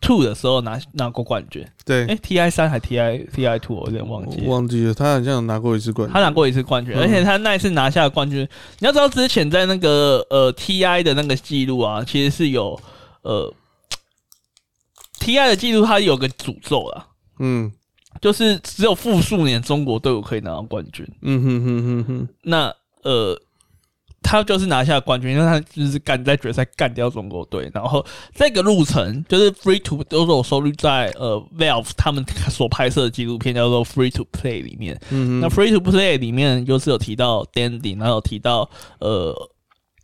Speaker 1: Two 的时候拿拿过冠军，
Speaker 2: 对，
Speaker 1: 诶 t i 三还 TI TI Two，我有点忘记
Speaker 2: 我
Speaker 1: 了。
Speaker 2: 忘记了，他好像有拿过一次冠军。
Speaker 1: 他拿过一次冠军，
Speaker 2: 嗯
Speaker 1: 而且他那一次拿下冠军，你要知道之前在那个呃 TI 的那个记录啊，其实是有呃 TI 的记录，它有个诅咒啦，
Speaker 2: 嗯
Speaker 1: 就是只有复数年中国队伍可以拿到冠军。
Speaker 2: 嗯哼哼哼哼，
Speaker 1: 那呃，他就是拿下冠军，因为他就是干在决赛干掉中国队，然后这个路程就是 Free to 都是我收录在呃 Valve 他们所拍摄的纪录片叫做 Free to Play 里面。
Speaker 2: 嗯
Speaker 1: 那
Speaker 2: 哼，
Speaker 1: Free to Play 里面就是有提到 Dandy，然后有提到呃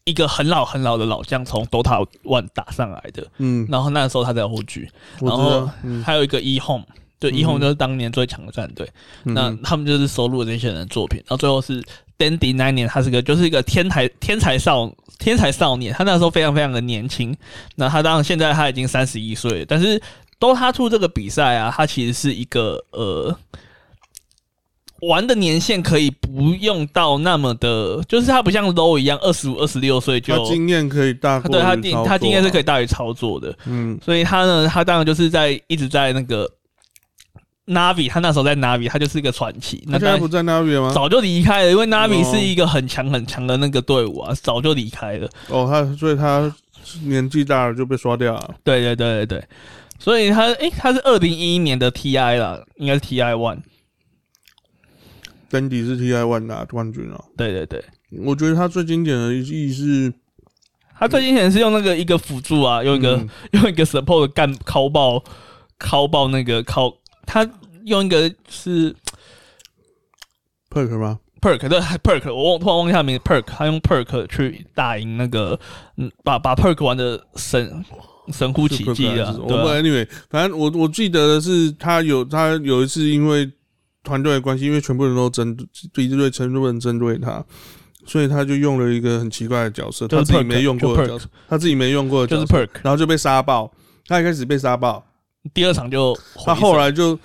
Speaker 1: 一个很老很老的老将从 Dota One 打上来的，
Speaker 2: 嗯，
Speaker 1: 然后那时候他在 OG，
Speaker 2: 我
Speaker 1: 然
Speaker 2: 知
Speaker 1: 后
Speaker 2: 道，嗯
Speaker 1: 还有一个 E Home。对，e home 就是当年最强的战队，
Speaker 2: 嗯
Speaker 1: 那他们就是收录了这些人的作品，然后最后是 Dandy 那一年，他是个就是一个天才天才少天才少年，他那时候非常非常的年轻，那他当然现在他已经三十一岁了，但是 Dota Two 这个比赛啊，它其实是一个呃玩的年限可以不用到那么的，就是它不像 Low 一样二十五二十六岁就
Speaker 2: 他经验可以大
Speaker 1: 他
Speaker 2: 过
Speaker 1: 对他
Speaker 2: 于
Speaker 1: 经
Speaker 2: 操
Speaker 1: 他
Speaker 2: 作啊
Speaker 1: 经验是
Speaker 2: 嘛
Speaker 1: 可以大于操作的，
Speaker 2: 嗯
Speaker 1: 所以他呢，他当然就是在一直在那个 Navi，他那时候在 Navi，他就是一个传奇。那
Speaker 2: 他现在
Speaker 1: 当
Speaker 2: 不
Speaker 1: 然
Speaker 2: 在那边吗？
Speaker 1: 早就离开了，因为 Navi
Speaker 2: 哦
Speaker 1: 是一个很强很强的那个队伍啊，早就离开了。
Speaker 2: 哦，他所以他年纪大了就被刷掉了。
Speaker 1: 对对对对对。所以它诶、它是二零一一年的 TI 啦，应该是 TI One。
Speaker 2: 丹迪是 TI One 拿冠军啊。
Speaker 1: 对对对，
Speaker 2: 我觉得他最经典的一役是，
Speaker 1: 它最经典是用那个一个辅助啊，用一个、
Speaker 2: 嗯
Speaker 1: *laughs* 用一个 support 干敲爆敲爆那个敲，它用一个是
Speaker 2: Perk 吗？
Speaker 1: perk 对 perk，我忘突然忘记他名字 perk，他用 perk 去打赢那个，嗯，把把 perk 玩的神神乎其技
Speaker 2: 的
Speaker 1: 啊，。
Speaker 2: 我
Speaker 1: 对
Speaker 2: 不
Speaker 1: 啊
Speaker 2: anyway，反正我我记得的是，他有他有一次因为团队的关系，因为全部人都针对一队全部人针对他，所以他就用了一个很奇怪的角色，
Speaker 1: 就
Speaker 2: 他
Speaker 1: 是
Speaker 2: 自己
Speaker 1: perk，
Speaker 2: 没用过的角色，他自己没用过的
Speaker 1: 就
Speaker 2: 角
Speaker 1: 是
Speaker 2: 色，
Speaker 1: perk，
Speaker 2: 然后就被杀爆。他一开始被杀爆，
Speaker 1: 第二场就
Speaker 2: 他后来就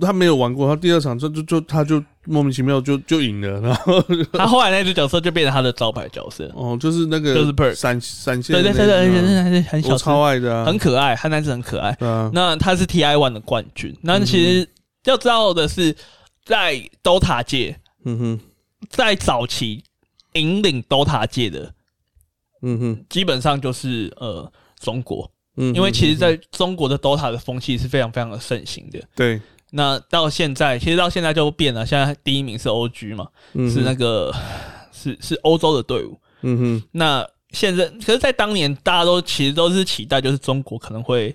Speaker 2: 他没有玩过，他第二场就就就他就莫名其妙就就赢了，然后，
Speaker 1: 他后来那只角色就变成他的招牌角色
Speaker 2: 哦，就是那个
Speaker 1: 就是 perk
Speaker 2: 闪闪现
Speaker 1: 对
Speaker 2: 的那
Speaker 1: 对对
Speaker 2: 一只啊，
Speaker 1: 对，真的还是很小
Speaker 2: 我
Speaker 1: 只，
Speaker 2: 超爱的啊，
Speaker 1: 很可爱，他那只很可爱。
Speaker 2: 对啊，
Speaker 1: 那他是 TI One 的冠军，那其
Speaker 2: 嗯
Speaker 1: 实要知道的是，在 DOTA 界，
Speaker 2: 嗯哼，
Speaker 1: 在早期引领 DOTA 界的
Speaker 2: 嗯哼，
Speaker 1: 基本上就是呃中国，
Speaker 2: 嗯哼，
Speaker 1: 因为其实在中国的 DOTA 的风气是非常非常的盛行的。
Speaker 2: 对，
Speaker 1: 那到现在，其实到现在就变了，现在第一名是 OG 嘛，
Speaker 2: 嗯
Speaker 1: 是
Speaker 2: 哼
Speaker 1: 那个是是欧洲的队伍。
Speaker 2: 嗯哼，
Speaker 1: 那现在，可是，在当年大家都其实都是期待，就是中国可能会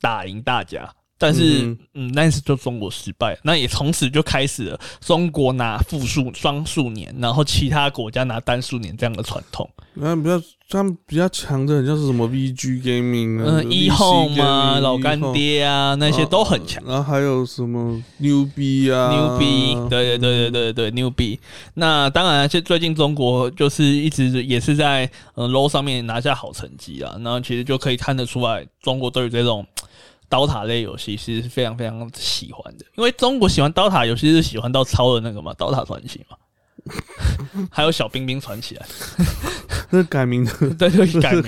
Speaker 1: 打赢大家。但是，
Speaker 2: 嗯
Speaker 1: 嗯那一次就中国失败，那也从此就开始了中国拿复数双数年，然后其他国家拿单数年这样的传统。
Speaker 2: 那比较他们比较强的，很像是什么 VG Gaming 啊，
Speaker 1: 嗯，一号嘛，老干，爹啊，那
Speaker 2: 哦
Speaker 1: 些都很强。
Speaker 2: E 然后还有什么牛逼啊，
Speaker 1: 牛逼，对对对对对对，牛逼。那当然，就最近中国就是一直也是在呃 low 上面拿下好成绩啊，那其实就可以看得出来，中国对于这种刀塔类游戏其实是非常非常喜欢的，因为中国喜欢刀塔游戏是喜欢到超的那个嘛，刀塔传奇嘛， *laughs* 还有小冰冰传奇啊， *laughs*
Speaker 2: 那改名的，
Speaker 1: 对，就改名。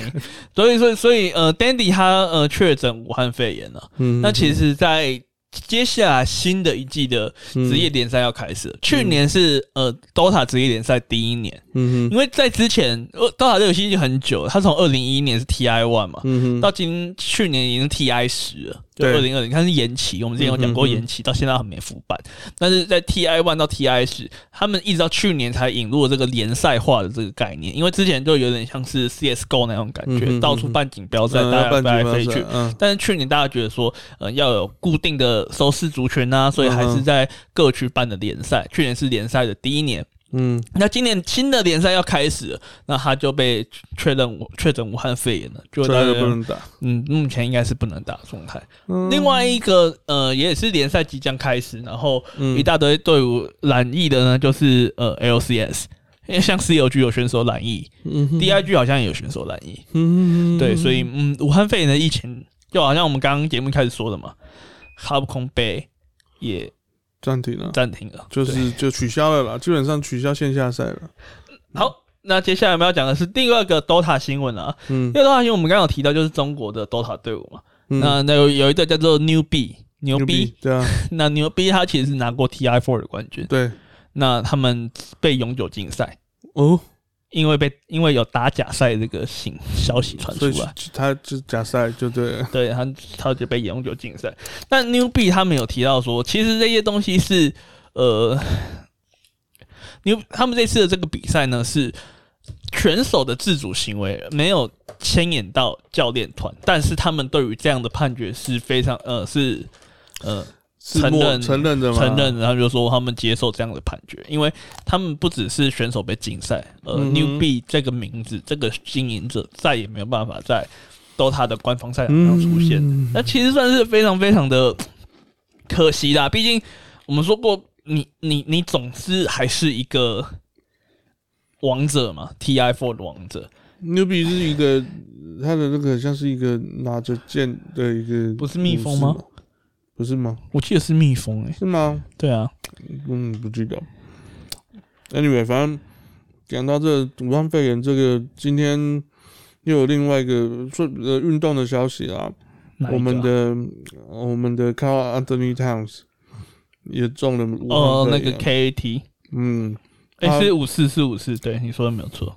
Speaker 1: 所以所以所以呃，Dandy 他呃确诊武汉肺炎了、
Speaker 2: 嗯，
Speaker 1: 那其实，在接下来新的一季的
Speaker 2: 嗯
Speaker 1: 职业，联赛要开始了。去年是呃 DOTA 职业联赛第一年，
Speaker 2: 嗯哼，
Speaker 1: 因为在之前呃 DOTA 这个游戏已经很久了，它从二零一一年是 TI One 嘛，
Speaker 2: 嗯哼，
Speaker 1: 到今去年已经是 TI 十了，就
Speaker 2: 对嗯
Speaker 1: 二零二零，它是延期。我们之前有讲过延期，到现在还没复办。但是在 TI One 到 TI 十，他们一直到去年才引入了这个联赛化的这个概念，因为之前就有点像是 CS:GO 那种感
Speaker 2: 嗯哼
Speaker 1: 觉，
Speaker 2: 嗯
Speaker 1: 到处办锦标赛，
Speaker 2: 嗯
Speaker 1: 大
Speaker 2: 要
Speaker 1: 家飞
Speaker 2: 办
Speaker 1: 来
Speaker 2: 锦标
Speaker 1: 飞
Speaker 2: 赛
Speaker 1: 去。
Speaker 2: 嗯
Speaker 1: 但是去年大家觉得说，呃，要有固定的收视族群啊，所以还
Speaker 2: 嗯
Speaker 1: 是
Speaker 2: 哼
Speaker 1: 在各区办的联赛。去年是联赛的第一年，
Speaker 2: 嗯
Speaker 1: 那今年新的联赛要开始了，那他就被确认武确诊武汉肺炎了，就
Speaker 2: 这
Speaker 1: 大
Speaker 2: 个
Speaker 1: 家
Speaker 2: 不能打。
Speaker 1: 嗯，目前应该是不能打的状态。
Speaker 2: 嗯
Speaker 1: 另外一个呃，也是联赛即将开始，然后
Speaker 2: 嗯
Speaker 1: 一大堆队伍染疫的呢，就是呃 LCS，因为像 COG 有选手染疫
Speaker 2: 嗯哼
Speaker 1: ，DIG 好像也有选手染疫，
Speaker 2: 嗯哼
Speaker 1: 对，所以嗯，武汉肺炎的疫情，就好像我们刚刚节目一开始说的嘛，哈布空杯也
Speaker 2: 暂停了，
Speaker 1: 暂停了。
Speaker 2: 就
Speaker 1: 对
Speaker 2: 是就取消了啦，基本上取消线下赛了。
Speaker 1: 好，那接下来我们要讲的是第二个 DOTA 新闻了、啊。
Speaker 2: 嗯
Speaker 1: 因，为 DOTA 新闻我们刚刚有提到，就是中国的 DOTA 队伍嘛。
Speaker 2: 嗯
Speaker 1: 那那有有一队叫做 New B 牛
Speaker 2: 牛
Speaker 1: 逼，，
Speaker 2: 对啊，
Speaker 1: *laughs* 那牛逼他其实是拿过 TI Four 的冠军，
Speaker 2: 对，
Speaker 1: 那他们被永久禁赛。
Speaker 2: 哦，
Speaker 1: 因为被因为有打假赛这个信消息传出
Speaker 2: 所以
Speaker 1: 来，
Speaker 2: 他就假赛就对了，
Speaker 1: 对他，他就被永久禁赛。但 New B 他们有提到说，其实这些东西是呃，New 他们这次的这个比赛呢是选手的自主行为，没有牵引到教练团，但是他们对于这样的判决是非常呃是呃
Speaker 2: 是
Speaker 1: 承
Speaker 2: 默
Speaker 1: 认
Speaker 2: 承认的嘛，
Speaker 1: 承认，然后就说他们接受这样的判决，因为他们不只是选手被禁赛，呃、
Speaker 2: 嗯哼
Speaker 1: n e w B 这个名字，这个经营者再也没有办法在 DOTA 的官方赛场上出现。
Speaker 2: 嗯
Speaker 1: 那其实算是非常非常的可惜啦，毕竟我们说过，你你你总是还是一个王者嘛，TI Four 的王者，
Speaker 2: 牛比是一个，他的那个像是一个拿着剑的一个，
Speaker 1: 不是蜜蜂吗？
Speaker 2: 不是吗？
Speaker 1: 我记得是蜜蜂诶、
Speaker 2: 是吗？
Speaker 1: 对啊，
Speaker 2: 嗯，不记得。Anyway，反正讲到这武汉肺炎这个，今天又有另外一个说呃运动的消息啦。
Speaker 1: 哪一个啊
Speaker 2: 我们的我们的 Carl Anthony Towns 也中了武
Speaker 1: 哦
Speaker 2: 汉
Speaker 1: 那
Speaker 2: 肺炎。
Speaker 1: 个 KAT，
Speaker 2: 嗯，
Speaker 1: 哎、
Speaker 2: 啊他
Speaker 1: 是五四是五四，对你说的没有错，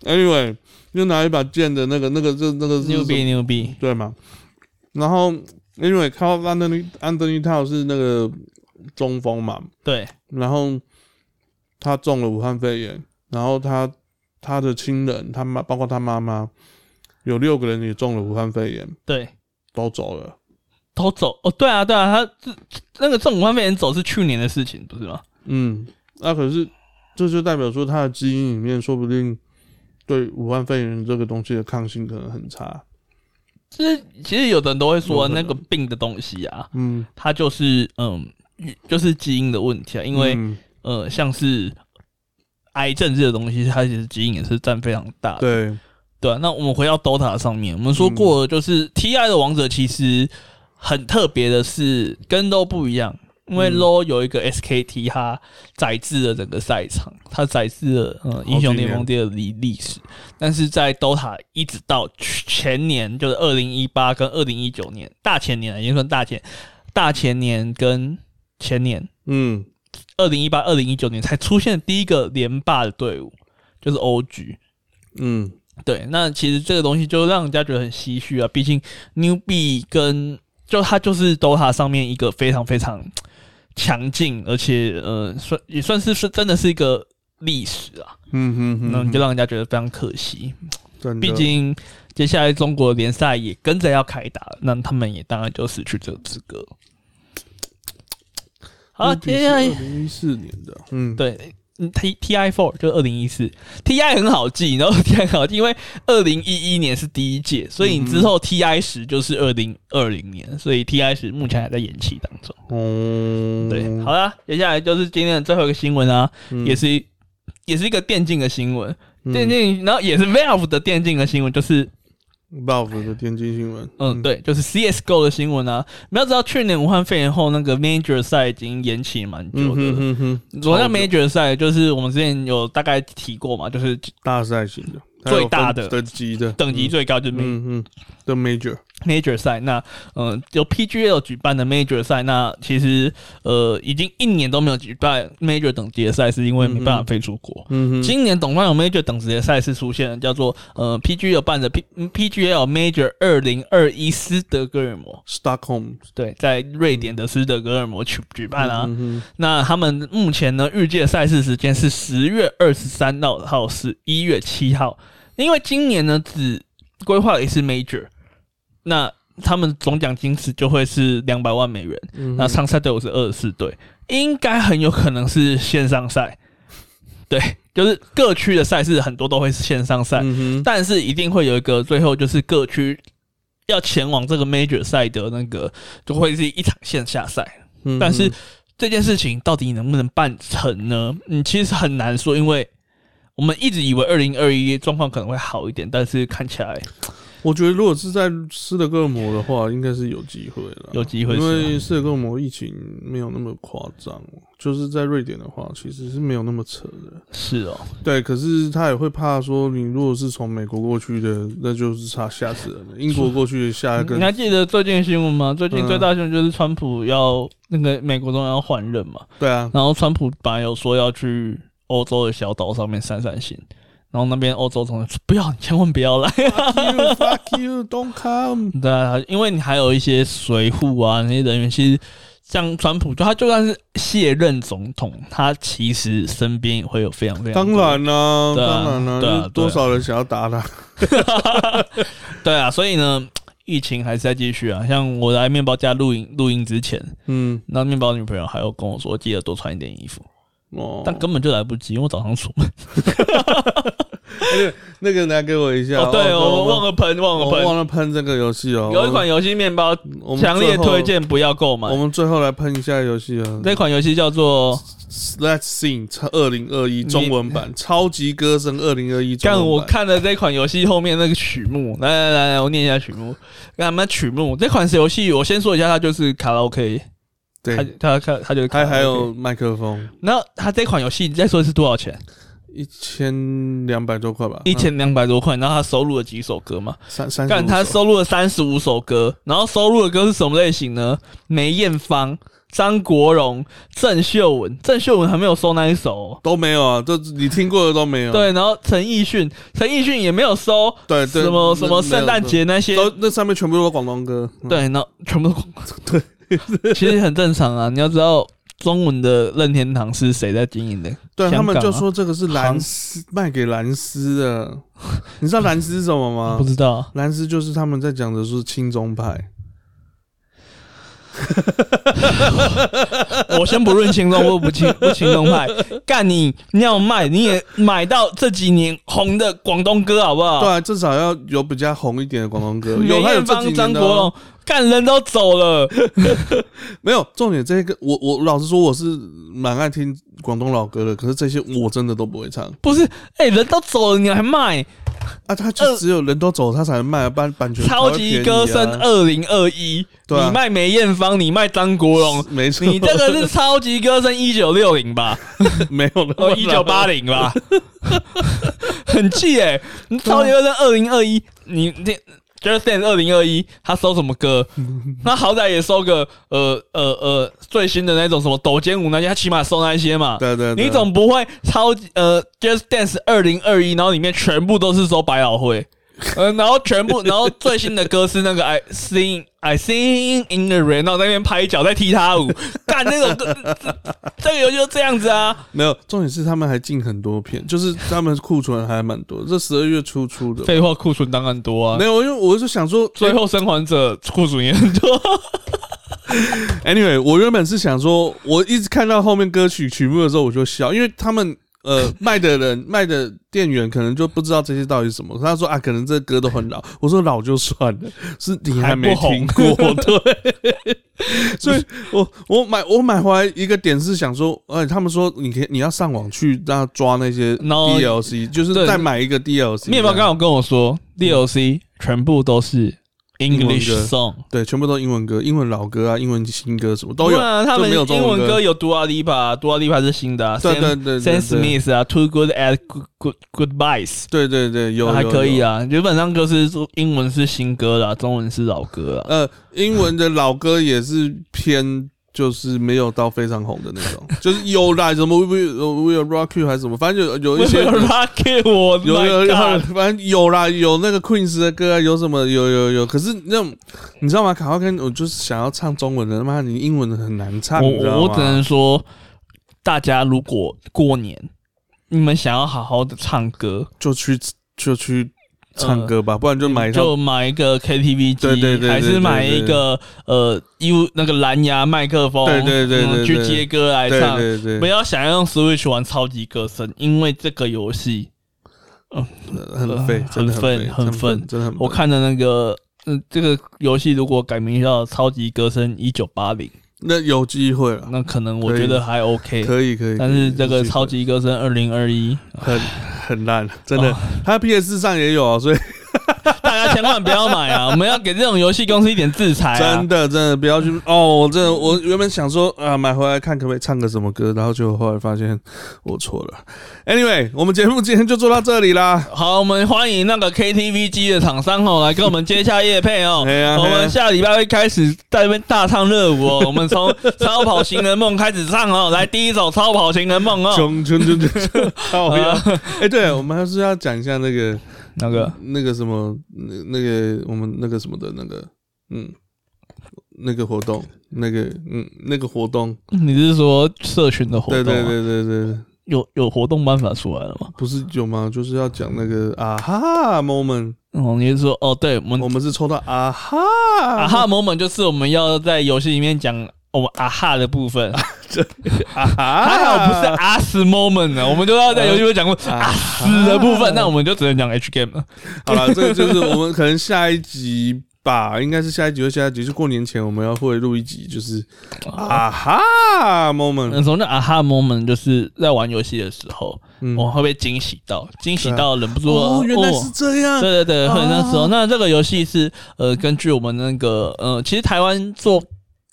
Speaker 2: Anyway，就拿一把剑的那个那个就那个是
Speaker 1: 牛
Speaker 2: 什么
Speaker 1: 逼牛逼，
Speaker 2: 对嘛？然后因为看到安东尼安东尼套是那个中锋嘛，
Speaker 1: 对，
Speaker 2: 然后他中了武汉肺炎，然后他他的亲人，他妈包括他妈妈，有六个人也中了武汉肺炎，
Speaker 1: 对，
Speaker 2: 都走了。
Speaker 1: 都走哦，对啊，对啊，他这那个中武汉肺炎走是去年的事情，不是吗？
Speaker 2: 嗯，那、可是这就代表说他的基因里面说不定对武汉肺炎这个东西的抗性可能很差。
Speaker 1: 就是其实有的人都会
Speaker 2: 有
Speaker 1: 说
Speaker 2: 可
Speaker 1: 那
Speaker 2: 能
Speaker 1: 个病的东西啊，
Speaker 2: 嗯，
Speaker 1: 它就是嗯，就是基因的问题啊，因为、
Speaker 2: 嗯
Speaker 1: 呃，像是癌症这个东西，它其实基因也是占非常大的。
Speaker 2: 对，
Speaker 1: 对啊，那我们回到 DOTA 上面，我们说过，就是 TI 的王者其实很特别的是，跟 LO 不一样，因为 LO 有一个 SKT，它载至了整个赛场，它载至了呃英雄联盟第二历历史，但是在 DOTA 一直到前年，就是二零一八跟二零一九年，大前年啊已经算大前大前年跟前年。
Speaker 2: 嗯
Speaker 1: 二零一八、二零一九年才出现第一个连霸的队伍，就是 OG。
Speaker 2: 嗯，
Speaker 1: 对，那其实这个东西就让人家觉得很唏嘘啊。毕竟 New B 跟就它就是 DOTA 上面一个非常非常强劲，而且呃算也算是是真的是一个历史啊，
Speaker 2: 嗯哼
Speaker 1: 那
Speaker 2: 哼，嗯
Speaker 1: 就让人家觉得非常可惜。
Speaker 2: 真的
Speaker 1: 毕竟接下来中国联赛也跟着要开打了，那他们也当然就失去这个资格。好，哎接下
Speaker 2: 二
Speaker 1: 来
Speaker 2: 零一四年的，嗯，
Speaker 1: 对。嗯 T T I Four 就二零一四，T I 很好记，你知道 T I 很好记，因为二零一一年是第一届，所以你
Speaker 2: 嗯
Speaker 1: 之后 T I 十就是二零二零年，所以 T I 十目前还在延期当中。
Speaker 2: 哦，
Speaker 1: 对，好啦，接下来就是今天的最后一个新闻啊，
Speaker 2: 嗯
Speaker 1: 也是也是一个电竞的新闻，
Speaker 2: 嗯
Speaker 1: 电竞，然后也是 Valve 的电竞的新闻，就是
Speaker 2: ，Valve 的天津新闻，
Speaker 1: 嗯，对，就是 CSGO 的新闻啊。你要知道，去年武汉肺炎后，那个 Major 赛已经延期蛮久
Speaker 2: 嗯
Speaker 1: 的
Speaker 2: 哼。哼哼，
Speaker 1: 昨天
Speaker 2: 超久
Speaker 1: Major 赛就是我们之前有大概提过嘛，就是
Speaker 2: 大赛型的，还
Speaker 1: 最
Speaker 2: 有
Speaker 1: 大
Speaker 2: 分
Speaker 1: 的
Speaker 2: 等级的
Speaker 1: 等级，最高就是 ma-
Speaker 2: 嗯嗯嗯的 major，
Speaker 1: Major 赛。那呃，有 PGL 举办的 Major 赛，那其实呃已经一年都没有举办 Major 等级的赛事，因为没办法飞出国。
Speaker 2: 嗯哼，
Speaker 1: 今年总共有 Major 等级的赛事出现了，叫做呃 PGL 办的 P PGL Major 二零二一斯德哥尔摩，
Speaker 2: Stockholm
Speaker 1: 对，在瑞典的斯德哥尔摩举举办啊。
Speaker 2: 嗯
Speaker 1: 那他们目前呢预计的赛事时间是十月二十三号到十一月七号，因为今年呢只规划了一次 major，那他们总奖金池就会是两百万美元，
Speaker 2: 嗯
Speaker 1: 那参赛队伍是二十四队，应该很有可能是线上赛，对，就是各区的赛事很多都会是线上赛，
Speaker 2: 嗯哼，
Speaker 1: 但是一定会有一个最后就是各区。要前往这个 major 赛的那个，就会是一场线下赛，
Speaker 2: 嗯
Speaker 1: 但是这件事情到底能不能办成呢？嗯，其实很难说，因为我们一直以为二零二一状况可能会好一点，但是看起来
Speaker 2: 我觉得如果是在斯德哥尔摩的话，应该是有机会了，
Speaker 1: 有机会是啊
Speaker 2: 因
Speaker 1: 吗
Speaker 2: 为斯德哥尔摩疫情没有那么夸张，啊就是在瑞典的话，其实是没有那么扯的。
Speaker 1: 是哦，
Speaker 2: 对，可是他也会怕说，你如果是从美国过去的，那就是差吓死人了。英国过去的吓
Speaker 1: 你
Speaker 2: 更
Speaker 1: 还记得最近的新闻吗？最近
Speaker 2: 嗯
Speaker 1: 最大新闻就是川普要那个美国总统要换任嘛，*laughs*
Speaker 2: 对啊，
Speaker 1: 然后川普本来有说要去欧洲的小岛上面散散心。然后那边欧洲总统说：“不要，你千万不要来。
Speaker 2: you, fuck you, don't come。”
Speaker 1: 对啊，因为你还有一些随护啊那些人员，其实像川普，就他就算是卸任总统，他其实身边也会有非常非常
Speaker 2: 当
Speaker 1: 多
Speaker 2: 然啦、
Speaker 1: 对啊
Speaker 2: 当然啦、
Speaker 1: 对啊
Speaker 2: 就是多少人想要打他？
Speaker 1: 对啊，所以呢，疫情还是在继续啊。像我来面包家录音录音之前，
Speaker 2: 嗯，
Speaker 1: 那面包女朋友还有跟我说，记得多穿一点衣服，
Speaker 2: 哦，
Speaker 1: 但根本就来不及，因为我早上出门。
Speaker 2: 那个拿给我一下。
Speaker 1: 哦，对，我
Speaker 2: 啊我
Speaker 1: 忘了喷，忘了
Speaker 2: 我
Speaker 1: 喷。
Speaker 2: 忘了喷这个游戏哦。
Speaker 1: 有一款游戏面包
Speaker 2: 我们
Speaker 1: 强烈
Speaker 2: 最后
Speaker 1: 推，荐不要购买
Speaker 2: 我，们最后来喷一下游戏啊。
Speaker 1: 这款游戏叫做
Speaker 2: Let's Sing 二零二一中文版超级歌声二零二
Speaker 1: *laughs*
Speaker 2: 一。
Speaker 1: 干，我看了这款游戏后面那个曲目，来来来来，我念一下曲目。干嘛曲目？这款游戏我先说一下，它就是卡拉 OK，它
Speaker 2: 对，
Speaker 1: 它它它就是卡
Speaker 2: 它
Speaker 1: 拉 OK
Speaker 2: 还有，麦克风，
Speaker 1: 那它这款游戏你再说是多少钱？
Speaker 2: 嗯一千两百多块吧，
Speaker 1: 一千两百多块，然后它收录了几首歌嘛？
Speaker 2: 三三。
Speaker 1: 干，它收录了三十五首歌，然后收录的歌是什么类型呢？梅艳芳、张国荣、郑秀文，郑秀文还没有收那一首哦、
Speaker 2: 都没有啊，这你听过的都没有。
Speaker 1: 对，然后陈奕迅，陈奕迅也没有收
Speaker 2: 对对，
Speaker 1: 什么
Speaker 2: 那
Speaker 1: 什么圣诞，节那些
Speaker 2: 没，有都那上面全部都是广东歌。嗯，
Speaker 1: 对，然后全部都空对， *laughs* 其实很正常啊。你要知道中文的任天堂是谁在经营的，
Speaker 2: 对他
Speaker 1: 香港
Speaker 2: 们
Speaker 1: 啊
Speaker 2: 就说这个是蓝丝卖给蓝丝的， *laughs* 你知道蓝丝是什么吗
Speaker 1: *laughs* 不？知道啊。
Speaker 2: 蓝丝就是他们在讲的是亲中派，
Speaker 1: 我先不论轻松或不轻不轻松派，干你你要卖你也买到这几年红的广东歌好不好？
Speaker 2: 对啊，至少要有比较红一点的广
Speaker 1: *laughs*
Speaker 2: 东歌。有
Speaker 1: 哦梅
Speaker 2: 他有
Speaker 1: 艳
Speaker 2: 这几
Speaker 1: 芳、
Speaker 2: 年
Speaker 1: 张
Speaker 2: 的
Speaker 1: 国
Speaker 2: 哦
Speaker 1: 荣，干人都走了，
Speaker 2: 没有重点。这个我我老实说，我是蛮爱听广东老歌的，可是这些我真的都不会唱
Speaker 1: 不是？哎、人都走了，你还卖？
Speaker 2: 啊。他就只有人都走，他才能卖版版权才
Speaker 1: 呃超
Speaker 2: 会
Speaker 1: 级
Speaker 2: 便宜
Speaker 1: 歌声
Speaker 2: 啊
Speaker 1: 二零二一，
Speaker 2: 对啊啊
Speaker 1: 你卖梅艳芳，你卖张国
Speaker 2: *laughs*
Speaker 1: 荣，
Speaker 2: 没错，
Speaker 1: 呃你这个是超级歌声一九六零吧？
Speaker 2: 没有
Speaker 1: 哦，
Speaker 2: 了，
Speaker 1: 一九八零吧， *laughs* 很气哎、你超级歌声二零二一，你这 Justin 二零二一，他收什么 *laughs* 歌？他好歹也收个呃呃呃最新的那种什么抖肩舞那些，他起码收那一些嘛。
Speaker 2: 对对对，
Speaker 1: 你总不会超级呃 Just Dance 二零二一，然后里面全部都是收百老汇，呃，然后全部，然后最新的歌是那个 I sing I sing in the rain，然后在那边拍脚在踢踏舞，干那种歌，这这个游戏就这样子啊，
Speaker 2: 没有，重点是他们还进很多片，就是他们库存还蛮多。这十二月初出的，
Speaker 1: 废话库存当然多啊
Speaker 2: 没。有，因为我就想说
Speaker 1: 最后生还者库存也很多，
Speaker 2: 哎，anyway，我原本是想说，我一直看到后面歌曲曲目的时候我就笑，因为他们
Speaker 1: *laughs*
Speaker 2: 呃卖的人卖的店员可能就不知道这些到底是什么。他说啊，可能这歌都很老，我说老就算了，是你
Speaker 1: 还不
Speaker 2: 没
Speaker 1: 红
Speaker 2: 听过， *laughs* 对。
Speaker 1: *laughs*
Speaker 2: 所以我我买我买回来一个点是想说，哎，他们说你可以你要上网去那抓那些
Speaker 1: 然后
Speaker 2: DLC，就是
Speaker 1: 对
Speaker 2: 再买一个 DLC。
Speaker 1: 面包刚好跟我说，DLC 全部都是
Speaker 2: 文歌
Speaker 1: English song，
Speaker 2: 对，全部都英文歌，英文老歌啊，英文新歌什么都有
Speaker 1: 不。啊然他
Speaker 2: 就
Speaker 1: 们
Speaker 2: 没有中
Speaker 1: 英
Speaker 2: 文
Speaker 1: 文
Speaker 2: 歌
Speaker 1: 歌有 Dua Lipa，Dua Lipa 是新的、啊，
Speaker 2: 对
Speaker 1: Sam-
Speaker 2: 对对
Speaker 1: Sam
Speaker 2: 对
Speaker 1: Smith 啊，Too Good at Good Good Goodbyes，
Speaker 2: 对对对，有
Speaker 1: 还
Speaker 2: 有
Speaker 1: 可以
Speaker 2: 有
Speaker 1: 啊。基本上就是说英文是新歌啦，中文是老歌啦。
Speaker 2: 呃，英文的老歌也是偏，就是没有到非常红的那
Speaker 1: *laughs*
Speaker 2: 种，就是有啦，什么 We We Will Rock You 还是什么，反正有有一些
Speaker 1: Rocket，我
Speaker 2: 有
Speaker 1: My
Speaker 2: 有有，
Speaker 1: God，
Speaker 2: 反正有啦，有那个 Queen 的歌啊，有什么有有有，可是那种你知道吗？卡拉跟我就是想要唱中文的，他妈你英文的很难唱，你知道
Speaker 1: 我我
Speaker 2: 吗
Speaker 1: 只能说，大家如果过年你们想要好好的唱歌，
Speaker 2: 就去就去唱歌吧，不然就买一套
Speaker 1: 呃就买一个 KTV
Speaker 2: 对对对
Speaker 1: 机，
Speaker 2: 对
Speaker 1: 还是买一个呃 U 那个蓝牙麦克风，
Speaker 2: 对对对对
Speaker 1: 嗯去
Speaker 2: 对
Speaker 1: 接歌来
Speaker 2: 对
Speaker 1: 唱。
Speaker 2: 对对
Speaker 1: 不，要想要用 Switch 玩超级歌声，因为这个游戏
Speaker 2: 很废，真的废，
Speaker 1: 呃很愤很愤
Speaker 2: 真的很愤。
Speaker 1: 我看的那个，嗯，这个游戏如果改名叫《超级歌声一九八零》，
Speaker 2: 那有机会了，
Speaker 1: 那可能我
Speaker 2: 可以
Speaker 1: 觉得还 OK。
Speaker 2: 可以可以。
Speaker 1: 但是这
Speaker 2: 有
Speaker 1: 个
Speaker 2: 机会
Speaker 1: 超级歌声二零二一， *laughs*
Speaker 2: 很很烂，真的
Speaker 1: 哦。
Speaker 2: 它 PS 上也有啊，所以
Speaker 1: 大家千万不要买啊！我们要给这种游戏公司一点制裁啊
Speaker 2: *laughs* 真！的真的不要去哦。我真的我原本想说啊，买回来看可不可以唱个什么歌，然后就后来发现我错了。Anyway，我们节目今天就做到这里啦。
Speaker 1: 好，我们欢迎那个 KTV 机的厂商哦，来跟我们接一下夜配哦。
Speaker 2: *laughs* 哎呀
Speaker 1: 我
Speaker 2: 哎呀
Speaker 1: 们下礼拜会开始在那边大唱热舞
Speaker 2: *laughs*
Speaker 1: 哦。我们从《超跑情人梦》开始唱哦，来第一首《超跑情人
Speaker 2: *laughs*
Speaker 1: 梦》哦。
Speaker 2: 穷穷穷穷穷，好呀！
Speaker 1: 呃
Speaker 2: 哎，对，我们还是要讲一下那个
Speaker 1: 那个
Speaker 2: 那个什么那那个我们那个什么的那个嗯那个活动那个嗯那个活动，
Speaker 1: 你是说社群的活动
Speaker 2: 对
Speaker 1: 啊？
Speaker 2: 对对对对对。
Speaker 1: 有有活动办法出来了吗？
Speaker 2: 不是有吗？就是要讲那个啊哈 moment，
Speaker 1: 哦，你是说哦，对，我们
Speaker 2: 我们是抽到啊哈
Speaker 1: 啊哈 moment 就是我们要在游戏里面讲我们啊哈的部分，
Speaker 2: 啊哈，
Speaker 1: 还好不是啊死 moment 呢，我们就要在游戏里面讲过啊死的部分，那我们就只能讲 H game 了。
Speaker 2: 好了，这个就是我们可能下一集吧，应该是下一集或下一集，就过年前我们要会录一集，就是啊哈 moment，
Speaker 1: 那什么叫啊哈 moment？就是在玩游戏的时候，
Speaker 2: 嗯
Speaker 1: 我会被惊喜到，惊喜到忍不住
Speaker 2: 哦，原来是
Speaker 1: 哦
Speaker 2: 这样，
Speaker 1: 对对对，
Speaker 2: 啊
Speaker 1: 会那时候，那这个游戏是呃，根据我们那个呃，其实台湾做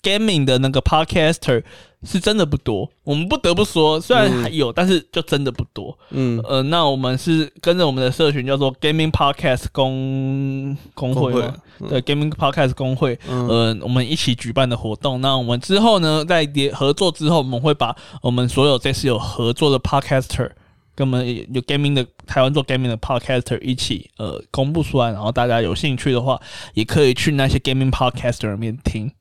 Speaker 1: gaming 的那个 podcaster 是真的不多，我们不得不说，虽然还有，但是就真的不多。
Speaker 2: 嗯，
Speaker 1: 呃，那我们是跟着我们的社群叫做 Gaming Podcast 工工会
Speaker 2: 工
Speaker 1: 嘛
Speaker 2: 会嗯
Speaker 1: 对 Gaming Podcast 工会，呃，我们一起举办的活动。那我们之后呢，在联合作之后，我们会把我们所有这次有合作的 Podcaster。跟我们有 gaming 的台湾做 gaming 的 podcaster 一起呃公布出来，然后大家有兴趣的话，也可以去那些 gaming podcaster 里面听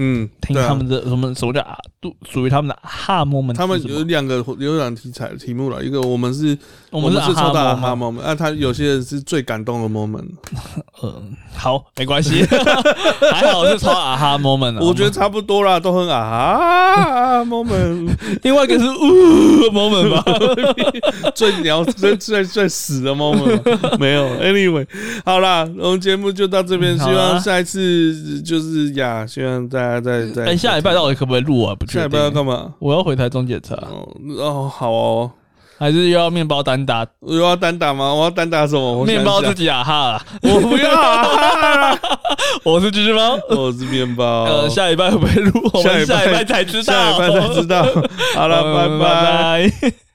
Speaker 2: 嗯，
Speaker 1: 听
Speaker 2: 对啊
Speaker 1: 他们的什么什么叫啊，都属于他们的哈 moment 是什么。
Speaker 2: 他们有两个有两个题材题目了，一个我们是
Speaker 1: 我们是
Speaker 2: 是
Speaker 1: 啊
Speaker 2: 抽到
Speaker 1: 哈
Speaker 2: 哈 moment，那他有些人是最感动的 moment，
Speaker 1: 嗯，好，没关
Speaker 2: *laughs*
Speaker 1: 系，还好是超啊哈 moment 啊。
Speaker 2: 我觉得差不多啦，都
Speaker 1: *laughs*
Speaker 2: 很啊哈 moment，
Speaker 1: 另外一个是呜 moment
Speaker 2: *laughs*
Speaker 1: 吧。
Speaker 2: 最聊最最最死的 moment 没有。Anyway，好啦，我们节目就到这边，
Speaker 1: 嗯
Speaker 2: 希
Speaker 1: 好啊
Speaker 2: 望下一次就是呀，希望大家再再
Speaker 1: 哎，下礼拜到底可不可以录啊？不
Speaker 2: 下
Speaker 1: 确
Speaker 2: 礼拜要
Speaker 1: 定。
Speaker 2: 干嘛？
Speaker 1: 我要回台中检查，
Speaker 2: 哦哦，好哦，
Speaker 1: 还是又要面包单打？
Speaker 2: 我要单打吗？我要单打什么？我想
Speaker 1: 面包
Speaker 2: 一下
Speaker 1: 自己啊哈啦，
Speaker 2: *laughs* 我不要哦啊！
Speaker 1: *laughs*
Speaker 2: *laughs*
Speaker 1: 我是橘子猫。
Speaker 2: 我是面包。
Speaker 1: 呃，下礼拜会不会录？我们下礼拜才知道。
Speaker 2: 下礼拜才知道。好了，拜
Speaker 1: *laughs* 嗯
Speaker 2: 拜。
Speaker 1: 拜拜。